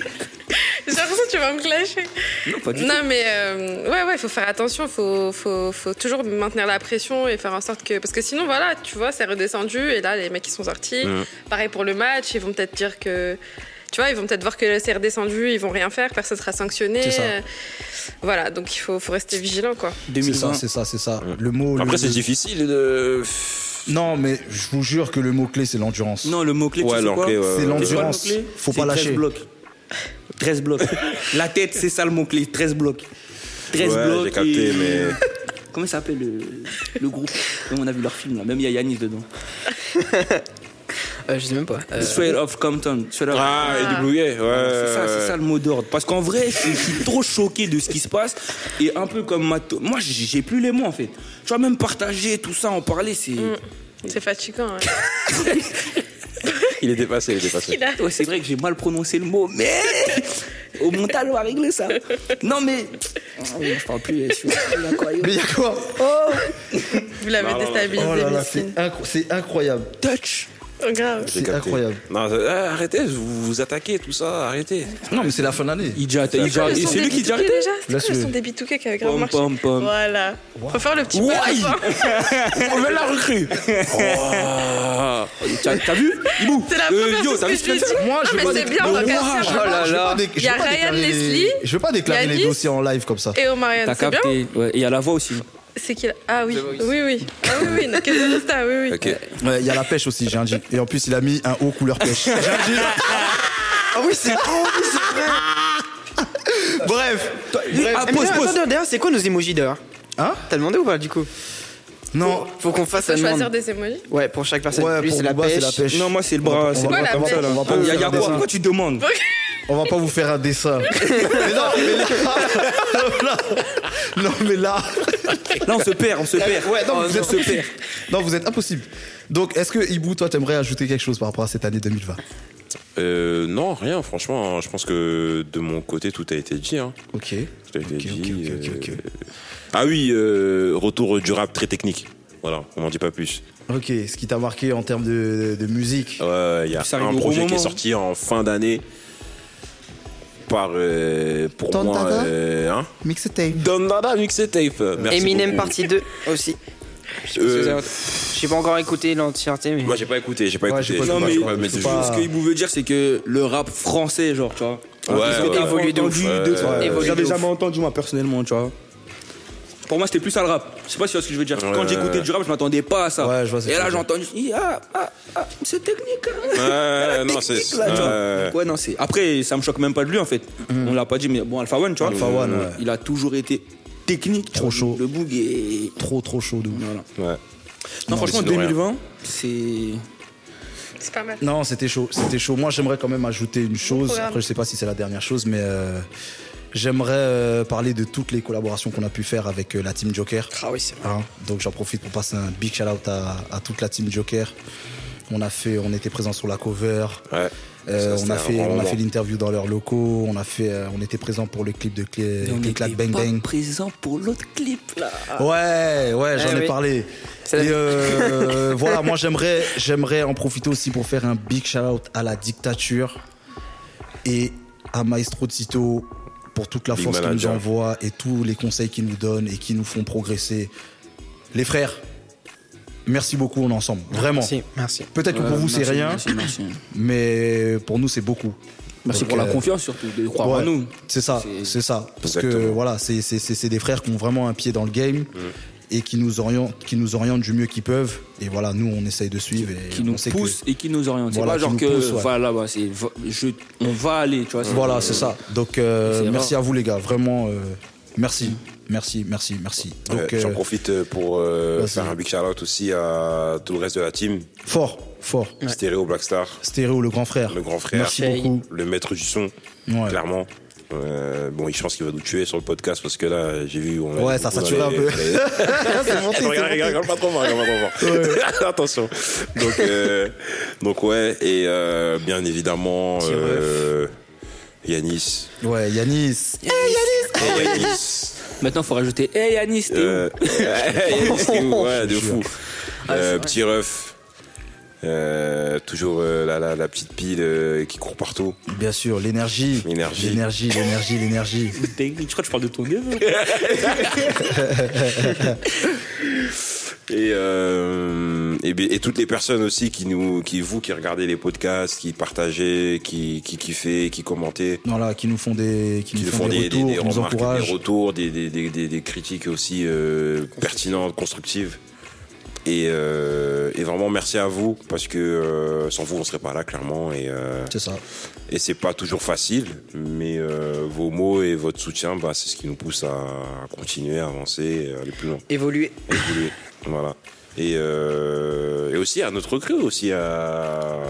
Speaker 8: J'ai l'impression que tu vas me clasher.
Speaker 7: Non, pas du tout.
Speaker 8: Non, mais euh, ouais, ouais, faut faire attention, faut, faut, faut toujours maintenir la pression et faire en sorte que. Parce que sinon, voilà, tu vois, c'est redescendu et là, les mecs qui sont sortis.
Speaker 1: Mhm.
Speaker 8: Pareil pour le match, ils vont peut-être dire que. Tu vois, ils vont peut-être voir que c'est redescendu, ils vont rien faire, personne sera sanctionné.
Speaker 5: C'est ça.
Speaker 8: Euh, Voilà, donc il faut, faut rester vigilant, quoi.
Speaker 5: C'est
Speaker 7: 2020.
Speaker 5: ça, c'est ça, c'est ça. Le mot. Oh, le-
Speaker 1: Après, c'est
Speaker 5: le-
Speaker 1: difficile de.
Speaker 5: Non, mais je vous jure que le mot clé, c'est l'endurance.
Speaker 7: Non, le mot-clé,
Speaker 1: Ouais,
Speaker 7: tu sais quoi
Speaker 1: l'anglais, ouais.
Speaker 5: C'est
Speaker 7: C'est quoi le
Speaker 5: l'endurance.
Speaker 7: mot-clé
Speaker 5: Faut
Speaker 7: C'est
Speaker 5: pas
Speaker 7: 13
Speaker 5: lâcher.
Speaker 7: blocs. 13 blocs. La tête, c'est ça le mot-clé, 13 blocs. 13
Speaker 1: Ouais,
Speaker 7: blocs.
Speaker 1: j'ai capté,
Speaker 7: et-
Speaker 1: mais.
Speaker 7: Comment ça s'appelle le, le groupe Comme On a vu leur film, là. Même il y a Yanis dedans.
Speaker 4: Euh, je sais même pas. Euh,
Speaker 7: Sweat of Compton. Sweat of-
Speaker 1: Ah, et du ouais.
Speaker 7: C'est ça, c'est ça le mot d'ordre. Parce qu'en vrai, je, je suis trop choqué de ce qui se passe. Et un peu comme Mato. Moi, j'ai j'ai plus les mots, en fait. Tu vois, même partager, tout ça, en parler, c'est.
Speaker 5: Mm.
Speaker 8: C'est fatigant. hein. ouais.
Speaker 1: Il est dépassé, il est dépassé.
Speaker 7: Ouais, c'est vrai que j'ai mal prononcé le mot, mais au mental, on va régler ça. Non, mais. Je parle plus, je suis d'accord.
Speaker 5: Mais il y a quoi
Speaker 8: Vous
Speaker 7: Bah,
Speaker 8: l'avez déstabilisé,
Speaker 5: Oh là là,
Speaker 8: Missy.
Speaker 5: c'est incro- c'est incroyable.
Speaker 7: Touch
Speaker 8: Oh, Grave.
Speaker 7: Euh,
Speaker 1: J'ai
Speaker 5: C'est
Speaker 1: capté.
Speaker 5: incroyable.
Speaker 1: Non, c'est- ah, arrêtez, vous vous attaquez, tout ça, arrêtez.
Speaker 5: Non, mais c'est la fin de l'année.
Speaker 7: Il déjà,
Speaker 8: C'est quoi le son
Speaker 7: c'est
Speaker 8: des
Speaker 7: lui qui dit
Speaker 8: Bitouquets,
Speaker 7: arrêtez.
Speaker 8: déjà C'est quoi le
Speaker 5: Laisse-le.
Speaker 8: son des bitouquets qui avait grave
Speaker 7: Pom
Speaker 8: marché
Speaker 7: pom pom.
Speaker 8: Voilà. Faut faire le petit pas à la
Speaker 7: Why
Speaker 8: fin.
Speaker 7: On veut la recrue. T'as t'as vu Ibou
Speaker 8: C'est la
Speaker 7: Euh,
Speaker 8: première
Speaker 7: Yo,
Speaker 8: chose
Speaker 7: t'as
Speaker 8: que
Speaker 7: vu
Speaker 8: je
Speaker 7: ce que
Speaker 8: lui
Speaker 7: je fais
Speaker 8: dis.
Speaker 5: Moi,
Speaker 8: Non,
Speaker 5: je
Speaker 8: mais
Speaker 5: veux pas
Speaker 8: c'est
Speaker 5: dé-
Speaker 8: bien, on va
Speaker 5: Mais
Speaker 8: faire
Speaker 5: ouah,
Speaker 8: ça.
Speaker 5: je veux pas- je veux pas dé-
Speaker 8: Il y a
Speaker 5: je veux pas
Speaker 8: Ryan
Speaker 5: déclarer les-
Speaker 8: Leslie,
Speaker 5: Je veux pas déclarer les
Speaker 8: Yanis.
Speaker 5: dossiers en live comme ça.
Speaker 8: Et Omarion,
Speaker 7: T'as
Speaker 8: c'est bien
Speaker 7: capté. Ouais, Et il y a la voix aussi.
Speaker 8: C'est qu'il a- Ah oui, oui, oui. Ah oui, oui, donc, qu'est-ce que c'est ça, oui, oui.
Speaker 1: Ok.
Speaker 5: Ouais, il y a la pêche aussi, j'ai un jean. Et en plus, il a mis un haut couleur pêche. J'ai un jean. Ah oui, c'est oh, oui, c'est vrai. Bref.
Speaker 7: Ah,
Speaker 4: Ah, mais hein,
Speaker 7: pause,
Speaker 4: attends,
Speaker 7: pause.
Speaker 4: attends, d'ailleurs, c'est quoi nos emojis d'ailleurs
Speaker 5: Eh, Hein
Speaker 4: T'as demandé ou pas du coup
Speaker 5: Non.
Speaker 4: Faut qu'on fasse
Speaker 8: Faut
Speaker 4: la
Speaker 8: choisir
Speaker 4: demande.
Speaker 8: des emojis.
Speaker 4: Ouais, pour chaque personne.
Speaker 5: Ouais,
Speaker 4: lui,
Speaker 5: pour
Speaker 4: c'est la,
Speaker 5: Booba, c'est
Speaker 4: pêche.
Speaker 5: la pêche.
Speaker 7: Non, moi, c'est le bras.
Speaker 5: On
Speaker 7: c'est-
Speaker 5: va
Speaker 8: quoi,
Speaker 5: pas
Speaker 8: la
Speaker 5: comme ça, là, on va pas
Speaker 7: Il
Speaker 5: vous
Speaker 7: y a, il y
Speaker 5: faire
Speaker 7: a quoi
Speaker 5: des-
Speaker 7: Pourquoi tu demandes
Speaker 5: On va pas vous faire un dessin. mais non, mais là, là- non, mais là,
Speaker 7: Là, on se perd, on se perd.
Speaker 5: ouais, non,
Speaker 7: Oh,
Speaker 5: vous
Speaker 7: on
Speaker 5: êtes-
Speaker 7: se perd.
Speaker 5: non, vous êtes impossible. Donc, est-ce que Ibou, toi, t'aimerais ajouter quelque chose par rapport à cette année 2020
Speaker 1: Euh, non, rien, franchement. hein, Je pense que de mon côté, tout a été dit. hein.
Speaker 5: Ok.
Speaker 1: Tout a été
Speaker 5: Ok, ok,
Speaker 1: dit,
Speaker 5: ok, ok,
Speaker 1: euh, Ah oui, euh, retour du rap très technique. Voilà, on m'en dit pas plus.
Speaker 5: Ok, ce qui t'a marqué en termes de, de musique
Speaker 1: Ouais, il y a
Speaker 7: Ça arrive
Speaker 1: un
Speaker 7: au
Speaker 1: projet
Speaker 7: moment.
Speaker 1: qui est
Speaker 5: hein.
Speaker 1: sorti en fin d'année par euh, pour
Speaker 5: Don
Speaker 1: moi
Speaker 5: Dada
Speaker 1: euh, hein
Speaker 5: Mixtape.
Speaker 1: Don Dada mixtape. Merci
Speaker 4: Eminem
Speaker 1: beaucoup. Euh,
Speaker 4: partie 2
Speaker 5: Euh,
Speaker 4: aussi. Je sais pas si vous avez- J'ai pas encore écouté l'entièreté, mais.
Speaker 1: Moi j'ai pas écouté, j'ai pas
Speaker 5: Ouais, j'ai
Speaker 1: écouté.
Speaker 5: pas
Speaker 1: je
Speaker 7: Non,
Speaker 1: peux pas-
Speaker 7: mais
Speaker 1: je peux pas
Speaker 7: je
Speaker 1: mettre
Speaker 7: trouve
Speaker 1: de
Speaker 7: pas-
Speaker 1: jeu.
Speaker 7: ce qu'il veut dire, c'est que le rap français, genre, tu vois.
Speaker 1: Ouais,
Speaker 7: parce que
Speaker 1: ouais,
Speaker 7: t'as
Speaker 1: ouais.
Speaker 4: Évolue de ouf.
Speaker 7: entendu
Speaker 1: Ouais,
Speaker 7: deux, trois-
Speaker 1: ouais, ouais.
Speaker 7: Évolue J'avais
Speaker 4: de ouf.
Speaker 7: jamais entendu, moi, personnellement, tu vois. Pour moi, c'était plus ça le rap. Je sais pas si tu vois ce que je veux dire.
Speaker 1: Ouais,
Speaker 7: Quand
Speaker 1: ouais,
Speaker 7: j'écoutais
Speaker 1: ouais.
Speaker 7: du rap, je m'attendais pas à ça.
Speaker 5: Ouais, je vois ce que
Speaker 7: Et
Speaker 5: tu
Speaker 7: là,
Speaker 5: veux
Speaker 7: j'ai
Speaker 5: dire.
Speaker 7: entendu. Hi, Ah, ah, ah, c'est technique. hein.
Speaker 1: Ouais,
Speaker 7: La
Speaker 1: non,
Speaker 7: technique,
Speaker 1: c'est-
Speaker 7: là, tu vois.
Speaker 1: ouais.
Speaker 7: Donc, ouais, non, c'est. Après, ça me choque même pas de lui, en fait. On l'a pas dit, mais bon, Alpha One, tu vois. Euh,
Speaker 5: Alpha One, ouais.
Speaker 7: Il a toujours été technique. tu
Speaker 5: Trop
Speaker 7: vois.
Speaker 5: chaud.
Speaker 7: Le boug est.
Speaker 5: Trop, trop chaud de ouf.
Speaker 7: Voilà.
Speaker 1: Ouais.
Speaker 7: Non, franchement,
Speaker 1: mais sinon, rien.
Speaker 7: 2020, c'est.
Speaker 8: C'est pas mal.
Speaker 5: Non, c'était chaud, c'était chaud. Moi, j'aimerais quand même ajouter une chose.
Speaker 8: programme.
Speaker 5: Après, je sais pas si c'est la dernière chose, mais euh, j'aimerais euh, parler de toutes les collaborations qu'on a pu faire avec euh, la team Joker.
Speaker 4: Ah oui, c'est vrai.
Speaker 5: Hein, donc j'en profite pour passer un big shout out à, à toute la team Joker. On a fait, on était présents sur la cover.
Speaker 1: Ouais.
Speaker 5: Euh,
Speaker 1: Ça,
Speaker 5: on a
Speaker 1: c'était
Speaker 5: fait,
Speaker 1: un
Speaker 5: on
Speaker 1: grand
Speaker 5: a fait
Speaker 1: moment.
Speaker 5: l'interview dans leurs locaux. On a fait, euh, on était présents pour le clip de Clé, Clic Clac Bang Bang.
Speaker 4: présent pour l'autre clip là.
Speaker 5: Ouais, ouais, j'en
Speaker 4: Eh
Speaker 5: ai
Speaker 4: oui.
Speaker 5: parlé.
Speaker 4: C'est la
Speaker 5: Et
Speaker 4: vie.
Speaker 5: euh, voilà, moi j'aimerais, j'aimerais en profiter aussi pour faire un big shout out à la dictature et à Maestro Tito pour toute la
Speaker 1: Big
Speaker 5: force qu'il nous
Speaker 1: manager.
Speaker 5: envoie et tous les conseils qu'il nous donne et qui nous font progresser. Les frères, merci beaucoup, on est ensemble, vraiment.
Speaker 4: Merci, merci.
Speaker 5: Peut-être que pour
Speaker 1: Euh,
Speaker 7: Ouais,
Speaker 5: vous c'est
Speaker 7: merci,
Speaker 5: rien,
Speaker 7: Merci, merci.
Speaker 5: mais pour nous c'est beaucoup.
Speaker 7: Merci
Speaker 5: Donc,
Speaker 7: Bah, pour
Speaker 5: euh,
Speaker 7: la confiance surtout, de croire
Speaker 5: Ouais,
Speaker 7: en nous.
Speaker 5: C'est ça,
Speaker 7: C'est-
Speaker 5: c'est ça. Parce que
Speaker 1: Exactement.
Speaker 5: voilà, c'est- c'est c'est- c'est des frères qui ont vraiment un pied dans le game et qui nous orientent, qui nous orientent du mieux qu'ils peuvent. Et voilà, nous on essaye de suivre et
Speaker 7: Qui nous
Speaker 5: on sait que-
Speaker 7: pousse et qui nous oriente.
Speaker 5: Voilà,
Speaker 7: c'est pas
Speaker 5: qui
Speaker 7: genre
Speaker 5: nous
Speaker 7: que
Speaker 5: pousse, ouais.
Speaker 7: voilà, bah, c'est va- je, on va aller, tu vois.
Speaker 5: Voilà, c'est ça. Donc euh,
Speaker 7: C'est
Speaker 5: merci
Speaker 7: rare.
Speaker 5: à vous les gars, vraiment euh, merci, merci, merci, merci.
Speaker 1: Ouais,
Speaker 5: Donc
Speaker 1: J'en
Speaker 5: euh,
Speaker 1: profite euh, pour euh,
Speaker 5: vas-y.
Speaker 1: faire un big shout out aussi à tout le reste de la team.
Speaker 5: fort, fort.
Speaker 1: Stéréo Blackstar,
Speaker 5: Stéréo le grand frère.
Speaker 1: le grand frère,
Speaker 5: Merci
Speaker 4: Hey.
Speaker 5: beaucoup.
Speaker 1: le maître du son,
Speaker 5: Ouais.
Speaker 1: clairement. Euh, bon, je pense qu'il va nous tuer sur le podcast parce que là, j'ai vu. on a
Speaker 5: Ouais,
Speaker 1: dit
Speaker 5: ça
Speaker 1: beaucoup
Speaker 5: sature
Speaker 1: dans
Speaker 5: un
Speaker 1: les-
Speaker 5: peu.
Speaker 1: dans les-
Speaker 5: c'est monté,
Speaker 1: regarde,
Speaker 5: c'est monté.
Speaker 1: regarde, regarde pas trop fort, regarde pas trop fort. Attention. Donc, euh, donc ouais, et euh, bien évidemment, euh, Yanis.
Speaker 5: Ouais, Yanis. Ah,
Speaker 1: Et Yanis.
Speaker 7: Maintenant, il faut rajouter Hey Yanis, t'es où
Speaker 1: Euh, Yanis, t'es où Ouais, de fou.
Speaker 5: Ah,
Speaker 1: Euh, petit ref. Euh, toujours euh, la, la, la petite pile euh, qui court partout.
Speaker 5: Bien sûr, l'énergie.
Speaker 1: L'énergie.
Speaker 5: L'énergie, l'énergie, l'énergie.
Speaker 7: T'es- Je crois que je parle de ton gars.
Speaker 1: Et, euh, et, bien- et toutes les personnes aussi qui nous, qui vous, qui regardez les podcasts, qui partagez, qui, qui kiffaient, qui commentaient.
Speaker 5: Voilà, qui nous font des, qui,
Speaker 1: qui
Speaker 5: nous
Speaker 1: nous font des, des-
Speaker 5: retours,
Speaker 1: des
Speaker 5: qui nous
Speaker 1: remarques, des
Speaker 5: encouragent.
Speaker 1: retours, des, des, des, des- des critiques aussi euh, pertinentes, constructives. Et, euh, et vraiment merci à vous parce que euh, sans vous on serait pas là clairement et euh,
Speaker 5: C'est ça.
Speaker 1: et c'est pas toujours facile mais euh, vos mots et votre soutien bah, c'est ce qui nous pousse à continuer à avancer et aller plus loin
Speaker 4: Évoluer.
Speaker 1: à évoluer. voilà et, euh, et aussi à notre crew aussi à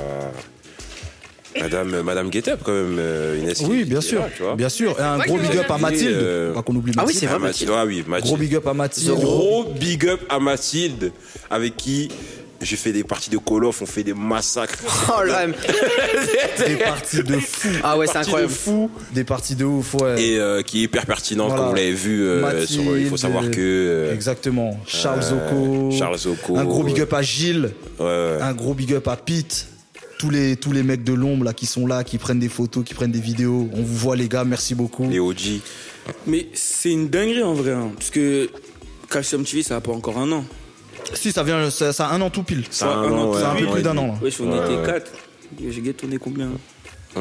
Speaker 1: Madame Madame Guetap quand même euh, Inès qui-
Speaker 5: Oui, bien
Speaker 1: qui est
Speaker 5: sûr.
Speaker 1: là, tu vois.
Speaker 5: Bien sûr. Et un
Speaker 8: moi
Speaker 5: gros
Speaker 8: qui
Speaker 5: big
Speaker 8: l'ai
Speaker 5: up à
Speaker 1: jamais dit,
Speaker 5: Mathilde.
Speaker 1: euh,
Speaker 5: Pas qu'on oublie
Speaker 4: Ah oui,
Speaker 5: Mathilde.
Speaker 4: c'est vrai,
Speaker 1: Ah, Mathilde. Ah oui, Mathilde.
Speaker 5: Gros big up à Mathilde.
Speaker 1: Gros big up à Mathilde, avec qui j'ai fait des parties de call off, on fait des massacres.
Speaker 4: Oh là
Speaker 5: Des parties de fou.
Speaker 4: Ah ouais, c'est
Speaker 1: Parties
Speaker 4: incroyable.
Speaker 1: de fou
Speaker 5: Des parties de ouf, ouais.
Speaker 1: et euh, qui est hyper pertinente
Speaker 5: Voilà.
Speaker 1: comme vous l'avez vu euh,
Speaker 5: Mathilde,
Speaker 1: sur il faut savoir que euh,
Speaker 5: Exactement. Charles
Speaker 1: euh,
Speaker 5: Zoko.
Speaker 1: Charles Zoko.
Speaker 5: Un gros big up à Gilles.
Speaker 1: ouais, ouais.
Speaker 5: Un gros big up à Pete. Tous les, tous les mecs de l'ombre là qui sont là, qui prennent des photos, qui prennent des vidéos. On vous voit les gars, merci beaucoup.
Speaker 1: les OG
Speaker 7: Mais c'est une dinguerie en vrai, hein, parce que Calcium TV, ça a pas encore un an.
Speaker 5: Si ça vient, ça, ça a un an tout pile.
Speaker 1: Ça a
Speaker 7: un an,
Speaker 1: ouais,
Speaker 5: ça a un peu
Speaker 1: an
Speaker 5: plus
Speaker 1: et
Speaker 5: d'un
Speaker 1: demi.
Speaker 5: an là.
Speaker 7: Ouais, si on
Speaker 1: Ouais,
Speaker 7: était
Speaker 1: ouais.
Speaker 7: 4, j'ai gué tourné combien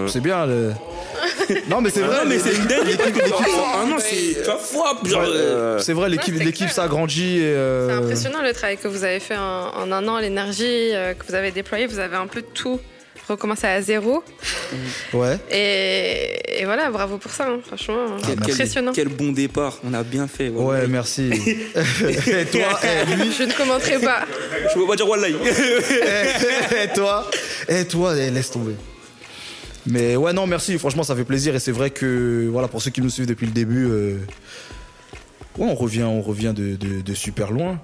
Speaker 5: C'est bien le. Non mais c'est vrai.
Speaker 7: Non, mais c'est une dinguerie, parce que genre, un an,
Speaker 8: Ouais.
Speaker 7: c'est. Tu vois, frappe, genre.
Speaker 1: Ouais,
Speaker 7: Ah, euh,
Speaker 1: euh,
Speaker 5: C'est vrai, l'équipe
Speaker 8: Ouais, c'est
Speaker 5: l'équipe
Speaker 8: clair.
Speaker 5: s'agrandit. et, euh,
Speaker 8: C'est impressionnant le travail que vous avez fait en, en un an, l'énergie euh, que vous avez déployée. Vous avez un peu tout recommencer à zéro.
Speaker 5: Ouais.
Speaker 8: Et, et voilà, bravo pour ça, hein, franchement.
Speaker 5: Quel-
Speaker 8: c'est impressionnant.
Speaker 7: Quel bon départ, on a bien fait.
Speaker 5: Ouais, merci. et toi, eh, lui,
Speaker 8: Je ne commenterai pas.
Speaker 7: Je peux pas dire Wallahi.
Speaker 5: et toi, et toi, eh, laisse tomber. Mais ouais, non, merci. Franchement, ça fait plaisir. Et c'est vrai que, voilà, pour ceux qui nous suivent depuis le début, euh, ouais, on revient, on revient de, de- de super loin.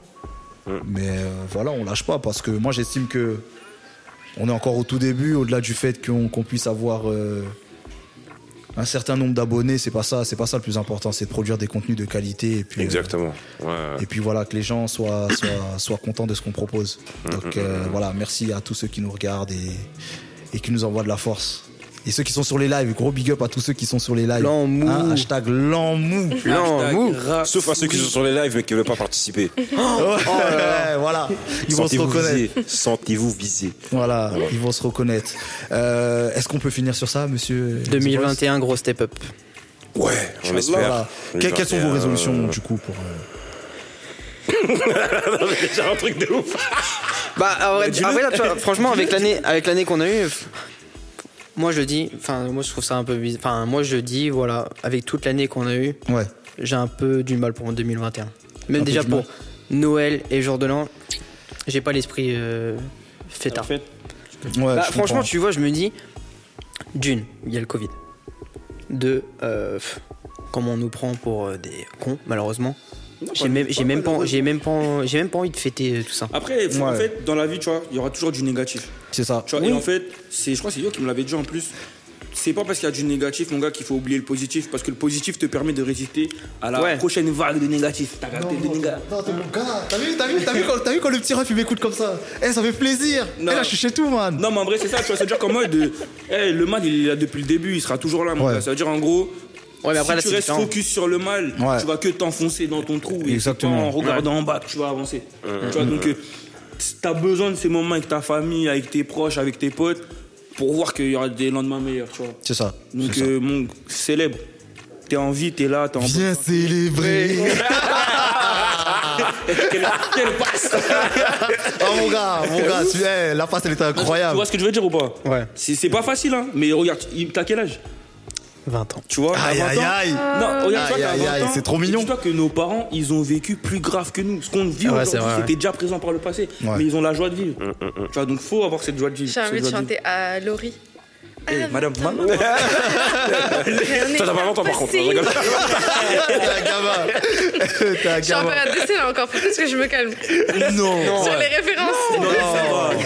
Speaker 5: Mais euh, voilà, on lâche pas parce que moi, j'estime que on est encore au tout début. Au-delà du fait qu'on qu'on puisse avoir euh, un certain nombre d'abonnés, c'est pas ça, c'est pas ça le plus important. C'est de produire des contenus de qualité. Et puis, euh,
Speaker 1: Exactement. Ouais.
Speaker 5: et puis voilà, que les gens soient, soient, soient contents de ce qu'on propose. Donc euh, voilà, merci à tous ceux qui nous regardent et, et qui nous envoient de la force. Et ceux qui sont sur les lives, gros big up à tous ceux qui sont sur les lives.
Speaker 4: L'en-mou.
Speaker 5: Hein, hashtag l'enmou.
Speaker 4: Non, mou.
Speaker 1: Sauf à ceux qui sont sur les lives mais qui ne veulent pas participer.
Speaker 5: Oh Ouais, voilà, ils vont se
Speaker 1: Sentez-vous
Speaker 5: reconnaître.
Speaker 1: visés. Sentez-vous visés.
Speaker 5: Voilà, ils vont se reconnaître. Euh, Est-ce qu'on peut finir sur ça, monsieur
Speaker 4: 2021, gros step up.
Speaker 1: Ouais, on
Speaker 5: Voilà.
Speaker 1: espère.
Speaker 5: Que- quelles sont vos résolutions du coup pour euh,
Speaker 1: C'est un truc de ouf.
Speaker 4: Bah, en vrai, en vrai, là, tu vois, franchement, avec l'année, avec l'année qu'on a eue, pff, moi je dis, enfin, moi je trouve ça un peu bizarre. Enfin, moi je dis, voilà, avec toute l'année qu'on a eue,
Speaker 5: Ouais,
Speaker 4: j'ai un peu du mal pour en 2021.
Speaker 5: Un
Speaker 4: Même
Speaker 5: peu
Speaker 4: déjà
Speaker 5: du
Speaker 4: pour
Speaker 5: mal.
Speaker 4: Noël et jour de l'an, j'ai pas l'esprit euh, fêtard.
Speaker 5: ouais
Speaker 4: Bah,
Speaker 5: je
Speaker 4: franchement,
Speaker 5: comprends.
Speaker 4: tu vois, je me dis, d'une, il y a le Covid. Deux, euh, pff, comment on nous prend pour euh, des cons, malheureusement. J'ai même, j'ai même pas, j'ai même pas, j'ai même pas envie de fêter euh, tout ça.
Speaker 7: Après, faut- en
Speaker 5: Ouais.
Speaker 7: fait, dans la vie, tu vois, il y aura toujours du négatif.
Speaker 5: c'est ça.
Speaker 7: Tu vois, Et en fait, c'est, je crois que c'est Yo qui me l'avait dit en plus. C'est pas parce qu'il y a du négatif, mon gars, qu'il faut oublier le positif, parce que le positif te permet de résister à la
Speaker 4: Ouais.
Speaker 7: prochaine vague de négatif. T'as capté le néga-
Speaker 5: Non, t'es mon gars, t'as vu, t'as vu, t'as vu, quand, t'as vu quand le petit ref il m'écoute comme ça Eh, ça fait plaisir Eh,
Speaker 7: Non.
Speaker 5: là, je suis chez tout, man
Speaker 7: Non, mais en vrai, c'est ça, tu vois, c'est-à-dire qu'en mode, euh, hey, le mal, il est là depuis le début, il sera toujours là, mon
Speaker 5: Ouais.
Speaker 7: gars. C'est-à-dire, en gros,
Speaker 4: Ouais, mais après,
Speaker 7: si
Speaker 4: là,
Speaker 7: tu
Speaker 4: c'est
Speaker 7: restes
Speaker 4: différent.
Speaker 7: focus sur le mal,
Speaker 5: Ouais.
Speaker 7: tu vas que t'enfoncer dans ton trou. Et
Speaker 5: Exactement.
Speaker 7: c'est pas en regardant en bas que tu vas avancer. Tu vois, donc, euh, t'as besoin de ces moments avec ta famille, avec tes proches, avec tes potes, pour voir qu'il y aura des lendemains meilleurs, tu vois.
Speaker 5: C'est ça.
Speaker 7: Donc,
Speaker 5: c'est ça.
Speaker 7: euh, mon célèbre, t'es en vie, t'es là, t'es en
Speaker 5: Viens célébrer
Speaker 7: quelle, quelle passe
Speaker 5: Oh mon gars, mon gars, tu- eh, la passe elle était
Speaker 7: Tu
Speaker 5: incroyable
Speaker 7: vois ce que je veux dire ou pas
Speaker 4: Ouais.
Speaker 7: C'est c'est pas facile, hein, mais regarde, il- t'as quel âge
Speaker 4: 20 ans.
Speaker 7: Tu vois t'as
Speaker 5: Aïe
Speaker 7: 20
Speaker 5: aïe
Speaker 7: ans.
Speaker 5: aïe
Speaker 7: Non, regarde, tu vois,
Speaker 5: Aïe,
Speaker 7: t'as
Speaker 5: aïe,
Speaker 7: 20
Speaker 5: aïe,
Speaker 7: ans,
Speaker 5: c'est trop
Speaker 7: et
Speaker 5: mignon.
Speaker 7: Dis-toi que nos parents, ils ont vécu plus grave que nous. Ce qu'on vit
Speaker 4: Ah ouais, c'est
Speaker 7: aujourd'hui,
Speaker 4: vrai, ouais.
Speaker 7: c'était déjà présent par le passé.
Speaker 5: Ouais.
Speaker 7: Mais ils ont la joie de vivre. Tu vois, donc faut avoir cette joie de vivre.
Speaker 8: J'ai envie
Speaker 7: cette
Speaker 8: de
Speaker 7: joie de vivre.
Speaker 8: chanter à Laurie. Ah,
Speaker 7: Eh, madame, madame.
Speaker 8: Toi,
Speaker 1: t'as pas longtemps, par contre, hein, je rigole.
Speaker 5: T'es un gamin T'es un
Speaker 8: Je suis en
Speaker 5: gamin
Speaker 8: période d'essai là encore, faut plus que je me calme.
Speaker 5: Non
Speaker 8: Sur les références.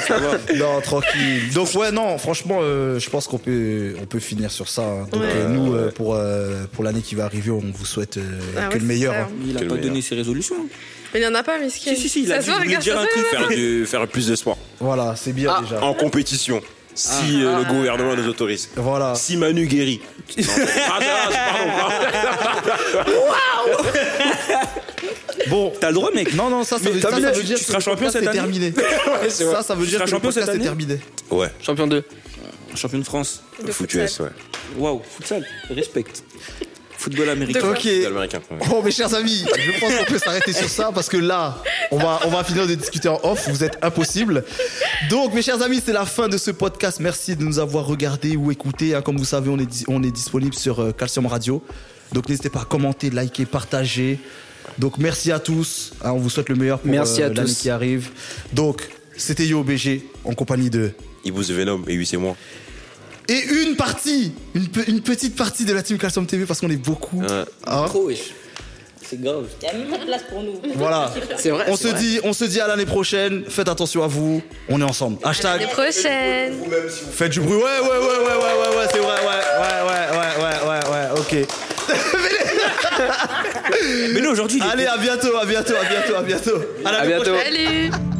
Speaker 8: Ah
Speaker 5: non, tranquille. Donc ouais, non, franchement, euh, je pense qu'on peut, on peut finir sur ça. hein. Donc
Speaker 8: Ouais.
Speaker 5: euh, nous, euh, pour, euh, pour l'année qui va arriver, on vous souhaite euh,
Speaker 8: Ah
Speaker 5: que
Speaker 8: ouais,
Speaker 5: le
Speaker 8: c'est
Speaker 5: meilleur.
Speaker 8: ça.
Speaker 5: hein.
Speaker 7: Il a
Speaker 1: Quel
Speaker 7: pas donné
Speaker 1: meilleur.
Speaker 7: ses résolutions.
Speaker 8: Mais il n'y en a pas, Miskin.
Speaker 7: Si, si, si, il a dit,
Speaker 8: ça se
Speaker 7: je
Speaker 8: voit,
Speaker 7: voulais
Speaker 8: regarde,
Speaker 7: dire
Speaker 8: ça
Speaker 7: un
Speaker 8: se
Speaker 7: truc,
Speaker 8: voit.
Speaker 1: Faire, du- faire plus de sport.
Speaker 5: Voilà, c'est
Speaker 7: Ah.
Speaker 5: bien déjà.
Speaker 1: En compétition. Si euh, le gouvernement nous autorise.
Speaker 5: Voilà.
Speaker 1: Si Manu guérit. Non, pardon, pardon, pardon.
Speaker 5: Bon,
Speaker 7: T'as le droit, mec.
Speaker 5: Non, non, ça, ça, veut,
Speaker 7: t'as
Speaker 5: ça,
Speaker 7: vu,
Speaker 5: ça
Speaker 7: tu-
Speaker 5: veut dire
Speaker 7: tu
Speaker 5: que
Speaker 7: seras
Speaker 5: le
Speaker 7: champion
Speaker 5: podcast
Speaker 7: cette
Speaker 5: est
Speaker 7: année
Speaker 5: terminé.
Speaker 7: c'est vrai.
Speaker 5: ça, ça veut
Speaker 7: Tu
Speaker 5: dire
Speaker 7: seras
Speaker 5: que le
Speaker 7: champion cette
Speaker 5: podcast est
Speaker 7: année
Speaker 5: terminé.
Speaker 1: Ouais,
Speaker 4: Champion 2.
Speaker 7: Champion de France.
Speaker 8: De
Speaker 1: foutu S, ouais.
Speaker 7: Waouh, futsal. Respect. Football américain.
Speaker 8: De quoi
Speaker 5: Ok.
Speaker 1: C'est américain. ouais.
Speaker 5: Bon, Oh, mes chers amis, je pense qu'on peut s'arrêter sur ça parce que là, on va, on va finir de discuter en off. Vous êtes impossible. Donc, mes chers amis, c'est la fin de ce podcast. Merci de nous avoir regardés ou écoutés. hein. Comme vous savez, on est, dis- on est disponible sur euh, Calcium Radio. Donc, n'hésitez pas à commenter, liker, partager. Donc, merci à tous. hein. on vous souhaite le meilleur pour
Speaker 4: Merci
Speaker 5: euh,
Speaker 4: à
Speaker 5: l'année
Speaker 4: tous.
Speaker 5: qui arrive. Donc, c'était YoBG en compagnie de
Speaker 1: Ibou the Venom et oui, c'est moi.
Speaker 5: Et une partie, une, pe- une petite partie de la team Calcium TV parce qu'on est beaucoup.
Speaker 1: Ouais.
Speaker 5: Hein
Speaker 4: Trop wesh. C'est grave.
Speaker 2: Il y a même pas de place pour nous.
Speaker 5: Voilà.
Speaker 4: C'est vrai.
Speaker 5: On
Speaker 4: c'est
Speaker 5: se
Speaker 4: vrai.
Speaker 5: dit, on se dit à l'année prochaine. Faites attention à vous. On est ensemble. Hashtag.
Speaker 8: L'année prochaine.
Speaker 5: Faites du bruit. Ouais, ouais, ouais, ouais, ouais, ouais, ouais, c'est vrai. Ouais, ouais, ouais, ouais, ouais, ouais, ouais. Ok.
Speaker 7: Mais là, aujourd'hui, il est
Speaker 4: Ah,
Speaker 5: Allez, à bientôt, à bientôt, à bientôt, à bientôt. À l'année
Speaker 4: À bientôt.
Speaker 8: Salut.